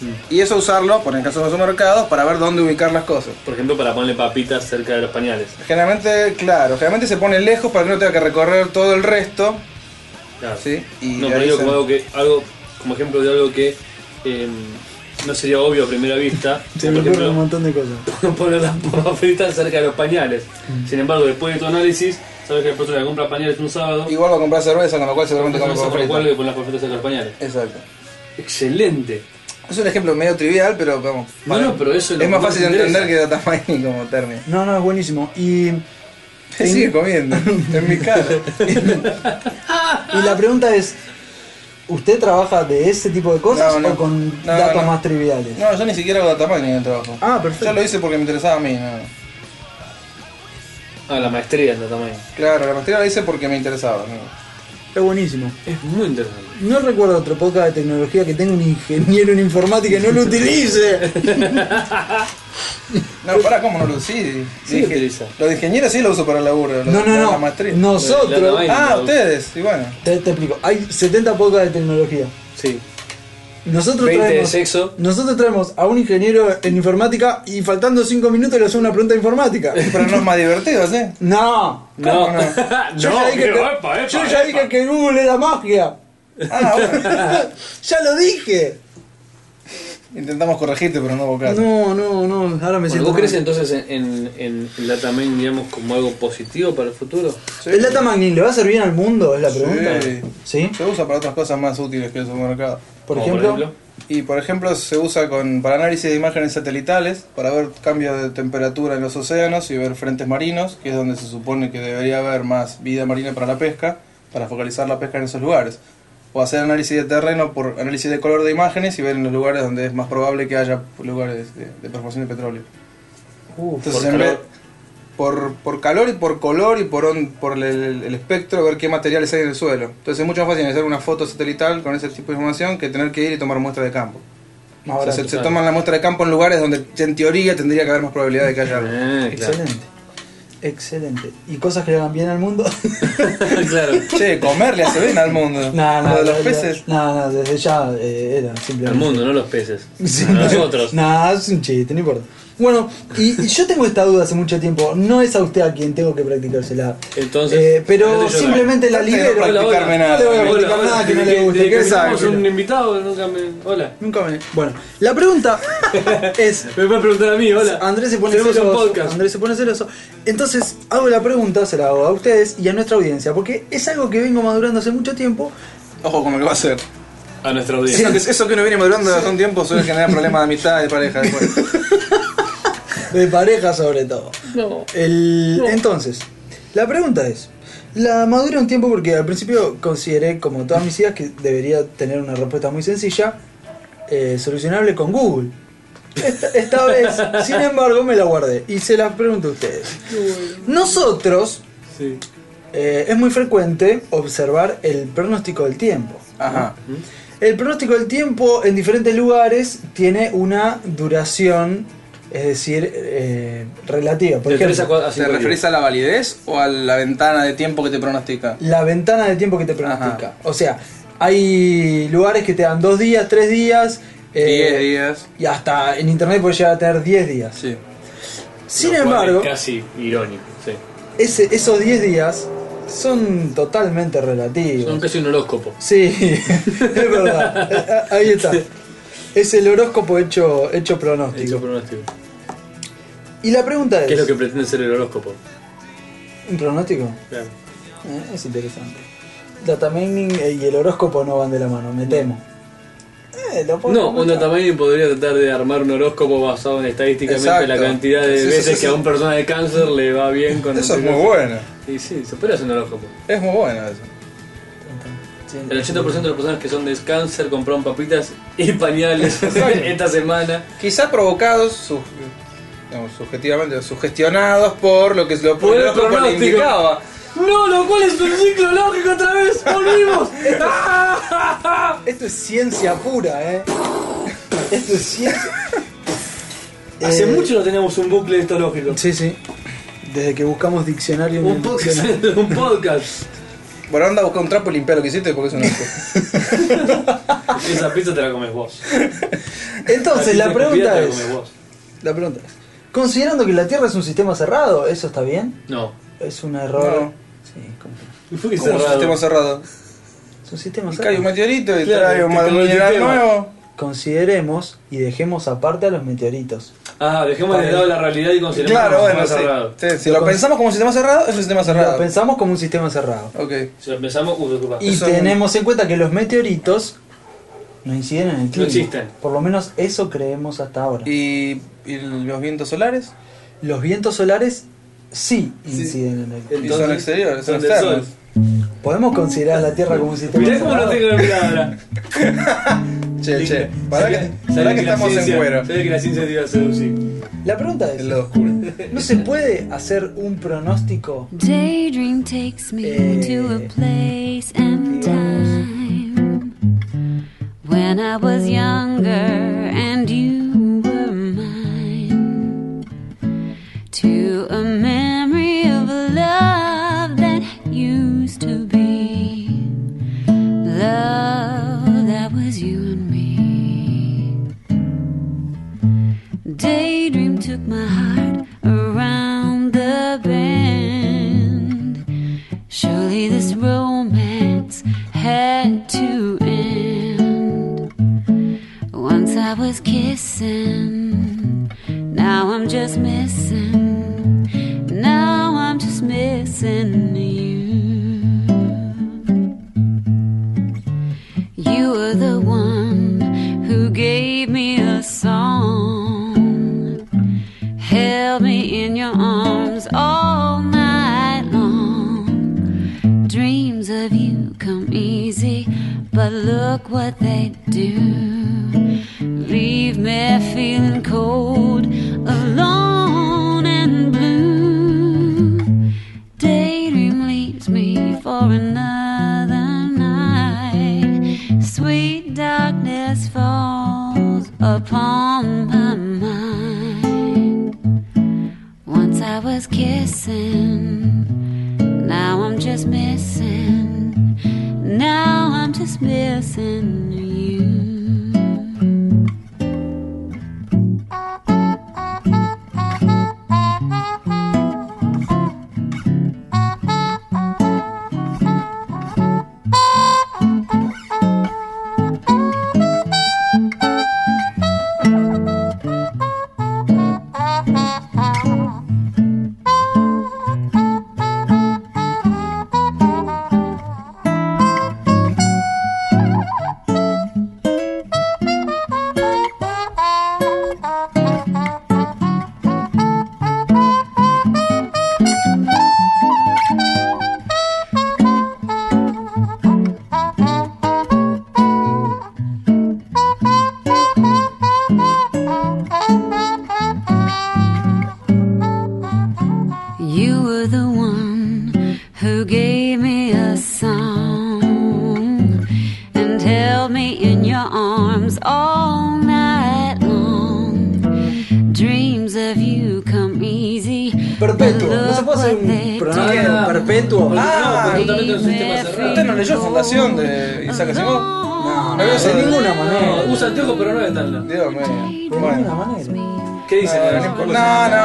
S3: Mm.
S1: Y eso usarlo, por el caso de los supermercados, para ver dónde ubicar las cosas.
S3: Por ejemplo, para ponerle papitas cerca de los pañales.
S1: Generalmente, claro, generalmente se pone lejos para que no tenga que recorrer todo el resto.
S3: Claro.
S1: Sí, y
S3: no,
S1: de
S3: pero
S1: ahí
S3: digo
S1: se-
S3: como, algo que, algo, como ejemplo de algo que eh, no sería obvio a primera vista.
S2: Se
S3: Por
S2: me ocurren un
S3: ejemplo,
S2: montón de cosas.
S3: (laughs) poner las papas fritas cerca de los pañales. Sin embargo, después de tu análisis, sabes que la persona que compra pañales un sábado.
S1: Igual va a comprar cerveza, con lo cual seguramente compra
S3: Con
S1: papas
S3: lo cual
S1: fritas.
S3: le pones las papas fritas cerca de los pañales.
S1: Exacto.
S3: Excelente.
S1: Es un ejemplo medio trivial, pero vamos.
S3: No,
S1: para-
S3: no, pero eso es lo
S1: es más
S3: que
S1: fácil de
S3: interesa.
S1: entender que data mining como
S3: (laughs)
S1: término.
S2: No, no, es buenísimo. Y, y
S1: Se sigue comiendo, en mi
S3: (laughs)
S1: cara.
S2: la pregunta es, ¿usted trabaja de ese tipo de cosas
S1: No, no.
S2: o con
S1: No,
S2: datos
S1: no.
S2: más triviales?
S1: No, yo ni siquiera hago data mining en el trabajo.
S2: Ah, perfecto.
S1: Yo lo hice porque me interesaba a mí, no.
S3: Ah, la maestría en tamaño.
S1: Claro, la maestría la hice porque me interesaba. no.
S2: Es buenísimo.
S3: Es muy interesante.
S2: No recuerdo otro podcast de tecnología que tenga un ingeniero en informática y no
S1: (laughs)
S2: lo utilice.
S1: No, pará, ¿cómo no lo usé?
S3: Sí,
S1: Dije-
S3: utiliza.
S1: Lo de ingeniero sí lo uso para el laburo, lo
S2: No,
S1: de-
S2: no,
S1: la-
S2: no.
S1: la maestría.
S3: La- la
S2: Nosotros...
S3: vaina.
S1: Ah, ustedes, y bueno.
S2: Te, te explico. Hay 70 podcasts de tecnología.
S3: Sí.
S2: Nosotros
S3: 20 de
S2: traemos,
S3: sexo.
S2: Nosotros traemos a un ingeniero en informática y faltando 5 minutos le hacemos una pregunta de informática. (laughs)
S1: Pero no es más divertido, ¿sí?
S2: No.
S3: No,
S1: no?
S3: (laughs)
S2: Yo ya dije,
S3: pero
S2: que,
S3: epa, epa,
S2: yo ya
S3: epa.
S2: (laughs) dije que Google era magia.
S1: Ah, bueno.
S2: ya lo dije.
S1: Intentamos corregirte, pero no bocaste.
S2: No, no, no, ahora me
S3: Bueno,
S2: siento.
S3: ¿Vos crees
S2: mal.
S3: entonces en, en, en el data mining, digamos, como algo positivo para el futuro?
S1: Sí.
S2: ¿El data mining le va a servir al mundo? Es la pregunta.
S1: Sí.
S2: ¿Sí?
S1: Se usa para otras cosas más útiles que el supermercado.
S2: Por
S3: Como
S2: ejemplo,
S1: Y por ejemplo se usa con, para análisis de imágenes satelitales, para ver cambios de temperatura en los océanos y ver frentes marinos, que es donde se supone que debería haber más vida marina para la pesca, para focalizar la pesca en esos lugares. O hacer análisis de terreno por análisis de color de imágenes y ver en los lugares donde es más probable que haya lugares de, de perforación de petróleo.
S2: Uf,
S1: Entonces,
S3: por
S1: en vez-
S3: calor.
S1: por, por calor y por color y por, on- por el, el- el espectro, ver qué materiales hay en el suelo. Entonces es mucho más fácil hacer una foto satelital con ese tipo de información que tener que ir y tomar muestra de campo.
S2: más
S1: O sea,
S2: barato.
S1: se, se toman la muestra de campo en lugares donde en teoría tendría que haber más probabilidad de que haya
S2: (laughs)
S1: algo.
S3: Ah, claro.
S2: Excelente. Excelente. ¿Y cosas que le hagan bien al
S3: (laughs)
S2: mundo?
S3: (laughs) claro.
S1: Che, comer le hace bien al mundo.
S2: No, no,
S1: Lo de los
S2: no,
S1: peces.
S2: No, no, desde ya eh, era simplemente.
S3: Al mundo, no los peces.
S2: (laughs) Sí.
S3: A nosotros.
S2: Nah, es un chiste, no importa. Bueno, y, y yo tengo esta duda hace mucho tiempo. No es a usted a quien tengo que practicársela.
S3: Entonces,
S2: Eh, pero
S3: entonces yo
S2: simplemente la
S1: No tengo
S2: libero.
S1: practicar-
S3: Hola,
S1: practicarme
S3: hola.
S1: nada.
S2: No le voy a
S3: Hola,
S2: practicar
S3: hola.
S2: nada que no le
S3: Desde-
S2: guste.
S3: desde
S2: ¿Qué
S3: que
S2: sabe?
S3: tenemos un invitado, nunca me. Hola.
S2: Nunca me. Bueno, la
S3: (laughs)
S2: pregunta es.
S3: Me puede preguntar a mí, hola.
S2: Andrés se pone
S3: Tenemos un
S2: celoso.
S3: podcast.
S2: Andrés se pone celoso. Entonces, hago la pregunta, se la hago a ustedes y a nuestra audiencia, porque es algo que vengo madurando hace mucho tiempo. (laughs)
S1: Ojo con lo que va a hacer.
S6: A nuestra audiencia.
S1: Eso que, eso que no viene madurando hace un tiempo suele generar problemas de amistad y de pareja después.
S2: (laughs) De pareja sobre todo. El- Entonces, la pregunta es, la maduré un tiempo porque al principio consideré, como todas mis ideas, que debería tener una respuesta muy sencilla, eh, solucionable con Google. Esta, esta vez, sin embargo, me la guardé y se la pregunto a ustedes. Nosotros,
S3: Sí.
S2: eh, es muy frecuente observar el pronóstico del tiempo.
S1: Ajá.
S2: El pronóstico del tiempo en diferentes lugares tiene una duración, es decir, eh, relativa. Por
S3: De tres
S2: ejemplo,
S3: a cua- a
S1: ¿Te
S3: cinco
S1: referís a la validez o a la ventana de tiempo que te pronostica?
S2: la ventana de tiempo que te
S1: Ajá.
S2: pronostica. O sea, hay lugares que te dan dos días, tres días. eh,
S1: 10 días.
S2: Y hasta en internet puedes llegar a tener 10 días.
S1: Sí.
S2: Sin
S3: Lo cual es
S2: embargo,
S3: Casi irónico, sí.
S2: ese- esos 10 días son totalmente relativos.
S3: Son casi un horóscopo.
S2: Sí, (laughs) es verdad. Eh, ah, Ahí está. Es el horóscopo hecho, hecho
S3: Hecho
S2: pronóstico.
S3: pronóstico.
S2: Y la pregunta es...
S3: ¿Qué es lo que pretende ser el horóscopo?
S2: ¿Un pronóstico?
S3: Claro.
S2: Eh, es interesante. Data mining eh, y el horóscopo no van de la mano, me temo. Eh, lo puedo
S3: No, un
S2: comentar.
S3: datamaining podría tratar de armar un horóscopo basado en estadísticamente
S1: Exacto.
S3: la cantidad de
S1: Sí, sí,
S3: veces
S1: sí, sí.
S3: que a un persona de cáncer le va bien con
S1: Eso es muy
S3: anterior-
S1: bueno.
S3: Y sí, se puede hacer un horóscopo.
S1: Es muy bueno eso.
S2: Sí.
S3: El 80% de las personas que son de cáncer compraron papitas y pañales (laughs) esta semana.
S1: Quizá provocados, su- digamos, subjetivamente, sugestionados por lo que lo,
S3: Por el
S1: lo que le
S3: pronóstico.
S1: indicaba.
S3: No, lo cual es un ciclo lógico otra vez, volvimos.
S2: Esto es ciencia pura, eh. (laughs) Esto es
S3: (laughs)
S2: ciencia.
S6: Hace
S2: Eh,
S6: mucho no teníamos un bucle de esto lógico.
S2: Sí, sí. Desde que buscamos diccionario en
S3: un,
S2: el
S3: podcast,
S2: diccionario.
S3: (laughs) un podcast.
S1: Bueno, anda a buscar un trapo y limpiar lo que hiciste porque es un asco.
S6: Esa pizza te la comes vos.
S2: Entonces,
S6: pizza escupida
S2: la pregunta
S6: te la
S2: es.
S6: comes vos.
S2: La pregunta es. Considerando que la Tierra es un sistema cerrado, ¿eso está bien?
S3: No.
S2: Es un error.
S1: No.
S2: Sí, ¿cómo que no?
S6: ¿Por qué
S1: Como un sistema cerrado.
S2: Es un sistema
S1: Cae un
S2: cerrado.
S1: meteorito y
S6: Claro,
S1: trae un
S6: te cambió el
S1: mineral
S6: sistema.
S1: nuevo.
S2: Consideremos y dejemos aparte a los meteoritos.
S6: Ah, dejemos de lado la realidad y consideremos
S1: Claro,
S6: como
S1: bueno,
S6: más
S1: sí.
S6: cerrado.
S1: Sí, Si lo
S2: Lo
S1: pensamos como un sistema cerrado, es un sistema
S2: Lo
S1: cerrado.
S2: pensamos como un sistema cerrado.
S1: Ok.
S6: Si lo pensamos, uh, disculpa.
S2: Y
S1: Eso-
S2: tenemos en cuenta que los meteoritos no inciden en el clima.
S6: existen.
S2: Por lo menos eso creemos hasta ahora.
S1: ¿Y, y los vientos solares?
S2: Los vientos solares sí
S1: Sí.
S2: inciden en el clima.
S1: y son exteriores, son
S6: del
S1: externos.
S6: sol.
S2: Podemos considerar a la Tierra como un sistema
S6: Mirá cómo lo
S2: cerrado.
S6: tengo en
S1: (laughs)
S6: palabra.
S1: Che, che. Para que, pará
S6: Sabía
S1: que
S6: la
S1: estamos en
S6: ciencia-
S1: cuero.
S6: Sabía que la ciencia te iba a seducir.
S2: La pregunta es,
S1: El lado oscuro.
S2: ¿no se puede hacer un pronóstico?
S10: Daydream takes me
S2: Eh,
S10: to a place and
S2: digamos.
S10: time when I was younger and you were mine to a memory of a love that used to be love that was you and me. Daydream took my heart around the bend. Surely this romance had to end. Once I I was kissing. Now I'm just missing. Now I'm just missing you. You were the one who gave me a song, held me in your arms all night long. Dreams of you come easy, but look what they do. Leave me feeling cold, alone and blue. Daydream leaves me for another night. Sweet darkness falls upon my mind. Once I was kissing, now I'm just missing. Now I'm just missing you. You were the one who gave me a song and held me in your arms all night long. Dreams of you come easy.
S1: Perpetuo. No se puede hacer
S10: but
S1: un
S10: look what
S1: programa
S10: they do.
S1: perpetuo.
S6: no,
S1: Ah,
S6: completamente un sistema
S10: Leave me
S6: cerrado.
S1: ¿usted no leyó Fundación de Isaac Asimov?
S10: No,
S1: no
S2: De ninguna
S6: No,
S2: manera.
S6: usa anteojos pero no ventanla.
S1: Dios mío.
S2: De ninguna
S1: Bueno.
S2: manera.
S6: ¿Qué dice?
S1: No, no, está
S2: ¿Está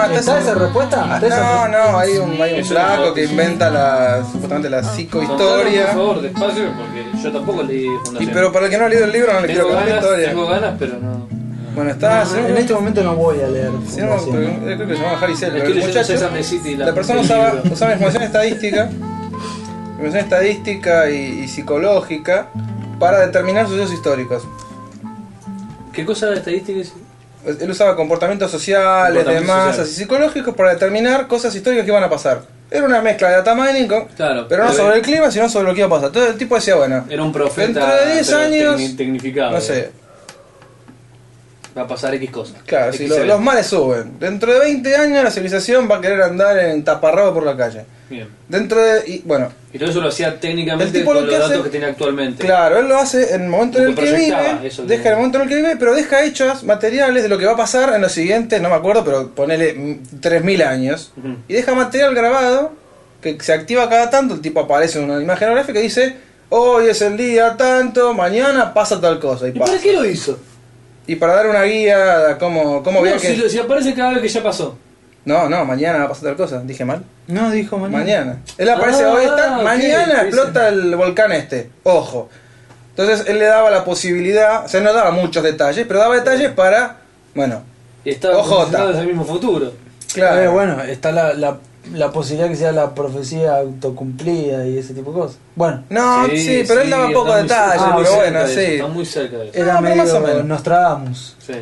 S2: Ah, esa
S1: esa-
S2: respuesta? ¿Está esa
S1: No,
S2: respuesta?
S1: no, hay un, hay un
S6: Es una Ah.
S1: flaco que
S6: hipótesis.
S1: inventa la, supuestamente la
S6: Contalo,
S1: psicohistoria.
S6: Por favor, despacio, porque yo tampoco leí
S1: Y,
S6: Fundación.
S1: pero para el que no ha leído el libro, no le quiero
S6: tengo
S1: contar la
S6: ganas,
S1: historia.
S6: tengo ganas, pero no.
S1: Bueno, está. si no-
S2: En este momento no voy a leer.
S1: si no, pero-
S2: Fundación.
S1: eh, creo que se llama Harry Selber,
S6: Estoy
S1: el
S6: leyendo
S1: muchacho.
S6: Sesame City.
S1: La persona
S6: el
S1: usaba,
S6: libro.
S1: usaba información estadística, información estadística y, y psicológica para determinar sucesos históricos.
S6: ¿Qué cosa de estadística es?
S1: Pues, Él usaba comportamientos sociales,
S6: Comportamientos
S1: de masas
S6: sociales.
S1: y psicológicos para determinar cosas históricas que iban a pasar. Era una mezcla de data mining, con-
S6: Claro,
S1: pero no
S6: pero
S1: sobre
S6: él-
S1: el clima, sino sobre lo que iba a pasar. Entonces el tipo decía, bueno,
S6: Era un profeta.
S1: Dentro de 10
S6: pero
S1: años,
S6: tecni- eh. Tecnificado.
S1: no sé,
S6: Va a pasar X cosas.
S1: Claro,
S6: X
S1: si lo-
S6: eventos.
S1: los mares suben. Dentro de 20 años la civilización va a querer andar en taparrabo por la calle.
S6: Bien.
S1: Dentro de. Y, bueno,
S6: Y todo eso lo hacía
S1: El
S6: técnicamente
S1: tipo
S6: con
S1: lo
S6: los
S1: que hace-
S6: datos que tiene actualmente.
S1: claro, él lo hace en el momento en el
S6: Porque
S1: que
S6: proyectaba,
S1: vive.
S6: eso es
S1: Deja
S6: lo-
S1: el momento en el que vive, pero deja hechos materiales de lo que va a pasar en los siguientes, no me acuerdo, pero ponele mm, 3.000 años.
S6: Ujú.
S1: Y deja material grabado que se activa cada tanto. El tipo aparece en una imagen gráfica y dice: Hoy es el día tanto, mañana pasa tal cosa. Y,
S2: ¿Y
S1: pasa.
S2: para qué lo hizo?
S1: Y para dar una guía a cómo, cómo
S6: No,
S1: veía
S6: si,
S1: que.
S6: lo- si aparece cada vez que ya pasó.
S1: No, no, mañana pasa tal cosa. Dije mal.
S2: No, dijo mañana.
S1: Mañana. Él aparece
S6: Ah,
S1: hoy, está,
S6: ok,
S1: mañana
S6: sí,
S1: explota el volcán este. Ojo. Entonces él le daba la posibilidad, o sea, no daba muchos detalles, pero daba detalles para, bueno,
S6: Y estaba
S1: Ojota.
S6: concentrado en ese mismo futuro.
S1: claro.
S2: Eh, bueno, está la, la, la posibilidad que sea la profecía autocumplida y ese tipo de cosas. Bueno,
S1: No, Ah, sí, pero él daba
S6: está
S1: poco
S6: muy
S1: detalle,
S3: Ah,
S6: cerca,
S1: pero
S6: está muy cerca
S1: bueno,
S6: de eso,
S1: sí.
S6: Está muy cerca de eso.
S2: era
S1: Ah, pero
S2: medio
S1: más o menos.
S2: Nostradamus.
S6: Sí.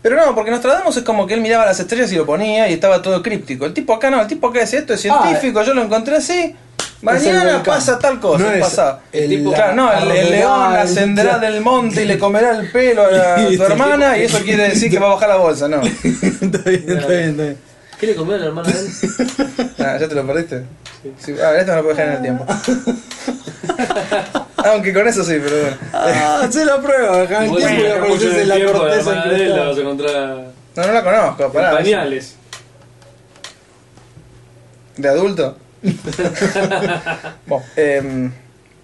S1: Pero no, porque Nostradamus es como que él miraba las estrellas y lo ponía y estaba todo críptico. El tipo acá no, el tipo acá decía, esto es
S2: Ah,
S1: científico, yo lo encontré así.
S2: Es el
S1: Mañana
S2: volcán.
S1: pasa tal cosa,
S2: No
S1: y
S2: es
S1: pasa.
S2: el-
S1: Tipo,
S2: la-
S1: claro, no, el, el
S2: arrogará,
S1: león
S2: el-
S1: ascenderá del monte y le comerá el pelo a
S2: (laughs)
S1: la- a tu hermana y eso quiere decir que va a bajar la bolsa, no.
S2: (laughs) está bien,
S6: está bien, ¿Qué le comió a la
S1: (laughs)
S6: hermana de él?
S1: Ah, ¿ya te lo perdiste? Sí. Ah, esto no lo puedo dejar en el
S2: (laughs)
S1: tiempo. Aunque con eso sí, pero bueno.
S2: (laughs) Ah, se la prueba, dejar el
S6: Igual
S2: tiempo y
S6: si no
S2: apareces
S6: escuchas
S2: en la
S6: tiempo, la
S2: corteza.
S6: hermana de él la vas a encontrar
S1: No, no la conozco,
S6: en
S1: pará.
S6: pañales.
S1: ¿De
S2: (laughs)
S1: adulto? Bueno, em,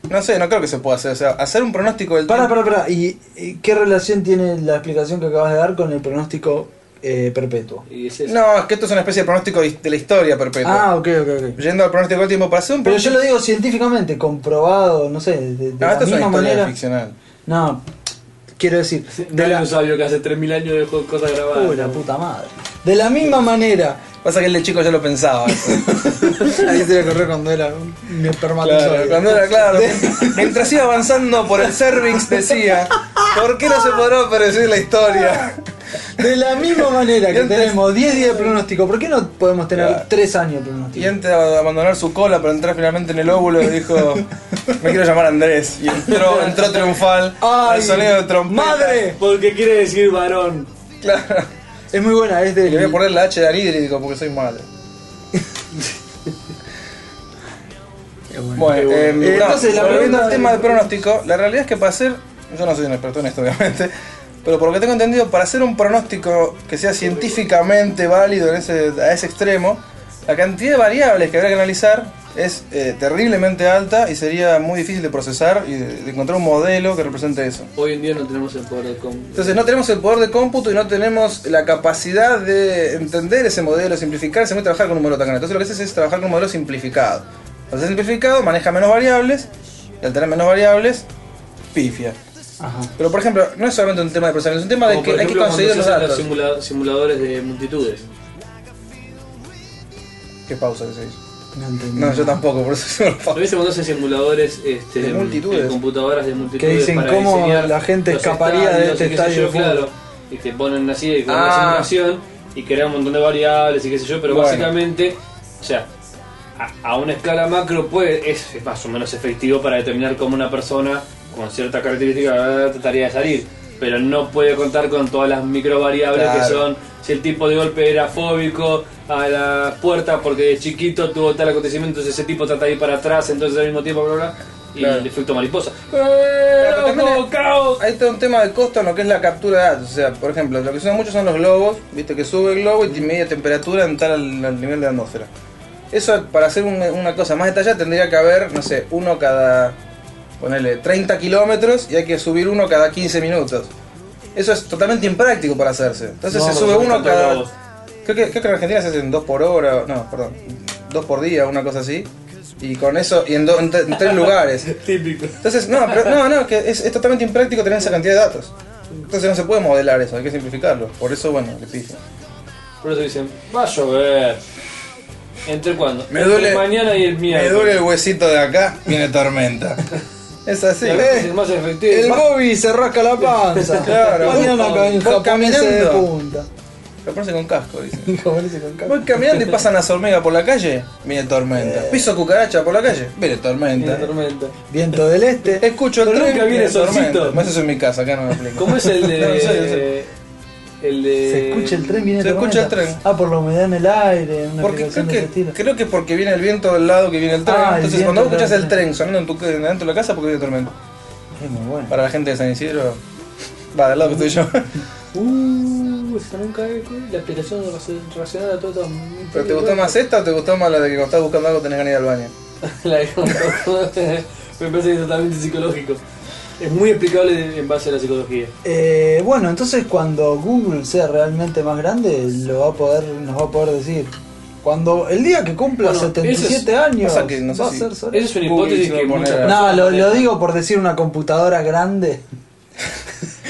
S1: no sé, no creo que se pueda hacer. O sea, hacer un pronóstico del
S2: Para,
S1: tiempo.
S2: para, para. ¿Y, y qué relación tiene la explicación que acabas de dar con el pronóstico eh, perpetuo?
S6: Y es eso.
S1: No, es que esto es una especie de pronóstico his- de la historia perpetua.
S2: Ah, ok, ok, ok.
S1: Yendo al pronóstico del tiempo, para hacer un
S2: Pero yo
S1: pronóstico.
S2: lo digo científicamente, comprobado, no sé, de, de
S1: No,
S2: la
S1: esto es una
S2: misma
S1: historia
S2: manera.
S1: ficcional.
S2: No, quiero decir, de
S3: De
S2: la,
S3: un sabio que hace 3000 años dejó cosas grabadas.
S2: Uh, la puta madre. De la misma manera,
S1: Pasa que el de chico ya lo pensaba.
S2: (laughs) ahí se le corrió cuando era un un espermatozoide.
S1: Claro, cuando era claro. Mientras iba avanzando por el cervix decía, ¿por qué no se podrá predecir la historia?
S2: De la misma manera
S1: Y
S2: que
S1: antes-
S2: tenemos 10 días de pronóstico, ¿por qué no podemos tener
S1: Claro.
S2: 3 años de
S1: Y
S2: pronóstico?
S1: antes de abandonar su cola para entrar finalmente en el óvulo, dijo, me quiero llamar Andrés. Y entró, entró triunfal
S2: ¡Ay!
S1: al sonido de trompeta.
S2: ¡Madre!
S3: Porque quiere decir varón.
S1: Claro.
S2: Es muy buena, es
S1: Le voy a
S2: del,
S1: poner la H de anhídrico porque soy madre. Bueno, eh,
S2: Eh,
S1: no,
S2: entonces, la
S1: volviendo
S2: pregunta-
S1: al tema del pronóstico, la realidad es que para hacer, yo no soy un experto en esto (laughs) obviamente, pero por lo que tengo entendido, para hacer un pronóstico que sea científicamente válido en ese, a ese extremo, la cantidad de variables que habrá que analizar es eh, terriblemente alta y sería muy difícil de procesar y de- de encontrar un modelo que represente eso.
S3: Hoy en día no tenemos el poder de com-
S1: Entonces no tenemos el poder de cómputo y no tenemos la capacidad de entender ese modelo, simplificar, se puede trabajar con un modelo tan grande. Entonces lo que haces es trabajar con un modelo simplificado. Al ser simplificado maneja menos variables y al tener menos variables, pifia.
S2: Ajá.
S1: Pero por ejemplo, no es solamente un tema de procesamiento, es un tema de
S3: Como
S1: que
S3: por
S1: hay que
S3: ejemplo, cuando
S1: conseguir
S3: se
S1: los
S3: hacen
S1: datos.
S3: simula- simuladores de multitudes.
S1: Qué pausa que se hizo.
S2: No entendí.
S1: No, yo tampoco, por eso (laughs) se me
S3: (laughs) A veces cuando hacen simuladores este,
S1: De multitudes.
S3: en computadoras de multitudes.
S2: Que dicen
S3: para
S2: cómo
S3: diseñar
S2: la gente
S3: los
S2: escaparía de
S3: estadios
S2: este
S3: y qué sé
S2: estadio
S3: yo,
S2: de fútbol.
S3: claro. Y te ponen así con una
S1: Ah.
S3: simulación y crean un montón de variables y qué sé yo, pero
S1: Bueno.
S3: básicamente, o sea, a, a una escala macro puede, es, es más o menos efectivo para determinar cómo una persona con cierta característica bla, bla, bla, trataría de salir. Pero no puede contar con todas las microvariables
S1: Claro.
S3: que son si el tipo de golpe era fóbico a las puertas porque de chiquito tuvo tal acontecimiento, entonces ese tipo trata de ir para atrás, entonces al mismo tiempo, bla, bla, bla, y
S1: Claro.
S3: el efecto mariposa.
S1: pero también
S3: ¡Loco,
S1: es-
S3: caos!
S1: Ahí está un tema de costo en lo que es la captura de datos. O sea, por ejemplo, lo que usan mucho son los globos. Viste que sube el globo y te media temperatura en tal al, al nivel de la atmósfera. Eso, para hacer un- una cosa más detallada, tendría que haber, no sé, uno cada. ponerle 30 kilómetros y hay que subir uno cada 15 minutos. Eso es totalmente impráctico para hacerse. Entonces
S3: No,
S1: se
S3: no
S1: sube
S3: son
S1: uno
S3: tantos
S1: cada.
S3: globos.
S1: Creo que, creo que en Argentina se hacen dos por hora, no, perdón, dos por día, una cosa así. Y con eso, y en, do- en tre- en tres lugares.
S3: Típico.
S1: Entonces, no, pero, no, no, que es, es totalmente impráctico tener esa cantidad de datos. Entonces no se puede modelar eso, hay que simplificarlo. Por eso, bueno, le dije.
S3: Por eso dicen, va a llover. ¿Entre cuándo?
S1: Me
S3: Entre
S1: duele-
S3: mañana y el miércoles.
S1: huesito de acá, viene tormenta. (laughs) Es así. eh.
S3: La cosa es más efectiva.
S2: El
S3: Más-
S2: Bobby se rasca la panza.
S1: (laughs) Claro,
S2: Mañana
S1: vos-
S2: acá en
S1: vos
S2: japonés de
S1: caminando. (laughs)
S2: punta.
S1: Lo pones con casco, dice.
S2: Japonés con cara.
S1: Voy caminando y pasan las hormigas por la calle, viene tormenta. Piso cucaracha por la calle, viene tormenta.
S3: tormenta.
S2: Viento del este.
S1: Escucho el
S3: Pero
S1: tren,
S3: nunca viene solcito.
S1: tormenta. Eso es en mi casa, acá no me aplica.
S3: ¿Cómo es
S2: (laughs)
S3: el de.?
S1: (laughs) No, no sé, no sé.
S3: El de.
S2: Se escucha el tren, viene
S1: eh, se
S2: tormenta.
S1: escucha el tren.
S2: Ah, por la humedad en el aire, una
S1: Porque creo
S2: aplicación de ese
S1: que,
S2: estilo.
S1: creo que porque viene el viento del lado que viene el tren.
S2: Ah, el
S1: Entonces
S2: viento
S1: cuando vos
S2: del
S1: escuchás
S2: lado.
S1: el tren sonando en tu, dentro de la casa porque viene tormenta.
S2: Es muy bueno.
S1: Para la gente de San Isidro, va del lado que estoy
S2: (laughs)
S1: yo.
S3: Uh, esa nunca es la explicación relacionada a todo esto.
S1: ¿Pero te gustó más esta o te gustó más la de que cuando estás buscando algo tenés ganas de ir al baño?
S3: (laughs) La de Me parece que es totalmente psicológico. Es muy explicable en base a la psicología.
S2: Eh, bueno, entonces cuando Google sea realmente más grande, lo va a poder, nos va a poder decir. Cuando el día que cumpla
S3: Bueno,
S2: 77
S3: eso
S2: años,
S1: pasa que no sé
S2: va
S1: si-
S2: a ser sobre-
S3: Esa es una
S1: Google
S3: hipótesis
S1: se va a
S3: que
S1: poner
S3: muchas
S1: a-
S2: No,
S3: personas
S2: lo, lo
S3: manejan.
S2: digo por decir una
S1: (laughs)
S2: computadora grande. (laughs)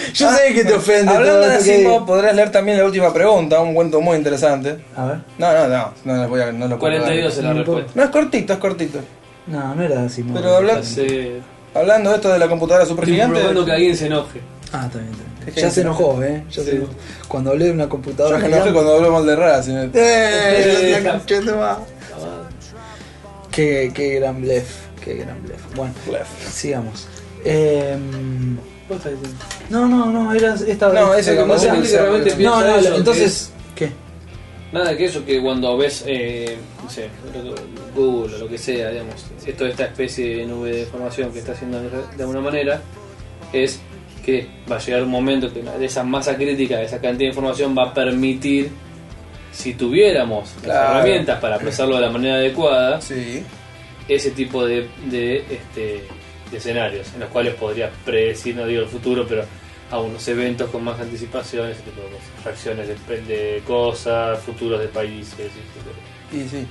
S2: Ah, Yo sé que te ofende. todo
S1: Hablando de
S2: esto que
S1: Asimov,
S2: digo.
S1: podrás leer también la última pregunta, un cuento muy interesante.
S2: A ver.
S1: No, no, no, no, lo voy a, no lo puedo
S3: 42 es
S1: dar.
S3: la respuesta.
S1: No, es cortito, es cortito.
S2: No, no era así. no.
S1: Pero habla-
S3: Se-
S1: Hablando de esto de la computadora
S3: Estoy
S1: supergigante,
S3: probando que alguien se enoje.
S2: Ah, está bien, está bien.
S1: que
S2: Ya
S1: hay
S2: se
S1: que-
S2: enojó, ¿eh? Ya se
S3: Sí.
S2: enojó. Cuando hablé de una
S1: yo
S2: computadora.
S1: me enojé
S2: grande-
S1: cuando habló mal de Racing.
S2: ¡Eh!
S1: (laughs)
S3: Eh.
S2: Conchetumare. Qué, qué gran blef. Qué gran blef. Bueno, sigamos. Em,
S3: Vos estás diciendo.
S2: no, no, no, era esta
S1: No,
S2: vez.
S1: ese
S2: Lo que
S1: cuando
S2: pasa-
S1: Google se-
S3: realmente
S1: no,
S2: No,
S3: piensa
S2: no,
S3: eso, que
S2: entonces. ¿Qué?
S3: Nada que eso que cuando ves, eh, no sé, lo- lo- Google o lo que sea, digamos, esto esta especie de nube de información que está haciendo de de alguna manera, es que va a llegar un momento que una- de esa masa crítica, de esa cantidad de información va a permitir, si tuviéramos las
S1: Claro.
S3: herramientas para procesarlo de la manera adecuada,
S1: Sí.
S3: ese tipo de, de, este, de escenarios en los cuales podrías predecir, no digo el futuro, pero a unos eventos con más anticipación, ese tipo de cosas. Reacciones de, de cosas, futuros de países, ese tipo de-
S1: Y sí.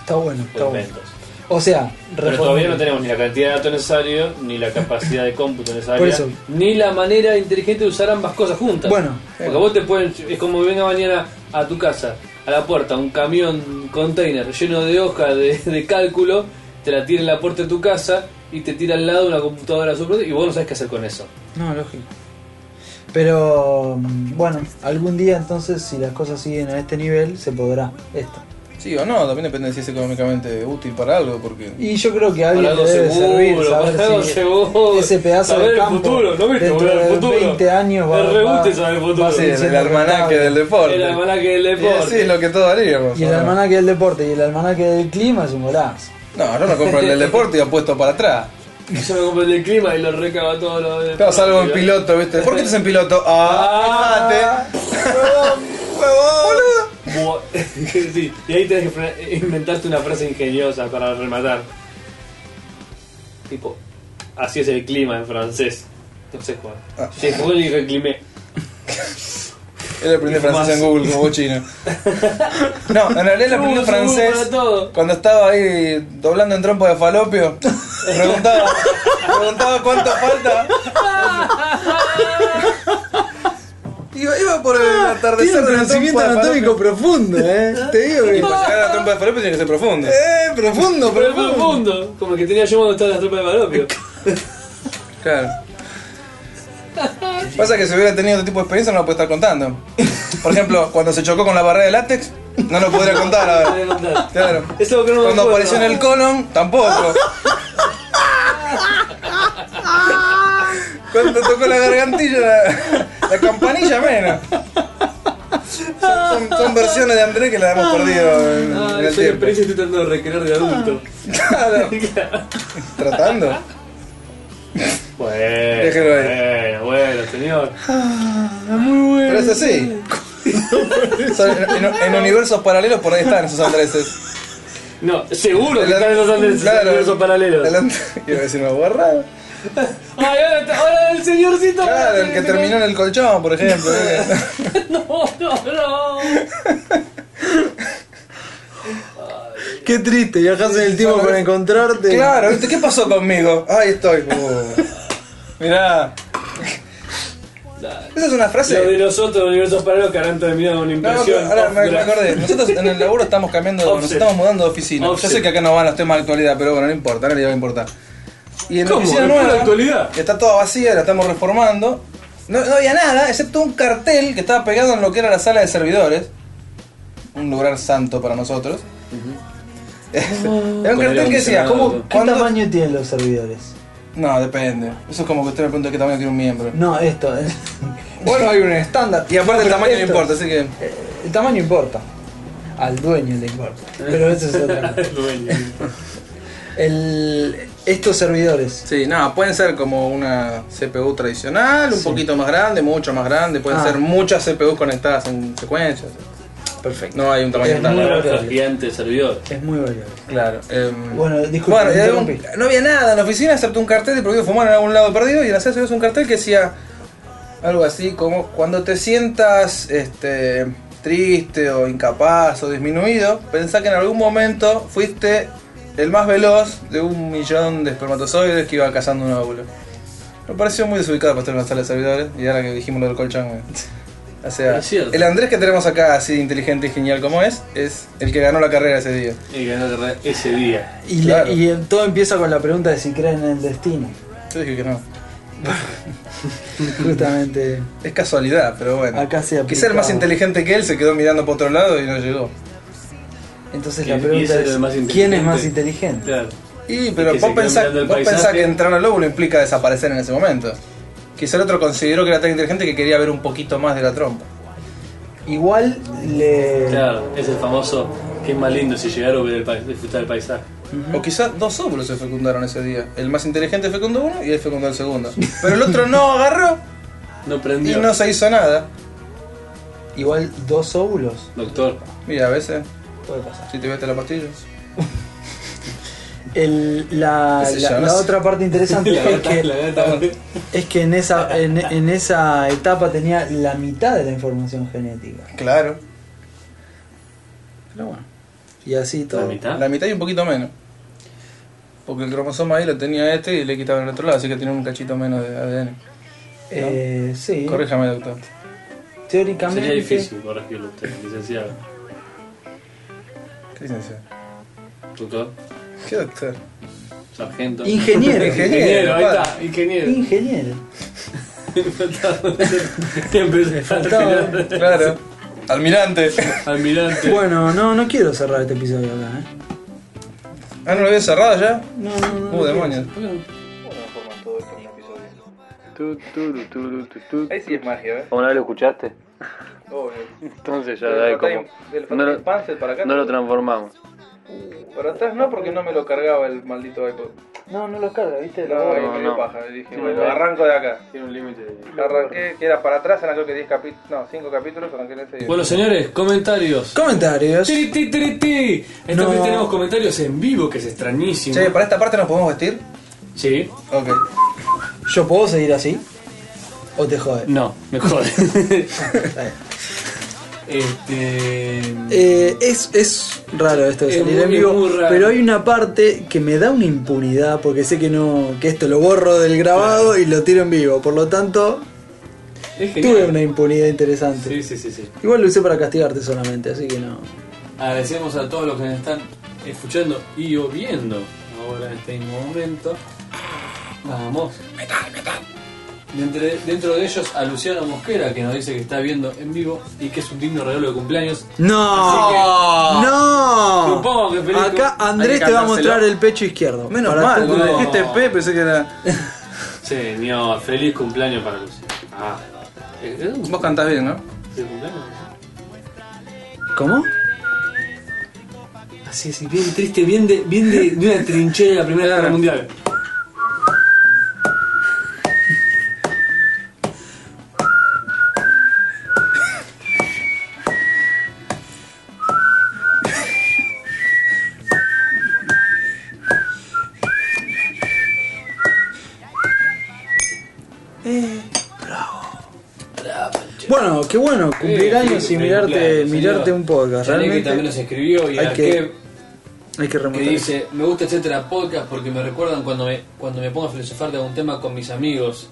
S2: Está bueno, está
S3: de
S2: bueno.
S3: eventos.
S2: O sea,
S3: Pero
S2: reform-
S3: todavía no tenemos ni la cantidad de datos necesaria, ni la capacidad de cómputo necesaria,
S2: Por eso.
S3: ni la manera inteligente de usar ambas cosas juntas.
S2: Bueno. eh.
S3: porque vos te pueden, es como que venga mañana a tu casa, a la puerta, un camión container lleno de hojas de, de cálculo, te la tira en la puerta de tu casa y te tira al lado una computadora super y vos no sabes qué hacer con eso.
S2: No, lógico. Pero mm, bueno, algún día entonces, si las cosas siguen a este nivel, se podrá esto.
S1: Sí o no, también depende de si es económicamente útil para algo, porque.
S2: Y yo creo que a
S3: Para
S2: alguien
S3: algo
S2: le debe
S3: seguro,
S2: servir
S3: (laughs) para algo
S2: saber si
S3: seguro.
S2: ese pedazo
S3: Saber
S2: de
S3: el
S2: campo
S3: futuro, ¿no viste?
S2: dentro
S3: Boludo, el
S2: de
S3: futuro.
S2: 20 años va,
S3: Es re
S2: va-
S3: útil saber el futuro.
S2: va a
S1: Sí,
S2: seguir
S1: el, el
S2: siendo
S1: almanaque
S2: rentable.
S1: del deporte.
S3: El almanaque del
S1: Y
S3: deporte.
S1: así es Eh, lo que todos haríamos.
S2: Y el
S1: ¿no?
S2: almanaque del deporte y el almanaque del clima es un golazo.
S1: No, yo no compro el del deporte y apuesto para atrás.
S3: (laughs) Yo me compré el del clima y lo recaba todo lo de.
S1: Claro, salgo en piloto, ¿viste? ¿Por qué estás en piloto? ¡Ah! ¡Mate! ¡Boludo!
S3: Buah, (laughs) sí, y ahí tenés que fra- inventarte una frase ingeniosa para rematar. Tipo, así es el clima en francés. No sé cuál.
S1: Ah.
S3: Se jugó y dijo climé.
S1: Él aprendió
S3: Y fumás.
S1: francés en Google como vos chino. No, en realidad él aprendió
S3: Uh, seguro
S1: francés
S3: para todo.
S1: cuando estaba ahí doblando en trompo de falopio. Preguntaba, preguntaba cuánto falta. Iba, iba por el atardecer
S2: Ah, Tiene un
S1: del trompo
S2: conocimiento
S1: de falopio.
S2: anatómico profundo, ¿eh? Te digo
S1: Y
S2: que...
S1: para llegar a la trompa de falopio tiene que ser profundo.
S2: Eh, profundo,
S3: Pero el
S2: profundo.
S3: profundo, como el que tenía yo cuando estaba en la tropa de Balopio.
S1: (laughs) Claro. Pasa que si hubiera tenido otro tipo de experiencia no lo puede estar contando. Por ejemplo, cuando se chocó con la barrera de látex, no lo podría contar
S3: Te voy a
S1: ahora.
S3: contar.
S1: Claro.
S3: Es algo que no me
S1: Cuando
S3: acuerdo.
S1: apareció en el colon, tampoco. Cuando tocó la gargantilla, la, la campanilla menos. Son, son- son versiones de Andrés que la hemos perdido en, en
S3: Ah,
S1: el
S3: soy
S1: tiempo.
S3: experiencia estoy tratando de recrear de adulto. (laughs)
S1: Claro, tratando.
S3: Bueno,
S1: Déjelo ahí.
S3: bueno, bueno, señor.
S1: Pero es
S3: (laughs)
S1: así. Son- en, en universos paralelos por ahí están esos Andreses.
S3: No, seguro que están esos Andes-
S1: Claro.
S3: esos paralelos.
S1: Delante- (laughs) Iba a decir una borrada.
S3: Ay, ahora, te- ahora el señorcito.
S1: Claro, el que terminó en el colchón, por ejemplo.
S3: (laughs)
S1: eh.
S3: No, no, no.
S2: Qué triste, viajas en el tiempo para encontrarte.
S1: claro, ¿viste? ¿qué pasó conmigo? Ahí estoy. Uh. Mirá. Esa es una
S3: Lo de
S1: frase.
S3: nosotros, los universos paralelos, que harán terminado una
S1: No, no,
S3: impresión.
S1: pero ahora me,
S3: off
S1: me
S3: gra-
S1: acordé. Nosotros en el laburo estamos cambiando, nos
S3: Offset.
S1: estamos mudando de oficina.
S3: Offset.
S1: Yo sé que acá no van los temas de actualidad, pero bueno, no importa, ahora le va a importar. Y en la
S3: ¿Cómo?
S1: oficina
S3: ¿En pura
S1: nueva,
S3: actualidad?
S1: que está toda vacía, la estamos reformando. No, no había nada, excepto un cartel que estaba pegado en lo que era la sala de servidores. Un lugar santo para nosotros. Era un
S3: Con aire
S1: cartel que decía,
S3: acondicionado.
S1: ¿cómo,
S2: ¿Qué
S1: cuándo-
S2: tamaño tienen los servidores?
S1: No, depende. Eso es como que usted me pregunta qué tamaño tiene un miembro.
S2: No, esto.
S3: (laughs)
S2: El,
S1: Bueno, hay un estándar. Y aparte el
S2: No, pero
S1: tamaño no
S2: esto- eh,
S1: importa, así que...
S2: el tamaño importa. Al dueño le importa. Pero eso es
S3: (laughs)
S2: otra cosa.
S3: Dueño.
S2: El- Estos servidores.
S1: Sí, no, pueden ser como una CPU tradicional, un poquito más grande, mucho más grande, pueden
S2: Ah.
S1: ser muchas CPU conectadas en secuencias.
S2: Perfecto.
S1: No hay un tamaño
S2: Es
S1: estándar.
S2: muy-
S3: Naranja gigante de servidor.
S2: Es muy variable.
S1: Claro. em,
S2: Bueno, disculpe,
S1: bueno,
S2: te
S1: y había un-
S2: interrumpí.
S1: no había nada en la oficina excepto un cartel de prohibido fumar en algún lado perdido y en la sala es un cartel que decía algo así como cuando te sientas este triste o incapaz o disminuido, pensá que en algún momento fuiste el más veloz de un millón de espermatozoides que iba cazando un óvulo. Me pareció muy desubicado para estar en la sala de servidores y ahora que dijimos lo del colchón. me- O sea,
S3: Es cierto.
S1: el Andrés que tenemos acá, así inteligente y genial como es, es el que ganó la carrera ese día.
S3: Y ganó la carrera ese día.
S2: Y,
S1: Claro.
S2: la- y el- todo empieza con la pregunta de si creen en el destino.
S1: Yo dije que no.
S2: Justamente.
S1: Es casualidad, pero bueno.
S2: Acá se
S1: Quizá el
S2: aplicaba.
S1: más inteligente que él se quedó mirando para otro lado y no llegó.
S2: Entonces
S3: Y-
S2: la
S3: y ese
S2: pregunta
S3: era el más
S2: es: ¿quién es
S3: inteligente.
S2: más inteligente?
S3: Claro.
S1: Y pero
S3: que se
S1: vos
S3: quedó
S1: pensás,
S3: mirando el
S1: vos pensás
S3: paisaje.
S1: que entrar al óvulo implica desaparecer en ese momento. Quizá el otro consideró que era tan inteligente que quería ver un poquito más de la trompa.
S2: Igual le.
S3: Claro, es el famoso. Qué más lindo si llegar a ver el paisaje, disfrutar el paisaje.
S1: O quizá dos óvulos se fecundaron ese día. El más inteligente fecundó uno y él fecundó el segundo. Pero el otro no agarró
S3: No
S1: y
S3: prendió.
S1: no se hizo nada.
S2: Igual dos óvulos.
S3: Doctor.
S1: Mira, a veces,
S2: Puede pasar.
S1: si te vete la pastilla.
S2: El- la,
S1: Qué sé
S2: la-
S1: yo, no
S2: la
S1: sé.
S2: otra parte interesante
S3: (laughs) La
S2: es,
S3: gata,
S2: que,
S3: la gata.
S2: es que en esa en, en esa etapa tenía la mitad de la información genética.
S1: Claro. Pero bueno.
S2: Y así
S3: ¿La
S2: todo.
S3: mitad?
S1: La mitad y un poquito menos. Porque el cromosoma ahí lo tenía este y le quitaban el otro lado, así que tiene un cachito menos de ADN.
S2: Eh, sí.
S1: Corríjame, doctor.
S2: Teóricamente.
S3: Sería difícil corregirlo usted, licenciado.
S1: ¿Qué licenciado?
S3: Tutor,
S1: ¿Qué
S2: (laughs)
S1: doctor?
S3: sargento.
S2: Ingeniero.
S3: Ingeniero, ahí
S1: papá.
S3: está, ingeniero.
S2: Ingeniero.
S3: (laughs) Siempre
S2: Faltaba.
S3: faltaba.
S1: Claro. Almirante.
S3: Almirante.
S2: Bueno, no, no quiero cerrar este episodio acá, ¿eh?
S1: Ah, no lo había cerrado ya.
S2: No, no, no, no.
S1: Uh, demonios. Ahí sí es magia, ¿eh? Oh,
S11: ¿Una vez lo escuchaste?
S1: Obvio.
S11: Entonces ya
S1: Del
S11: sabes
S1: Fatay-
S11: cómo.
S1: del
S11: No
S1: Fatay
S11: lo,
S1: Pansel para acá.
S11: no lo transformamos.
S1: Para atrás no, porque no me lo cargaba el maldito iPod.
S2: No, no lo carga, ¿viste?
S1: No,
S11: no,
S1: me
S11: no.
S1: paja. Y dije,
S11: Sí,
S1: bueno,
S11: no.
S1: arranco de acá.
S11: Tiene un límite de.
S1: Arranqué, que era para atrás, eran creo que 10 capítulos, no, 5 capítulos, arranqué en ese.
S3: Bueno, señores, comentarios.
S2: Comentarios.
S3: Tiri, ti, tiri, ti. Esta
S2: No.
S3: vez tenemos comentarios en vivo, que es extrañísimo.
S1: che, para esta parte nos podemos vestir.
S3: Sí.
S1: Ok.
S2: ¿Yo puedo seguir así? ¿O te jode?
S3: No, mejor. (laughs)
S2: Está bien.
S3: este.
S2: Eh, es, es raro esto de
S3: Es
S2: salir
S3: muy-
S2: en vivo,
S3: muy raro.
S2: pero hay una parte que me da una impunidad porque sé que no que esto lo borro del grabado y lo tiro en vivo, por lo tanto
S3: Es
S2: tuve
S3: genial.
S2: una impunidad interesante.
S3: Sí, sí, sí, sí.
S2: Igual lo usé para castigarte solamente, así que no.
S3: Agradecemos a todos los que nos están escuchando y o viendo ahora en este momento. Vamos. De entre- dentro de ellos a Luciano Mosquera, que nos dice que está viendo en vivo y que es un digno regalo de cumpleaños. Así
S2: No,
S3: que-
S2: no.
S3: Supongo que película-
S2: Ah, Acá
S1: Hay
S2: Andrés
S1: que
S2: te va a
S1: cantárselo.
S2: mostrar el pecho izquierdo.
S1: Menos
S2: Para
S1: mal,
S2: tu-
S1: cuando
S3: No.
S1: dijiste P pensé que era.
S3: Señor, feliz cumpleaños para Luciano. Ah, ¿es es un
S1: Vos cantás bien, ¿no?
S3: feliz cumpleaños?
S2: ¿Cómo?
S3: Así es, bien triste, bien de, bien de, de una trinchera de la Primera Guerra Mundial.
S2: Bueno, qué bueno cumplir años y mirarte mirarte un podcast.
S3: Realmente
S2: Realmente
S3: también nos escribió y
S2: hay
S3: a
S2: que-
S3: Kev,
S2: hay que
S3: que
S2: remontar.
S3: dice, me gusta etcétera podcast porque me recuerdan cuando me, cuando me pongo a filosofar de algún tema con mis amigos.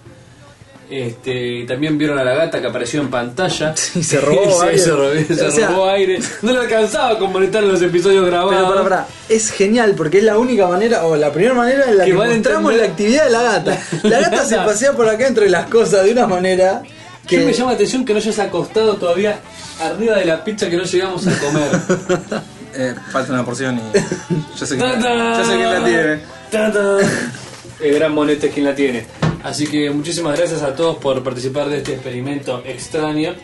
S3: Este, y también vieron a la gata que apareció
S2: (laughs)
S3: en pantalla.
S2: Y se robó
S3: (laughs) Sí,
S2: aire.
S3: se robó, se
S2: O sea-
S3: robó aire. No le alcanzaba con molestar los episodios grabados.
S2: Pero para, para, es genial porque es la única manera, o la primera manera en la
S3: Que
S2: que,
S3: van a
S2: mostramos
S3: entender-
S2: la actividad de la gata. La gata
S3: (laughs)
S2: se pasea por acá entre las cosas de una manera
S3: Sí me
S2: que.
S3: llama la atención que no hayas acostado todavía arriba de la pizza que no llegamos a
S11: (laughs)
S3: comer.
S1: Eh, falta una porción y. Yo sé quién,
S3: ¡Tadá!
S1: yo sé quién la tiene.
S3: ¡Tadá!
S11: El gran monete es quien la tiene.
S3: Así que muchísimas gracias a todos por participar de este experimento extraño.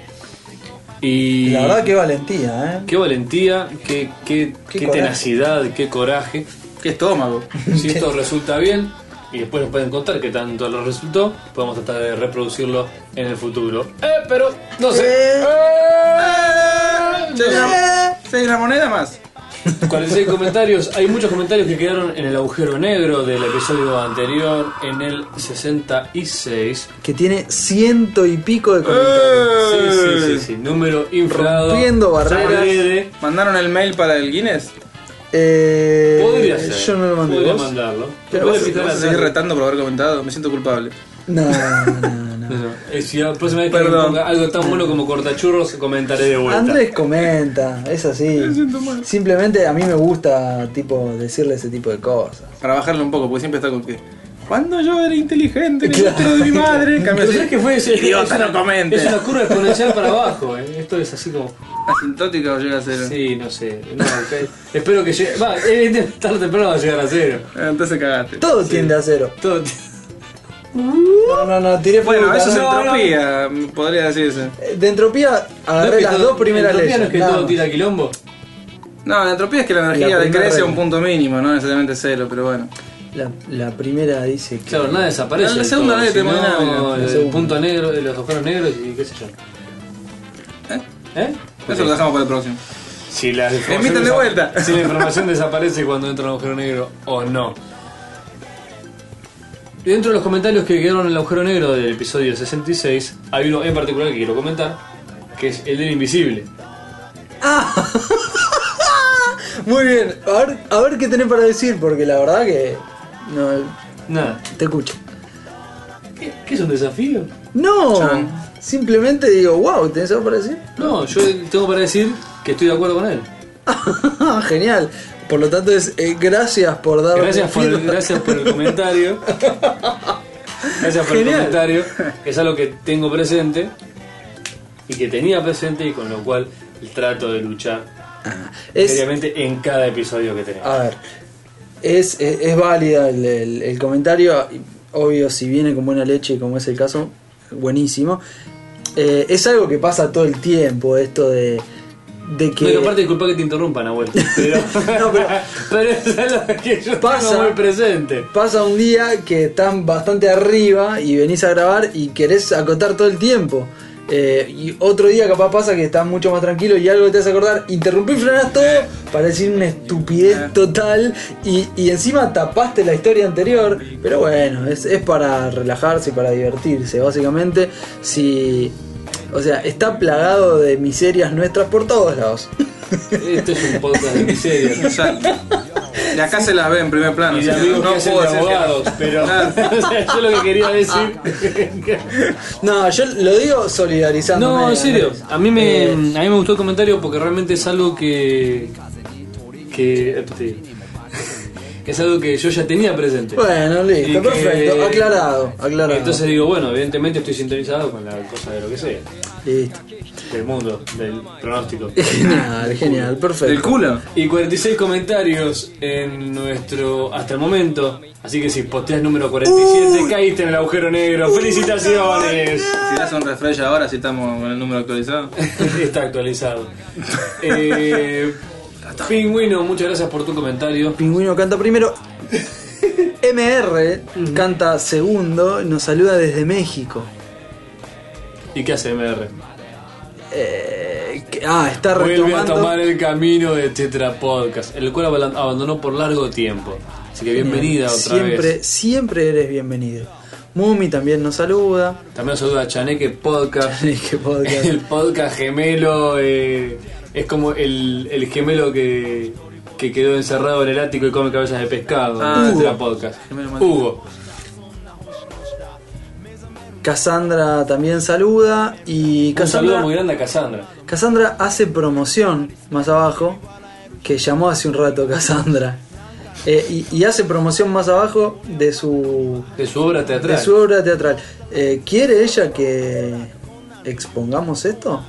S3: Y
S2: La verdad que valentía, ¿eh?
S3: qué valentía, qué, qué,
S2: Qué
S3: qué
S2: coraje.
S3: tenacidad, qué coraje.
S1: Qué estómago.
S3: Si esto resulta bien, y después nos pueden contar qué tanto les resultó, podemos tratar de reproducirlo en el futuro. Eh, pero no sé.
S2: Eh.
S3: Eh, no
S1: Che,
S3: sé.
S1: una- che, una moneda más.
S3: 46 comentarios. Hay muchos comentarios que quedaron en el agujero negro del episodio anterior, en el 66.
S2: Que tiene ciento y pico de comentarios.
S3: Sí, sí, sí, sí. Número inflado.
S2: Rompiendo barreras.
S3: Adrede.
S1: ¿Mandaron el mail para el Guinness?
S2: Eh,
S3: Podría ser.
S2: Yo no lo mandé.
S3: Podría
S2: ¿vos?
S3: mandarlo.
S2: Pero
S3: Puede
S2: vos-
S3: pitar
S1: ¿Vas a
S3: la
S1: seguir
S3: tarde.
S1: retando por haber comentado? Me siento culpable.
S2: No, no, no.
S3: Eh, Si la próxima vez que me
S1: Perdón.
S3: ponga algo tan bueno como cortachurros, comentaré de vuelta.
S2: Andrés comenta, es así. Simplemente a mí me gusta tipo decirle ese tipo de cosas.
S1: Para bajarle un poco, porque siempre está con que. Cuando yo era inteligente, en el
S2: Claro.
S1: útero de mi madre. En cambio,
S3: Pero
S1: así,
S3: ¿sabes qué fue? Es-
S1: Idiota,
S3: es una-
S1: no comente.
S3: Es una curva exponencial para abajo. eh. Esto es así como.
S1: asintótica o llega a cero.
S3: Sí, no sé. No, ok. Espero que llegue. Va, eh, tarde o temprano va a llegar a cero.
S1: Eh, Entonces cagaste.
S2: Todo tiende a cero.
S3: Todo-
S2: No, no, no, tiré por
S1: Bueno,
S2: el
S1: eso es
S2: carajo.
S1: entropía, podría decirse.
S2: De entropía agarré
S3: que
S2: las
S3: todo-
S2: dos primeras
S3: entropía
S2: leyes.
S3: no es que
S2: nada
S3: todo
S2: más.
S3: tira quilombo.
S1: No, la entropía es que la
S2: La
S1: energía
S2: primera
S1: decrece a
S2: regla.
S1: un punto mínimo, no necesariamente cero, pero bueno.
S2: La, la primera dice que.
S3: Claro, nada desaparece.
S1: La
S3: del
S1: segunda
S3: todo,
S1: ley de
S3: si no,
S1: termodinámica.
S3: El,
S2: La segunda.
S3: punto negro, de los agujeros negros y qué sé yo.
S1: ¿Eh?
S3: ¿Eh?
S1: Eso lo dejamos para el próximo.
S3: Si la, información
S1: Emítanle
S3: desa-
S1: vuelta.
S3: si la información desaparece cuando entra un agujero negro o no. Dentro de los comentarios que quedaron en el agujero negro del episodio 66, hay uno en particular que quiero comentar, que es el del invisible.
S2: Ah. (laughs) Muy bien, a ver, a ver qué tenés para decir, porque la verdad que. No,
S3: Nada.
S2: te escucho.
S3: ¿Qué, qué es un desafío?
S2: No,
S1: Chan.
S2: simplemente digo, wow, ¿tenés algo para decir? (laughs)
S3: No, yo tengo para decir que estoy de acuerdo con él.
S2: Genial. Por lo tanto, es eh, gracias por darme.
S3: Gracias por, el,
S2: feedback.
S3: gracias por el comentario. Gracias por
S2: Genial.
S3: el comentario. Es algo que tengo presente y que tenía presente y con lo cual el trato de luchar
S2: Es, Ah,
S3: seriamente en cada episodio que tenemos.
S2: a ver, es, es, es válida el, el- el comentario. Obvio, si viene con buena leche, como es el caso, buenísimo. Eh, es algo que pasa todo el tiempo, esto de, de que.
S3: No, y aparte, disculpa que te
S2: (laughs)
S3: interrumpa, Nahuel. Pero,
S2: No, pero-
S3: pero es algo que yo
S2: Pasa.
S3: tengo muy presente.
S2: Pasa un día que están bastante arriba y venís a grabar y querés acotar todo el tiempo. Eh, y otro día capaz pasa que estás mucho más tranquilo y algo te hace acordar, interrumpí y frenás todo para decir una estupidez total y, y encima tapaste la historia anterior. Pero bueno, es, es para relajarse y para divertirse. Básicamente, si... O sea, está plagado de miserias nuestras por todos lados. (laughs)
S3: Esto es un podcast de
S1: O
S3: miseria.
S1: sea, de acá se las ve en primer plano.
S3: Y
S1: o
S3: de
S1: sea,
S3: amigos que hacen de
S1: decir que no.
S3: abogados, pero.
S2: Ah.
S1: Claro.
S3: (laughs) o sea, yo lo que quería decir.
S2: No, yo lo digo solidarizándome.
S3: No, en serio.
S2: Andrés.
S3: A mí me,
S2: Eh,
S3: a mí me gustó el comentario porque realmente es algo que. que. te- que (laughs) es algo que yo ya tenía presente.
S2: Bueno,
S3: Y
S2: listo,
S3: que-
S2: perfecto, aclarado, aclarado.
S3: Entonces digo, bueno, evidentemente estoy sintonizado con la cosa de lo que sea,
S2: listo. (laughs)
S3: del mundo, del pronóstico.
S2: Genial, genial,
S1: ¿Del
S2: perfecto.
S1: culo?
S3: Y 46 comentarios en nuestro. hasta el momento. Así que si posteas número 47, caíste en el agujero negro. ¡Felicitaciones!
S1: Si das un refresh ahora, si estamos con el número actualizado.
S3: (laughs)
S2: (laughs)
S3: Está actualizado. Eh, Pingüino, muchas gracias por tu comentario.
S2: Pingüino canta
S3: (laughs)
S2: primero. MR canta segundo, nos saluda desde México.
S3: ¿Y qué hace MR?
S2: Eh, que- ah, está
S3: Vuelve a
S2: retomando.
S3: tomar el camino de Tetra Podcast, el cual abalan- abandonó por largo tiempo. Así que bienvenida otra
S2: siempre,
S3: vez.
S2: Siempre eres bienvenido. Mumi también nos saluda. (laughs)
S3: También saluda a Chaneque (laughs) Podcast,
S2: Qué podcast.
S3: el podcast gemelo. eh, es como el, el gemelo que, que quedó encerrado en el ático y come cabezas de pescado.
S1: Ah,
S3: Tetra
S1: Hugo.
S3: Podcast.
S1: Gemelo maldito.
S3: Hugo.
S2: Cassandra también saluda. Y
S3: Un saludo
S2: Cassandra,
S3: muy grande a Cassandra.
S2: Cassandra hace promoción más abajo, que llamó hace un rato Cassandra. Eh, y, y hace promoción más abajo de su,
S3: De su obra teatral.
S2: de su obra teatral. Eh, ¿Quiere ella que expongamos esto?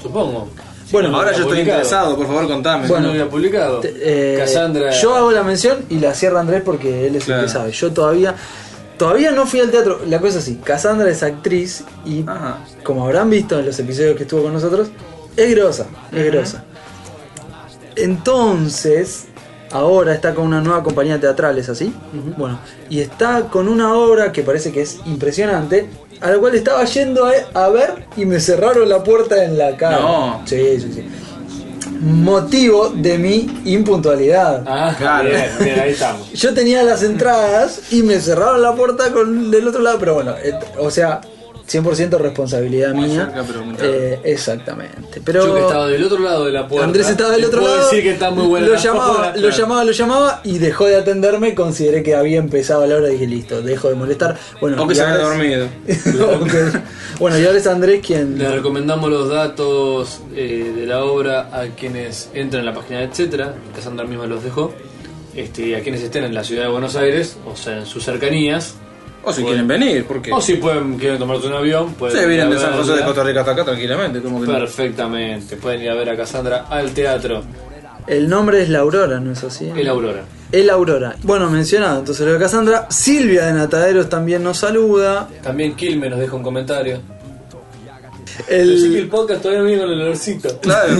S3: Supongo. Si
S2: Bueno,
S3: no lo
S1: Ahora yo
S3: hubiera
S1: estoy
S3: publicado.
S1: interesado, por favor contame.
S3: Bueno,
S2: Bueno,
S3: no había publicado.
S2: Te- eh,
S3: Cassandra.
S2: Yo hago la mención y la cierra Andrés porque él es
S1: Claro.
S2: el que sabe. Yo todavía, todavía no fui al teatro. La cosa es así, Cassandra es actriz y
S1: Ajá.
S2: como habrán visto en los episodios que estuvo con nosotros, es grosa, es grosa. Entonces, ahora está con una nueva compañía teatral, ¿es así? Bueno, y está con una obra que parece que es impresionante, a la cual estaba yendo a, a ver y me cerraron la puerta en la cara.
S1: No.
S2: Sí, sí, sí. Motivo de mi impuntualidad.
S3: Ah,
S1: Claro.
S3: bien, bien, ahí estamos.
S2: Yo tenía las entradas y me cerraron la puerta con del otro lado, pero bueno, et- o sea, 100% responsabilidad
S1: Muy
S2: mía.
S1: cerca, pero muy
S2: Eh, exactamente. Pero
S3: Yo que estaba del otro lado de la puerta.
S2: Andrés estaba del
S3: te
S2: otro
S3: puedo
S2: lado.
S3: decir que está muy buena
S2: lo
S3: la
S2: llamaba,
S3: obra.
S2: lo llamaba, lo llamaba y dejó de atenderme. Consideré que había empezado la hora y dije, listo, dejo de molestar. Bueno,
S1: O que
S2: y
S1: se
S2: ahora
S1: había
S2: es-
S1: dormido.
S2: (laughs) O que- bueno, y ahora es Andrés quien.
S3: Le recomendamos los datos eh, de la obra a quienes entran en la página, etcétera. Cassandra misma los dejó. Este, a quienes estén en la ciudad de Buenos Aires, o sea, en sus cercanías.
S1: O si quieren venir, porque.
S3: O si pueden, quieren tomarse un avión, pueden.
S1: Se
S3: ir
S1: vienen
S3: a
S1: de San José de
S3: verla.
S1: Costa Rica hasta acá tranquilamente. Como que
S3: Perfectamente, pueden ir a ver a Cassandra al teatro.
S2: El nombre es La Aurora, ¿no es así?
S3: El Aurora.
S2: El Aurora. Bueno, mencionado entonces lo de Cassandra. Silvia de Nataderos también nos saluda.
S3: También Quilme nos deja un comentario. Así que el
S2: El,
S3: podcast todavía no viene con el olorcito. (laughs)
S1: Claro.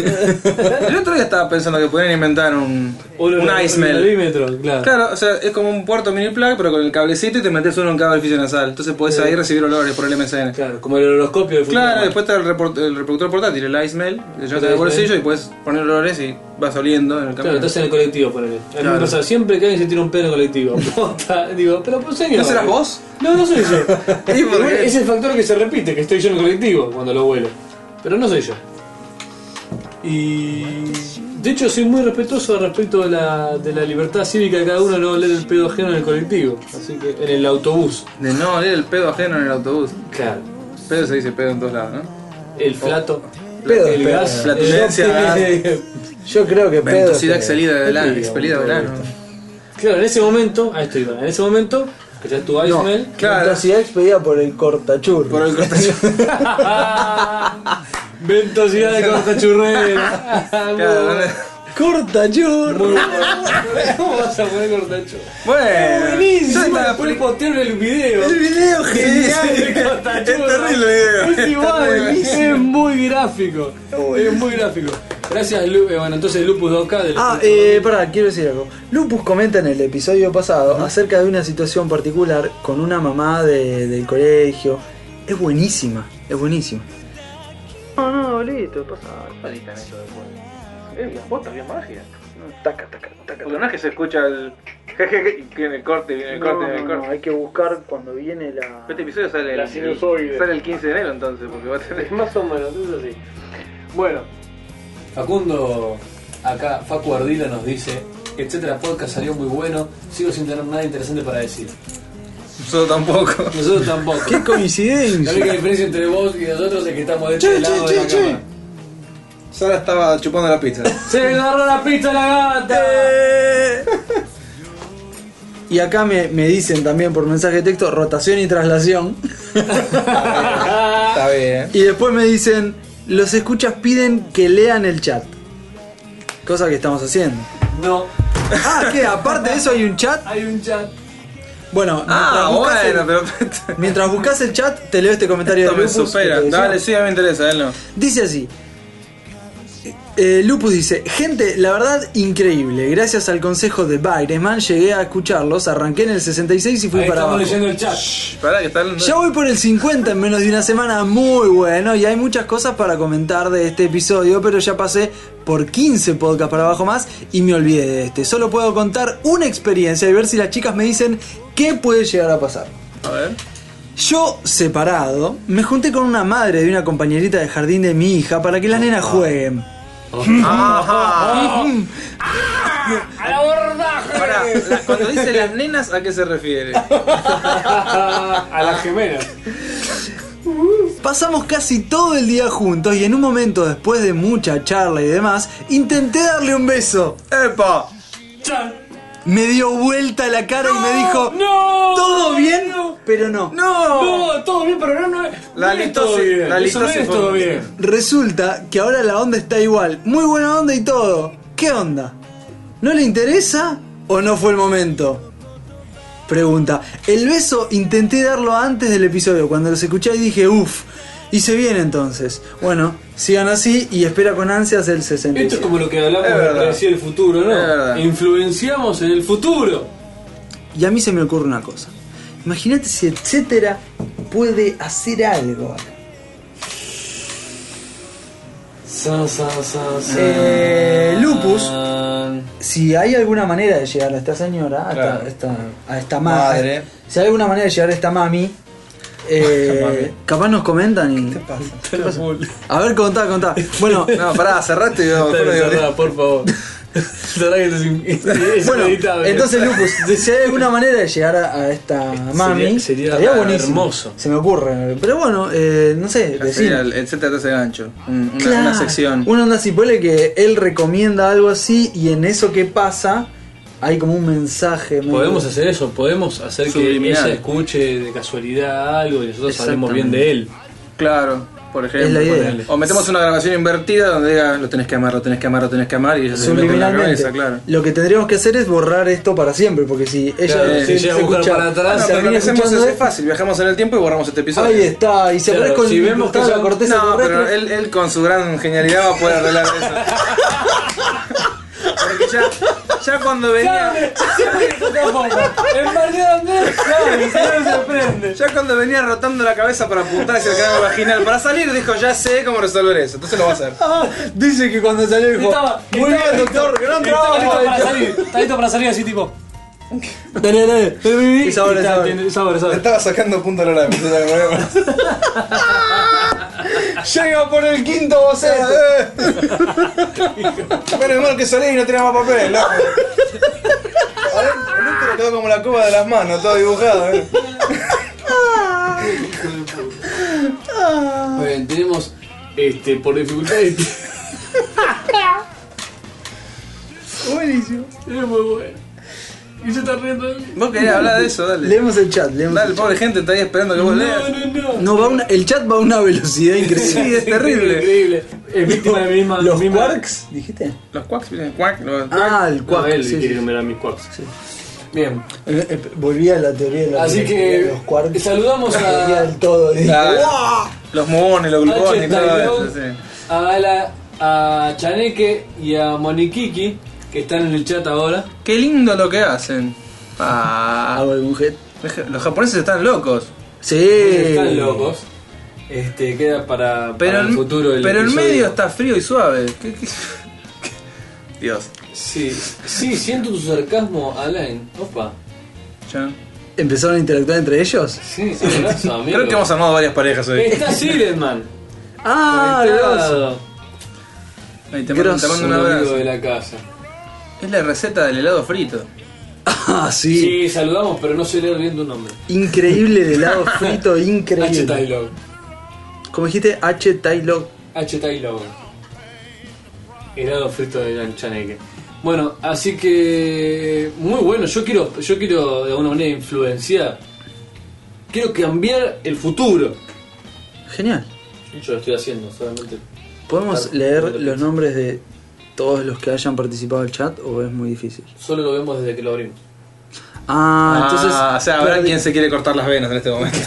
S1: El otro día estaba pensando que podrían inventar un. Un ice melt.
S3: milímetro, claro.
S1: Claro, o sea, es como un puerto mini plug, pero con el cablecito y te metes uno en cada orificio nasal. Entonces podés ahí recibir olores por el MSN.
S3: Claro, como el horoscopio de futuro.
S1: Claro, después está el, report- el reproductor portátil, el ice mail, le llevas en el
S3: ice
S1: bolsillo
S3: mail.
S1: y puedes poner olores y vas oliendo en el
S3: Claro,
S1: camino.
S3: estás en el colectivo, ponele. A mí me
S1: Claro.
S3: pasa siempre que alguien se tira un pedo en el colectivo. (laughs) Posta, digo, pero pues señor.
S1: ¿No serás vos?
S3: No,
S1: (laughs)
S3: no soy yo.
S1: ¿Y por qué?
S3: es el factor que se repite, que estoy yo en el colectivo cuando lo vuelo. Pero no soy yo. Y. De hecho, soy muy respetuoso respecto de la, de la libertad cívica de cada uno de no oler el pedo ajeno en el colectivo. Así que, en el autobús.
S1: De no oler el pedo ajeno en el autobús.
S3: Claro.
S1: Pedo se dice pedo en todos lados, ¿no?
S3: El flato.
S2: Pedo,
S3: el
S2: pedo.
S3: gas.
S1: Flatulencia,
S3: el- (laughs)
S2: Yo creo que pedo.
S1: Ventosidad exhalida de la,
S3: Pedo.
S1: expelida de ano.
S3: Claro, en ese momento, ahí estoy, en ese momento, que ya tu
S2: No.
S3: Ismael. (laughs)
S1: Claro,
S2: Ventosidad expedida por el cortachurro.
S1: por el cortación.
S3: Ventosidad de cortachurrera.
S1: (laughs) Claro, ¿dónde?
S2: ¡Cortachurro!
S3: ¿Cómo vas a poner cortacho?
S1: Bueno,
S2: Buenísimo.
S1: Eh, yo estaba
S3: Puedes postearlo en el video.
S2: ¡El video
S3: (laughs) Sí,
S2: genial!
S3: cortachurro.
S1: Es terrible, Diego.
S3: Es igual,
S1: Está terrible.
S3: es muy gráfico. Es muy gráfico. Gracias, Lu- eh, bueno, entonces Lupus 2K del
S2: Ah, eh, pará, quiero decir algo. Lupus comenta en el episodio pasado acerca de una situación particular con una mamá de- del colegio. Es buenísima, es buenísima.
S9: No, no, bolito, pasa. Palita en eso después. Eh, las botas, bien magia. Taca, taca, taca.
S1: Porque no es que se escucha el jejeje y viene el corte, viene el corte, viene el corte.
S2: hay que buscar cuando viene la.
S1: Este episodio sale el,
S6: La sinusoide.
S1: sale el 15 de enero entonces, porque va a (laughs) tener...
S6: Más o menos, eso sí. Bueno,
S3: Facundo, acá, Facu Ardila nos dice, etcétera, podcast salió muy bueno, sigo sin tener nada interesante para decir.
S1: Nosotros tampoco.
S3: Nosotros tampoco.
S2: ¡Qué
S3: La
S2: coincidencia!
S3: única diferencia entre vos y nosotros es que estamos de este
S2: Che,
S3: lado
S2: che,
S3: de la
S2: che,
S3: cama.
S1: Sara estaba chupando la pizza.
S3: ¡Se agarró la pista la gata!
S2: Y acá me, me dicen también por mensaje de texto rotación y traslación.
S1: Está bien.
S2: Y después me dicen, los escuchas piden que lean el chat. Cosa que estamos haciendo.
S3: No,
S2: Ah, ¿qué? Aparte de eso hay un chat.
S3: hay un chat.
S2: Bueno,
S1: Ah,
S2: mientras,
S1: bueno,
S2: buscas,
S1: pero... (laughs)
S2: el, mientras buscas el chat, te leo este comentario
S1: Esto
S2: de
S1: me
S2: Lupus. que te
S1: supera.
S2: decía.
S1: Dale, sí, a mí me interesa, él no.
S2: Dice así. Eh, Lupus dice, gente, la verdad increíble, gracias al consejo de Bireman llegué a escucharlos, arranqué en el 66 y fui
S3: Ahí
S2: para
S3: estamos
S2: abajo.
S3: leyendo el chat.
S1: Pará, que está hablando...
S2: Ya voy por el 50 en menos de una semana, muy bueno, y hay muchas cosas para comentar de este episodio, pero ya pasé por 15 podcasts para abajo más y me olvidé de este. Solo puedo contar una experiencia y ver si las chicas me dicen qué puede llegar a pasar.
S1: A ver.
S2: Yo, separado, me junté con una madre de una compañerita de jardín de mi hija para que las nenas jueguen.
S1: (laughs) Ajá.
S3: ¡A la bordaje!
S1: Pará, la- cuando dice las nenas, ¿a qué se (laughs) refiere?
S3: A las gemelas.
S2: Pasamos casi todo el día juntos y en un momento después de mucha charla y demás, intenté darle un beso.
S1: ¡Epa!
S3: ¡Chan!
S2: Me dio vuelta la cara y me dijo,
S3: ¡No!
S2: todo bien,
S3: ¡No!
S2: pero no.
S1: ¡No!
S3: No, todo bien, pero no, no es.
S1: La
S3: no
S1: litosis-
S3: es todo bien.
S1: la
S3: Eso no
S1: litosis
S3: es
S1: fue-
S3: todo bien.
S2: Resulta que ahora la onda está igual, muy buena onda y todo. ¿Qué onda? ¿No le interesa o no fue el momento? Pregunta. El beso intenté darlo antes del episodio, cuando los escuché y dije, uff, hice bien entonces. Bueno, sigan así y espera con ansias el 60.
S3: Esto es como lo que hablamos
S1: Es
S3: de
S1: verdad.
S3: predecir el futuro,
S1: Es verdad.
S3: ¿no? Influenciamos en el futuro.
S2: Y a mí se me ocurre una cosa. Imagínate si etcétera puede hacer algo. acá.
S3: Sa, sa, sa, sa.
S2: Eh, Lupus, si hay alguna manera de llegar a esta señora, a,
S1: Claro.
S2: esta, esta- a esta ma-
S1: Madre.
S2: si hay alguna manera de llegar a esta mami, eh, capaz nos comentan y. ¿Qué pasa? A ver, contá, contá. Bueno,
S1: No, pará, cerraste y
S3: Está bien
S1: yo...
S3: cerrada, por favor. (laughs) Cerrá que esto es in- es
S2: bueno
S3: inevitable.
S2: entonces,
S3: (laughs)
S2: Lupus, si hay alguna manera de llegar a, a esta mami,
S3: sería
S2: estaría buenísimo.
S3: hermoso.
S2: Se me ocurre. Pero bueno, eh, no sé, decime.
S1: Etcétera, te hace gancho. Un- Una,
S2: Claro.
S1: una sección.
S2: Una onda así, ponele que él recomienda algo así y en eso que pasa hay como un mensaje. medio-
S3: Podemos hacer eso, podemos hacer que
S1: Subliminal.
S3: ella escuche de casualidad algo y nosotros hablemos bien de él.
S1: Claro, por ejemplo.
S2: Es la idea.
S1: ponele. O metemos una grabación invertida donde diga lo tenés que amar, lo tenés que amar, lo tenés que amar y ella se mete en la
S2: subliminalmente.
S1: cabeza, claro.
S2: Lo que tendríamos que hacer es borrar esto para siempre, porque si ella
S3: Claro,
S2: se
S3: si llega a buscar para atrás,
S1: Ah, no, pero lo
S2: se
S1: que
S2: termina
S1: hacemos
S2: escuchando
S1: es, es fácil, viajamos en el tiempo y borramos este episodio.
S2: Ahí está, y se
S3: Claro,
S2: aparece con
S3: si vemos que
S2: toda la
S3: son-
S2: corteza
S1: No,
S2: terrestre.
S1: pero él, él con su gran genialidad va a poder arreglar eso. Porque ya, ya cuando venía, ya cuando venía rotando la cabeza para apuntar hacia el canal vaginal para salir, dijo ya sé cómo resolver eso, entonces lo va a hacer.
S2: Ah, (laughs) dice que cuando salió dijo,
S3: Estaba-
S2: muy
S3: estaba-
S2: bien doctor, gran
S3: Está listo para
S2: trabajo.
S3: salir, está listo para salir
S2: (laughs)
S3: así tipo.
S2: Dale, dale,
S3: Y
S2: es ahora, es
S3: está-
S2: ahora.
S3: tiene- es ahora, es ahora.
S1: Estaba sacando punta a la hora de empezar a grabar. Llega por el quinto boceto. Menos mal que salí y no tenía más papel, loco. A ver, el último quedó como la copa de las manos, todo dibujado. ¿eh?
S2: Ah.
S3: Muy bien, tenemos este, por dificultad.
S2: (laughs) Buenísimo.
S3: es muy bueno. Y se está riendo de mí.
S1: Vos querés hablar de eso, dale.
S2: Leemos el chat, leemos
S1: Dale,
S2: el chat.
S1: pobre gente, está ahí esperando que vos leas.
S3: No, no, no.
S2: No, va una- el chat va a una
S3: (laughs)
S2: velocidad
S1: Sí,
S2: increíble.
S1: es
S2: (laughs)
S1: terrible.
S3: Increíble. Es víctima de mi misma.
S2: ¿Los
S3: misma-
S2: quarks? ¿Dijiste?
S1: Los quacks vienen quack, los
S2: Ah, el
S3: No,
S2: quark.
S3: él
S2: sí,
S3: quiere
S2: sí.
S3: numerar mis quarks. Bien.
S2: Eh, eh, Volví a la teoría de la-
S3: Así
S2: de
S3: que
S2: los quarks. (laughs)
S3: saludamos
S2: La teoría
S3: a
S2: del todo. dije,
S1: Claro.
S2: ¡guau!
S1: Los mubones, los glucones y todo eso,
S3: H.
S1: sí.
S3: a Ala, a Chaneque y a Monikiki, que están en el chat ahora.
S1: Qué lindo lo que hacen. Ah,
S2: Hago algún jet.
S1: los japoneses están locos.
S2: Sí.
S3: Están locos. Este, queda para, para
S1: Pero
S3: el,
S1: el,
S3: futuro el
S1: pero el
S3: episodio.
S1: medio está frío y suave. ¿Qué- qué- (laughs) qué? Dios.
S3: Sí, sí, siento tu sarcasmo, Alain. Opa.
S1: Ya.
S2: ¿Empezaron a interactuar entre ellos?
S3: Sí, sí, abrazo, amigo.
S1: Creo que hemos armado varias parejas hoy.
S3: Está Silverman.
S2: Ah, grosso.
S3: conectado,
S1: Ahí te mando, te
S2: grosso,
S1: mando un
S3: un amigo
S1: abrazo.
S3: de la casa.
S1: Es la receta del helado frito.
S2: (laughs) Ah,
S3: Sí.
S2: sí.
S3: saludamos, pero no sé leer bien tu nombre.
S2: Increíble el helado
S1: (laughs)
S2: frito,
S3: H.
S2: increíble.
S3: Taylor.
S2: Como dijiste, H. Taylor.
S3: H. Taylor. Helado frito de Lan Chaneque. Bueno, así que. Muy bueno, yo quiero, yo quiero de alguna manera influenciar. Quiero cambiar el futuro.
S2: Genial.
S3: Yo lo estoy haciendo, solamente.
S2: ¿Podemos
S3: Claro,
S2: leer
S3: no lo
S2: los
S3: pienso.
S2: nombres de todos los que hayan participado del chat o es muy difícil?
S3: Solo lo vemos desde que lo abrimos.
S2: Ah, entonces.
S1: Ah, o sea, habrá
S2: perdi-
S1: quien se quiere cortar las venas en este
S3: (laughs)
S1: momento.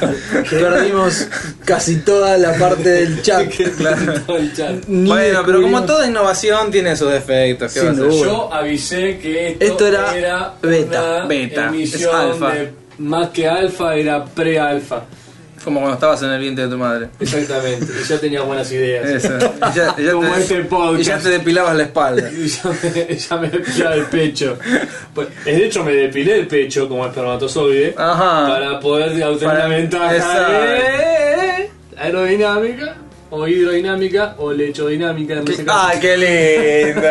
S2: Perdimos casi toda la
S1: (laughs)
S2: parte del chat.
S3: Todo el chat.
S2: Ni
S1: bueno, pero como
S2: descubrimos-
S1: toda innovación tiene sus defectos. ¿qué
S2: Sin
S1: va a ser?
S2: duda.
S3: Yo avisé que esto,
S2: Esto era beta,
S3: una
S1: beta,
S3: emisión
S1: es alfa.
S3: de- más que alfa, era pre-alfa.
S1: Como cuando estabas en el vientre de tu madre.
S3: Exactamente. (laughs) y ya tenía buenas ideas.
S1: Eso. Y ya, y ya
S3: Como
S1: te,
S3: este podcast.
S1: y ya te depilabas la espalda.
S3: Y ya me, (laughs) ya me depilaba el pecho. Pues, de hecho, me depilé el pecho como espermatozoide
S1: Ajá.
S3: para poder obtener
S1: Para-
S3: la ventaja eh.
S1: Exacto.
S3: de aerodinámica o hidrodinámica o lechodinámica. en ese caso.
S1: ¡Ay, qué lindo!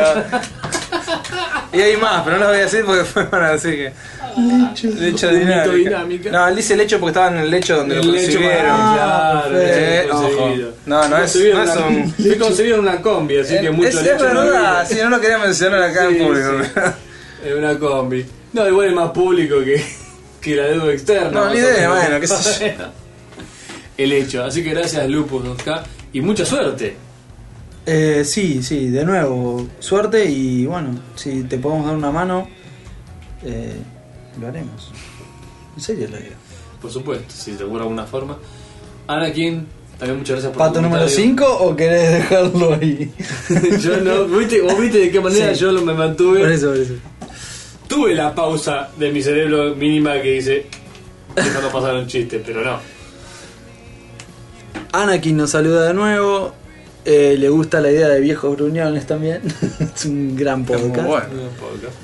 S1: y hay más, pero no los voy a decir porque (laughs) fueron así que. Lecho dinámico.
S3: dinámica.
S1: No, él dice lecho porque estaba en el lecho donde
S3: El
S1: lo
S3: lecho
S1: consiguieron.
S3: para- claro,
S1: Eh,
S3: el lecho
S1: ojo.
S3: conseguido.
S1: No, no
S3: Fui
S1: es-
S3: conseguido
S1: no
S3: en
S1: es
S3: una- (laughs)
S1: un-
S3: Fui conseguido en una combi, así que mucho
S1: es, es
S3: lecho no
S1: verdad,
S3: había.
S1: si no lo quería mencionar acá
S3: Sí,
S1: en público.
S3: sí. En una combi. No, igual es más público que, (laughs) que la deuda externa.
S1: No,
S3: más
S1: ni
S3: o
S1: idea,
S3: menos.
S1: bueno, qué sé
S3: (laughs) El hecho. Así que gracias, Lupus, acá. Y mucha suerte.
S2: Eh, sí, sí, de nuevo, suerte y bueno, si te podemos dar una mano, eh, lo haremos. En serio lo digo.
S3: Por supuesto, si te ocurre alguna forma. Anakin, también muchas gracias por
S2: ¿Pato
S3: tu
S2: número
S3: comentario.
S2: 5 o querés dejarlo
S1: (laughs)
S2: ahí?
S3: (laughs) yo no. ¿Viste, vos viste de qué manera
S2: Sí.
S3: yo lo me
S2: (laughs)
S3: mantuve?
S2: por eso, por eso.
S3: Tuve la pausa de mi cerebro mínima que dice. Dejando pasar un chiste, pero no.
S2: Anakin nos saluda de nuevo. eh, le gusta la idea de viejos gruñones también. (laughs) es un gran
S1: Es muy
S2: podcast.
S1: bueno.
S3: Un podcast.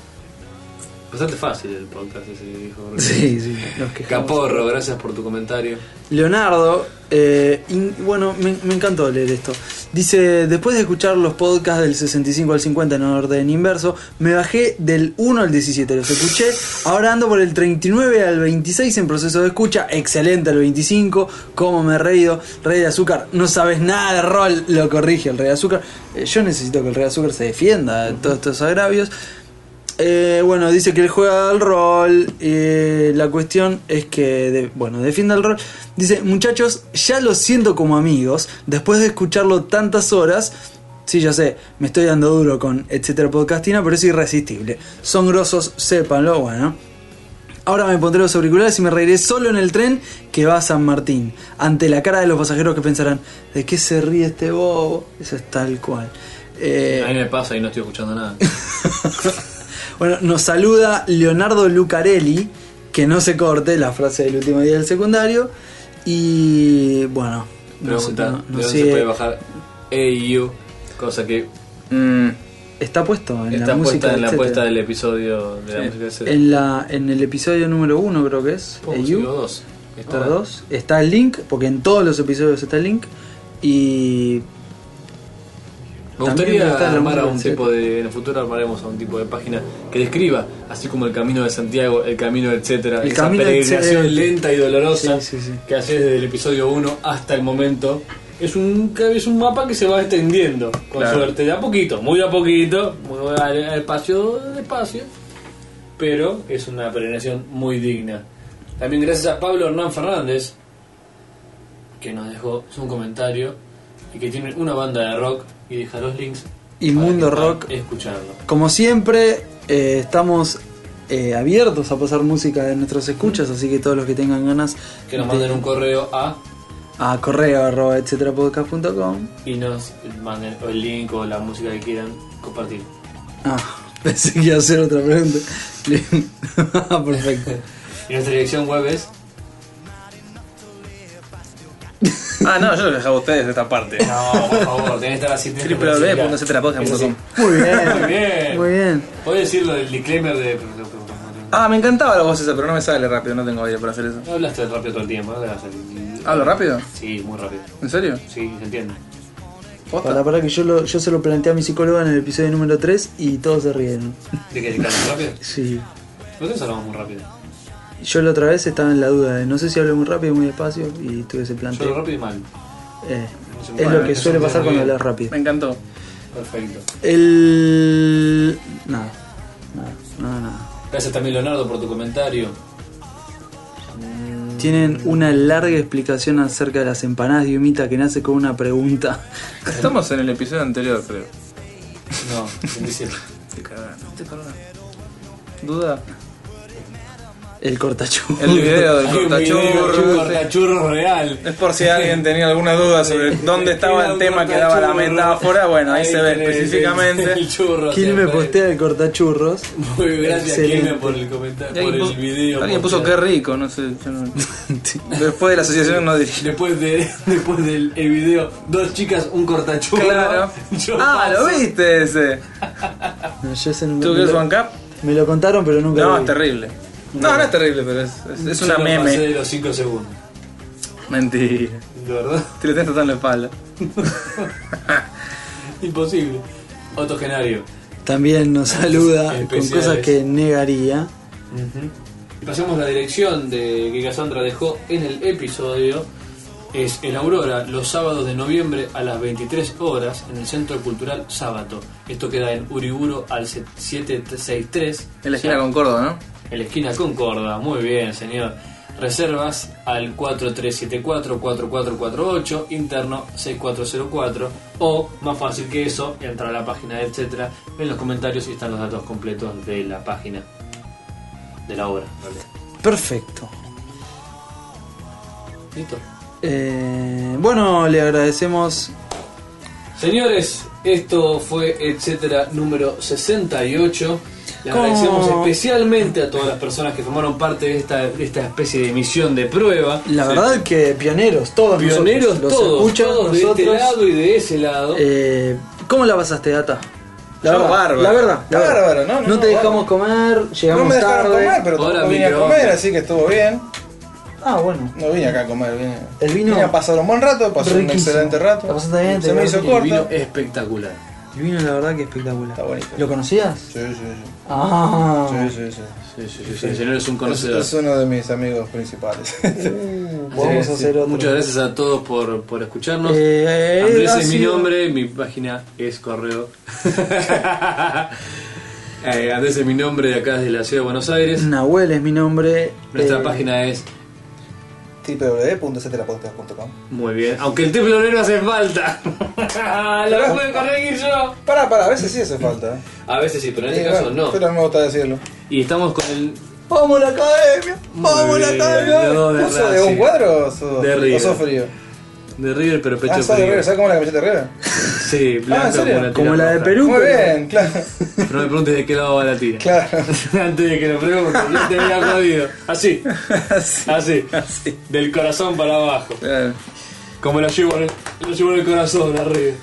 S3: Bastante fácil el podcast ese que dijo. Jorge.
S2: Sí, sí, nos quejamos.
S3: Caporro, gracias por tu comentario.
S2: Leonardo, eh, in- bueno, me, me encantó leer esto. Dice, después de escuchar los podcasts del 65 al 50 en orden inverso, me bajé del 1 al 17, los escuché, ahora ando por el 39 al 26 en proceso de escucha, excelente el 25, cómo me he reído, Rey de Azúcar, no sabes nada de rol, lo corrige el Rey de Azúcar, Eh, yo necesito que el Rey de Azúcar se defienda de todos estos agravios. Eh, bueno, dice que él juega al rol. eh, la cuestión es que, de- bueno, defienda el rol. Dice, muchachos, ya los siento como amigos. Después de escucharlo tantas horas, sí, ya sé, me estoy dando duro con etcétera podcastina, pero es irresistible. Son grosos, sépanlo, bueno. Ahora me pondré los auriculares y me reiré solo en el tren que va a San Martín, ante la cara de los pasajeros que pensarán, ¿de qué se ríe este bobo? Eso es tal cual. Eh,
S3: A mí me pasa y no estoy escuchando nada.
S2: bueno, nos saluda Leonardo Lucarelli, que no se corte la frase del último día del secundario. Y bueno, (laughs) no sé,
S3: Pregunta,
S2: no- no
S3: ¿de dónde se
S2: sé,
S3: puede bajar AU? Cosa que
S1: Mm,
S2: Está puesto en
S3: está
S2: la música.
S3: puesta en la
S2: etcétera.
S3: puesta del episodio de la música de
S2: en, la- en el episodio número uno, creo que es.
S3: Pongo
S2: AU,
S3: sigo dos.
S2: o dos. Está el link, porque en todos los episodios está el link. Y
S3: Me
S2: También
S3: gustaría
S2: me gusta la
S3: armar a un
S2: música.
S3: tipo de. En el futuro armaremos a un tipo de página que describa, así como el camino de Santiago, el camino, etcétera.
S2: El
S3: esa
S2: camino,
S3: peregrinación
S2: etcétera.
S3: lenta y dolorosa
S2: Sí, sí, sí.
S3: que haces desde el episodio 1 hasta el momento. Es un, es un mapa que se va extendiendo, con
S1: Claro.
S3: suerte, de a poquito, muy de a poquito, muy al, al espacio, despacio, pero es una peregrinación muy digna. También gracias a Pablo Hernán Fernández, que nos dejó un comentario y que tiene una banda de rock y deja los links
S2: Inmundo
S3: para que
S2: Rock.
S3: puedan escucharlo
S2: Como siempre, eh, estamos eh, abiertos a pasar música de nuestros escuchas, así que todos los que tengan ganas
S3: que nos
S2: de-
S3: manden un correo a
S2: a correo arroba etcétera podcast punto com.
S3: y nos manden o el link o la música que quieran compartir
S2: Ah, (laughs) pensé que iba a hacer otra pregunta. (laughs) Bien. Perfecto.
S3: y nuestra dirección web es
S1: Ah, no, yo lo dejaba a ustedes de esta parte.
S3: no por favor tenés que estar así tenés que pronunciarla.
S1: www.ceterapodcast.com.
S2: Muy bien.
S3: (laughs) muy bien
S2: Muy bien.
S3: puedes decir lo del disclaimer de
S1: Ah, me encantaba la voz esa, pero no me sale rápido, no tengo aire para hacer eso.
S3: no hablaste rápido todo el tiempo no hablas el-
S1: ¿Hablo rápido?
S3: sí muy rápido
S1: ¿En serio?
S3: sí se entiende
S1: ¿Posta?
S2: Para, para que yo, lo- yo se lo planteé a mi psicóloga en el episodio número 3 y todos se rieron.
S3: de que declaramos rápido
S2: Sí.
S3: nosotros hablamos muy rápido
S2: Yo la otra vez estaba en la duda de no sé si hablo muy rápido o muy despacio y tuve ese
S3: yo hablo
S2: planteo.
S3: rápido y mal
S2: Eh,
S3: No se me
S2: es
S3: ocurre,
S2: lo que
S3: se
S2: suele
S3: me
S2: pasar
S3: ocurre muy
S2: cuando
S3: bien.
S2: hablas rápido.
S1: Me encantó.
S3: perfecto
S2: El. Nada. Nada, nada, nada.
S3: gracias también Leonardo por tu comentario
S2: Tienen una larga explicación acerca de las empanadas de humita que nace con una pregunta.
S1: Estamos en el episodio anterior, creo.
S3: no (laughs) en diciembre
S1: Estoy cagando, estoy cagando. ¿Duda?
S2: El cortachú.
S1: El
S2: (laughs)
S1: video del
S3: Hay un video de un
S1: cortachurro. sí.
S3: cortachurro real.
S1: Es por si alguien tenía alguna duda sobre dónde estaba
S3: Era
S1: el
S3: un
S1: tema que daba la
S3: cortachurro.
S1: metáfora. Bueno, ahí se ve
S3: tenés el- El
S1: específicamente.
S3: churro.
S2: Quilme
S3: siempre.
S2: postea el cortachurros.
S3: Muy gracias,
S2: Excelente.
S3: Quilme, por el comentario, por
S1: Alguien
S3: el
S1: puso-
S3: video.
S1: Alguien
S3: por-
S1: puso qué rico, no sé. yo
S3: (laughs)
S1: no- Después de la asociación no dirigí.
S3: Después, de, (laughs) después del el video, dos chicas, un cortachurro.
S1: Claro.
S3: (laughs) Yo
S1: Ah,
S3: paso.
S1: lo viste ese.
S2: No, yo ese nunca-
S1: ¿Tú
S2: me,
S1: quieres
S2: lo,
S1: One Cup?
S2: me lo contaron, pero nunca. lo
S1: No,
S2: vi.
S1: es terrible. No, no es terrible, pero es, es, es
S3: Yo
S1: una
S3: lo pasé
S1: meme.
S3: de los 5 segundos.
S1: Mentira.
S3: De verdad, (laughs)
S1: Te lo tenés tratando de palo.
S3: imposible. Otro genario.
S2: También nos saluda con
S3: Especiales.
S2: cosas que negaría.
S3: Y pasemos la dirección de que Cassandra dejó en el episodio. Es en Aurora, los sábados de noviembre a las 23 horas en el Centro Cultural Sábato. Esto queda en Uriburo al 763.
S1: En la esquina con Córdoba, ¿no?
S3: En la esquina Concorda, muy bien, señor. Reservas al 4374-4448, interno 6404, o más fácil que eso, entrar a la página, etcétera. En los comentarios y están los datos completos de la página, de la obra. ¿vale?
S2: Perfecto.
S3: ¿Listo?
S2: Eh, bueno, le agradecemos.
S3: Señores, esto fue etcétera número 68. Le
S2: ¿Cómo?
S3: agradecemos especialmente a todas las personas que formaron parte de esta, de esta especie de misión de prueba.
S2: La verdad que pioneros, todos
S3: Pioneros
S2: nosotros, los
S3: todos,
S2: escuchas,
S3: todos de
S2: nosotros.
S3: este lado y de ese lado.
S2: Eh, ¿Cómo la pasaste, Data? La
S1: Yo
S2: verdad,
S1: bárbaro.
S2: la verdad, la verdad.
S1: Bárbaro, no, no, no,
S2: te dejamos
S1: bárbaro.
S2: comer, llegamos
S1: No me dejaron
S2: tarde.
S1: comer, pero
S3: Ahora
S1: tampoco vine a
S3: microondas.
S1: comer, así que estuvo bien.
S2: Ah, bueno.
S1: No vine acá a comer, vine.
S2: El vino-
S1: Vine a pasar un buen rato, pasó un
S2: Riquísimo.
S1: excelente rato.
S2: La pasaste bien, te
S1: se me
S2: quedaste
S1: hizo
S2: bien.
S1: corto.
S3: El vino espectacular.
S2: El vino, la verdad, que espectacular.
S1: Está bonito.
S2: ¿Lo conocías?
S1: Sí, sí, sí.
S2: Ah,
S1: Sí, sí, sí.
S3: Sí, sí, sí, sí, el señor es un
S1: Es,
S3: conocedor.
S1: es uno de mis amigos principales.
S2: Uh,
S3: Así que,
S2: vamos a
S3: sí,
S2: hacer otro.
S3: Muchas gracias a todos por, por escucharnos.
S2: Eh,
S3: Andrés
S2: ha
S3: es mi
S2: sido-
S3: nombre, mi página es correo. (laughs) Eh, Andrés es mi nombre de acá, de la ciudad de Buenos Aires.
S2: Nahuel es mi nombre.
S3: Nuestra
S2: eh,
S3: página es
S1: www.ceterapodcast.com
S3: muy bien. Aunque el triple no hace falta. (laughs) Lo pude corregir yo.
S1: Pará, pará, a veces sí hace falta. ¿eh?
S3: A veces sí, pero en
S1: Eh,
S3: este caso
S1: bueno,
S3: no.
S1: Pero no me gusta decirlo.
S3: Y estamos con el
S1: ¡Vamos a la academia! ¡Vamos a la
S3: bien,
S1: academia!
S3: no, de
S1: ¿Vos sos de
S3: Racing.
S1: un cuadro o sos,
S3: De River.
S1: o sos frío?
S3: de River, pero pecho
S1: Ah, sos de
S3: frío.
S1: River, ¿sabes cómo es la camiseta de River?
S3: Sí, blanca
S1: Ah, serio?
S3: una tira
S2: Como la de
S3: roja.
S2: Perú.
S1: Muy
S2: pero-
S1: bien,
S3: (laughs)
S1: claro.
S3: Pero no me preguntes de qué lado va la tira.
S1: Claro.
S3: (laughs) Antes de que lo preguntes, yo te había jodido. Así,
S1: (laughs) Así,
S3: así.
S1: así.
S3: Del corazón para abajo.
S1: Claro.
S3: Como lo llevo en el, lo llevo en el corazón, arriba.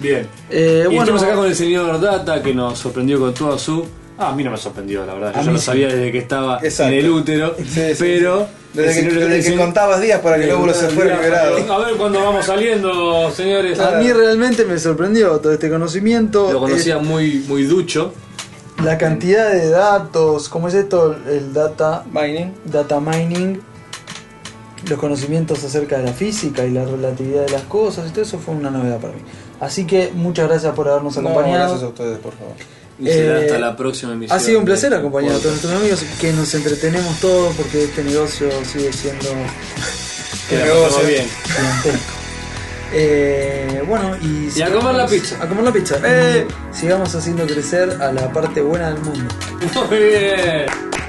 S3: Bien.
S2: Eh,
S3: y
S2: bueno,
S3: estamos acá con el señor Data que nos sorprendió con toda su. Ah, a mí no me sorprendió, la verdad. Yo ya lo sabía desde que estaba
S1: Exacto.
S3: en el útero.
S1: Sí, sí,
S3: pero
S1: Desde
S12: El
S1: que,
S12: cerebro-
S1: desde
S12: el
S1: que
S12: cere-
S1: contabas días para que el óvulo se fuera liberado.
S6: A ver cuándo vamos saliendo, señores.
S2: A mí realmente me sorprendió todo este conocimiento.
S3: Lo conocía muy, muy ducho.
S2: eh, la cantidad de datos, ¿cómo es esto? El data,
S1: Mining.
S2: data mining, los conocimientos acerca de la física y la relatividad de las cosas, y todo eso fue una novedad para mí. Así que muchas gracias por habernos
S1: No,
S2: acompañado.
S1: gracias a ustedes, por favor.
S3: Y será
S2: Eh,
S3: hasta la próxima emisión.
S2: Ha sido un placer
S3: de- este
S2: acompañar a todos
S3: Podcast.
S2: nuestros amigos, que nos entretenemos todos porque este negocio sigue siendo
S6: Que la
S1: Que vos,
S6: pasemos
S1: eh.
S6: bien.
S2: gigantesco. Eh, bueno, y,
S3: Y a
S2: sigamos-
S3: comer la pizza.
S2: A comer la pizza. Eh, sigamos haciendo crecer a la parte buena del mundo.
S6: Muy bien.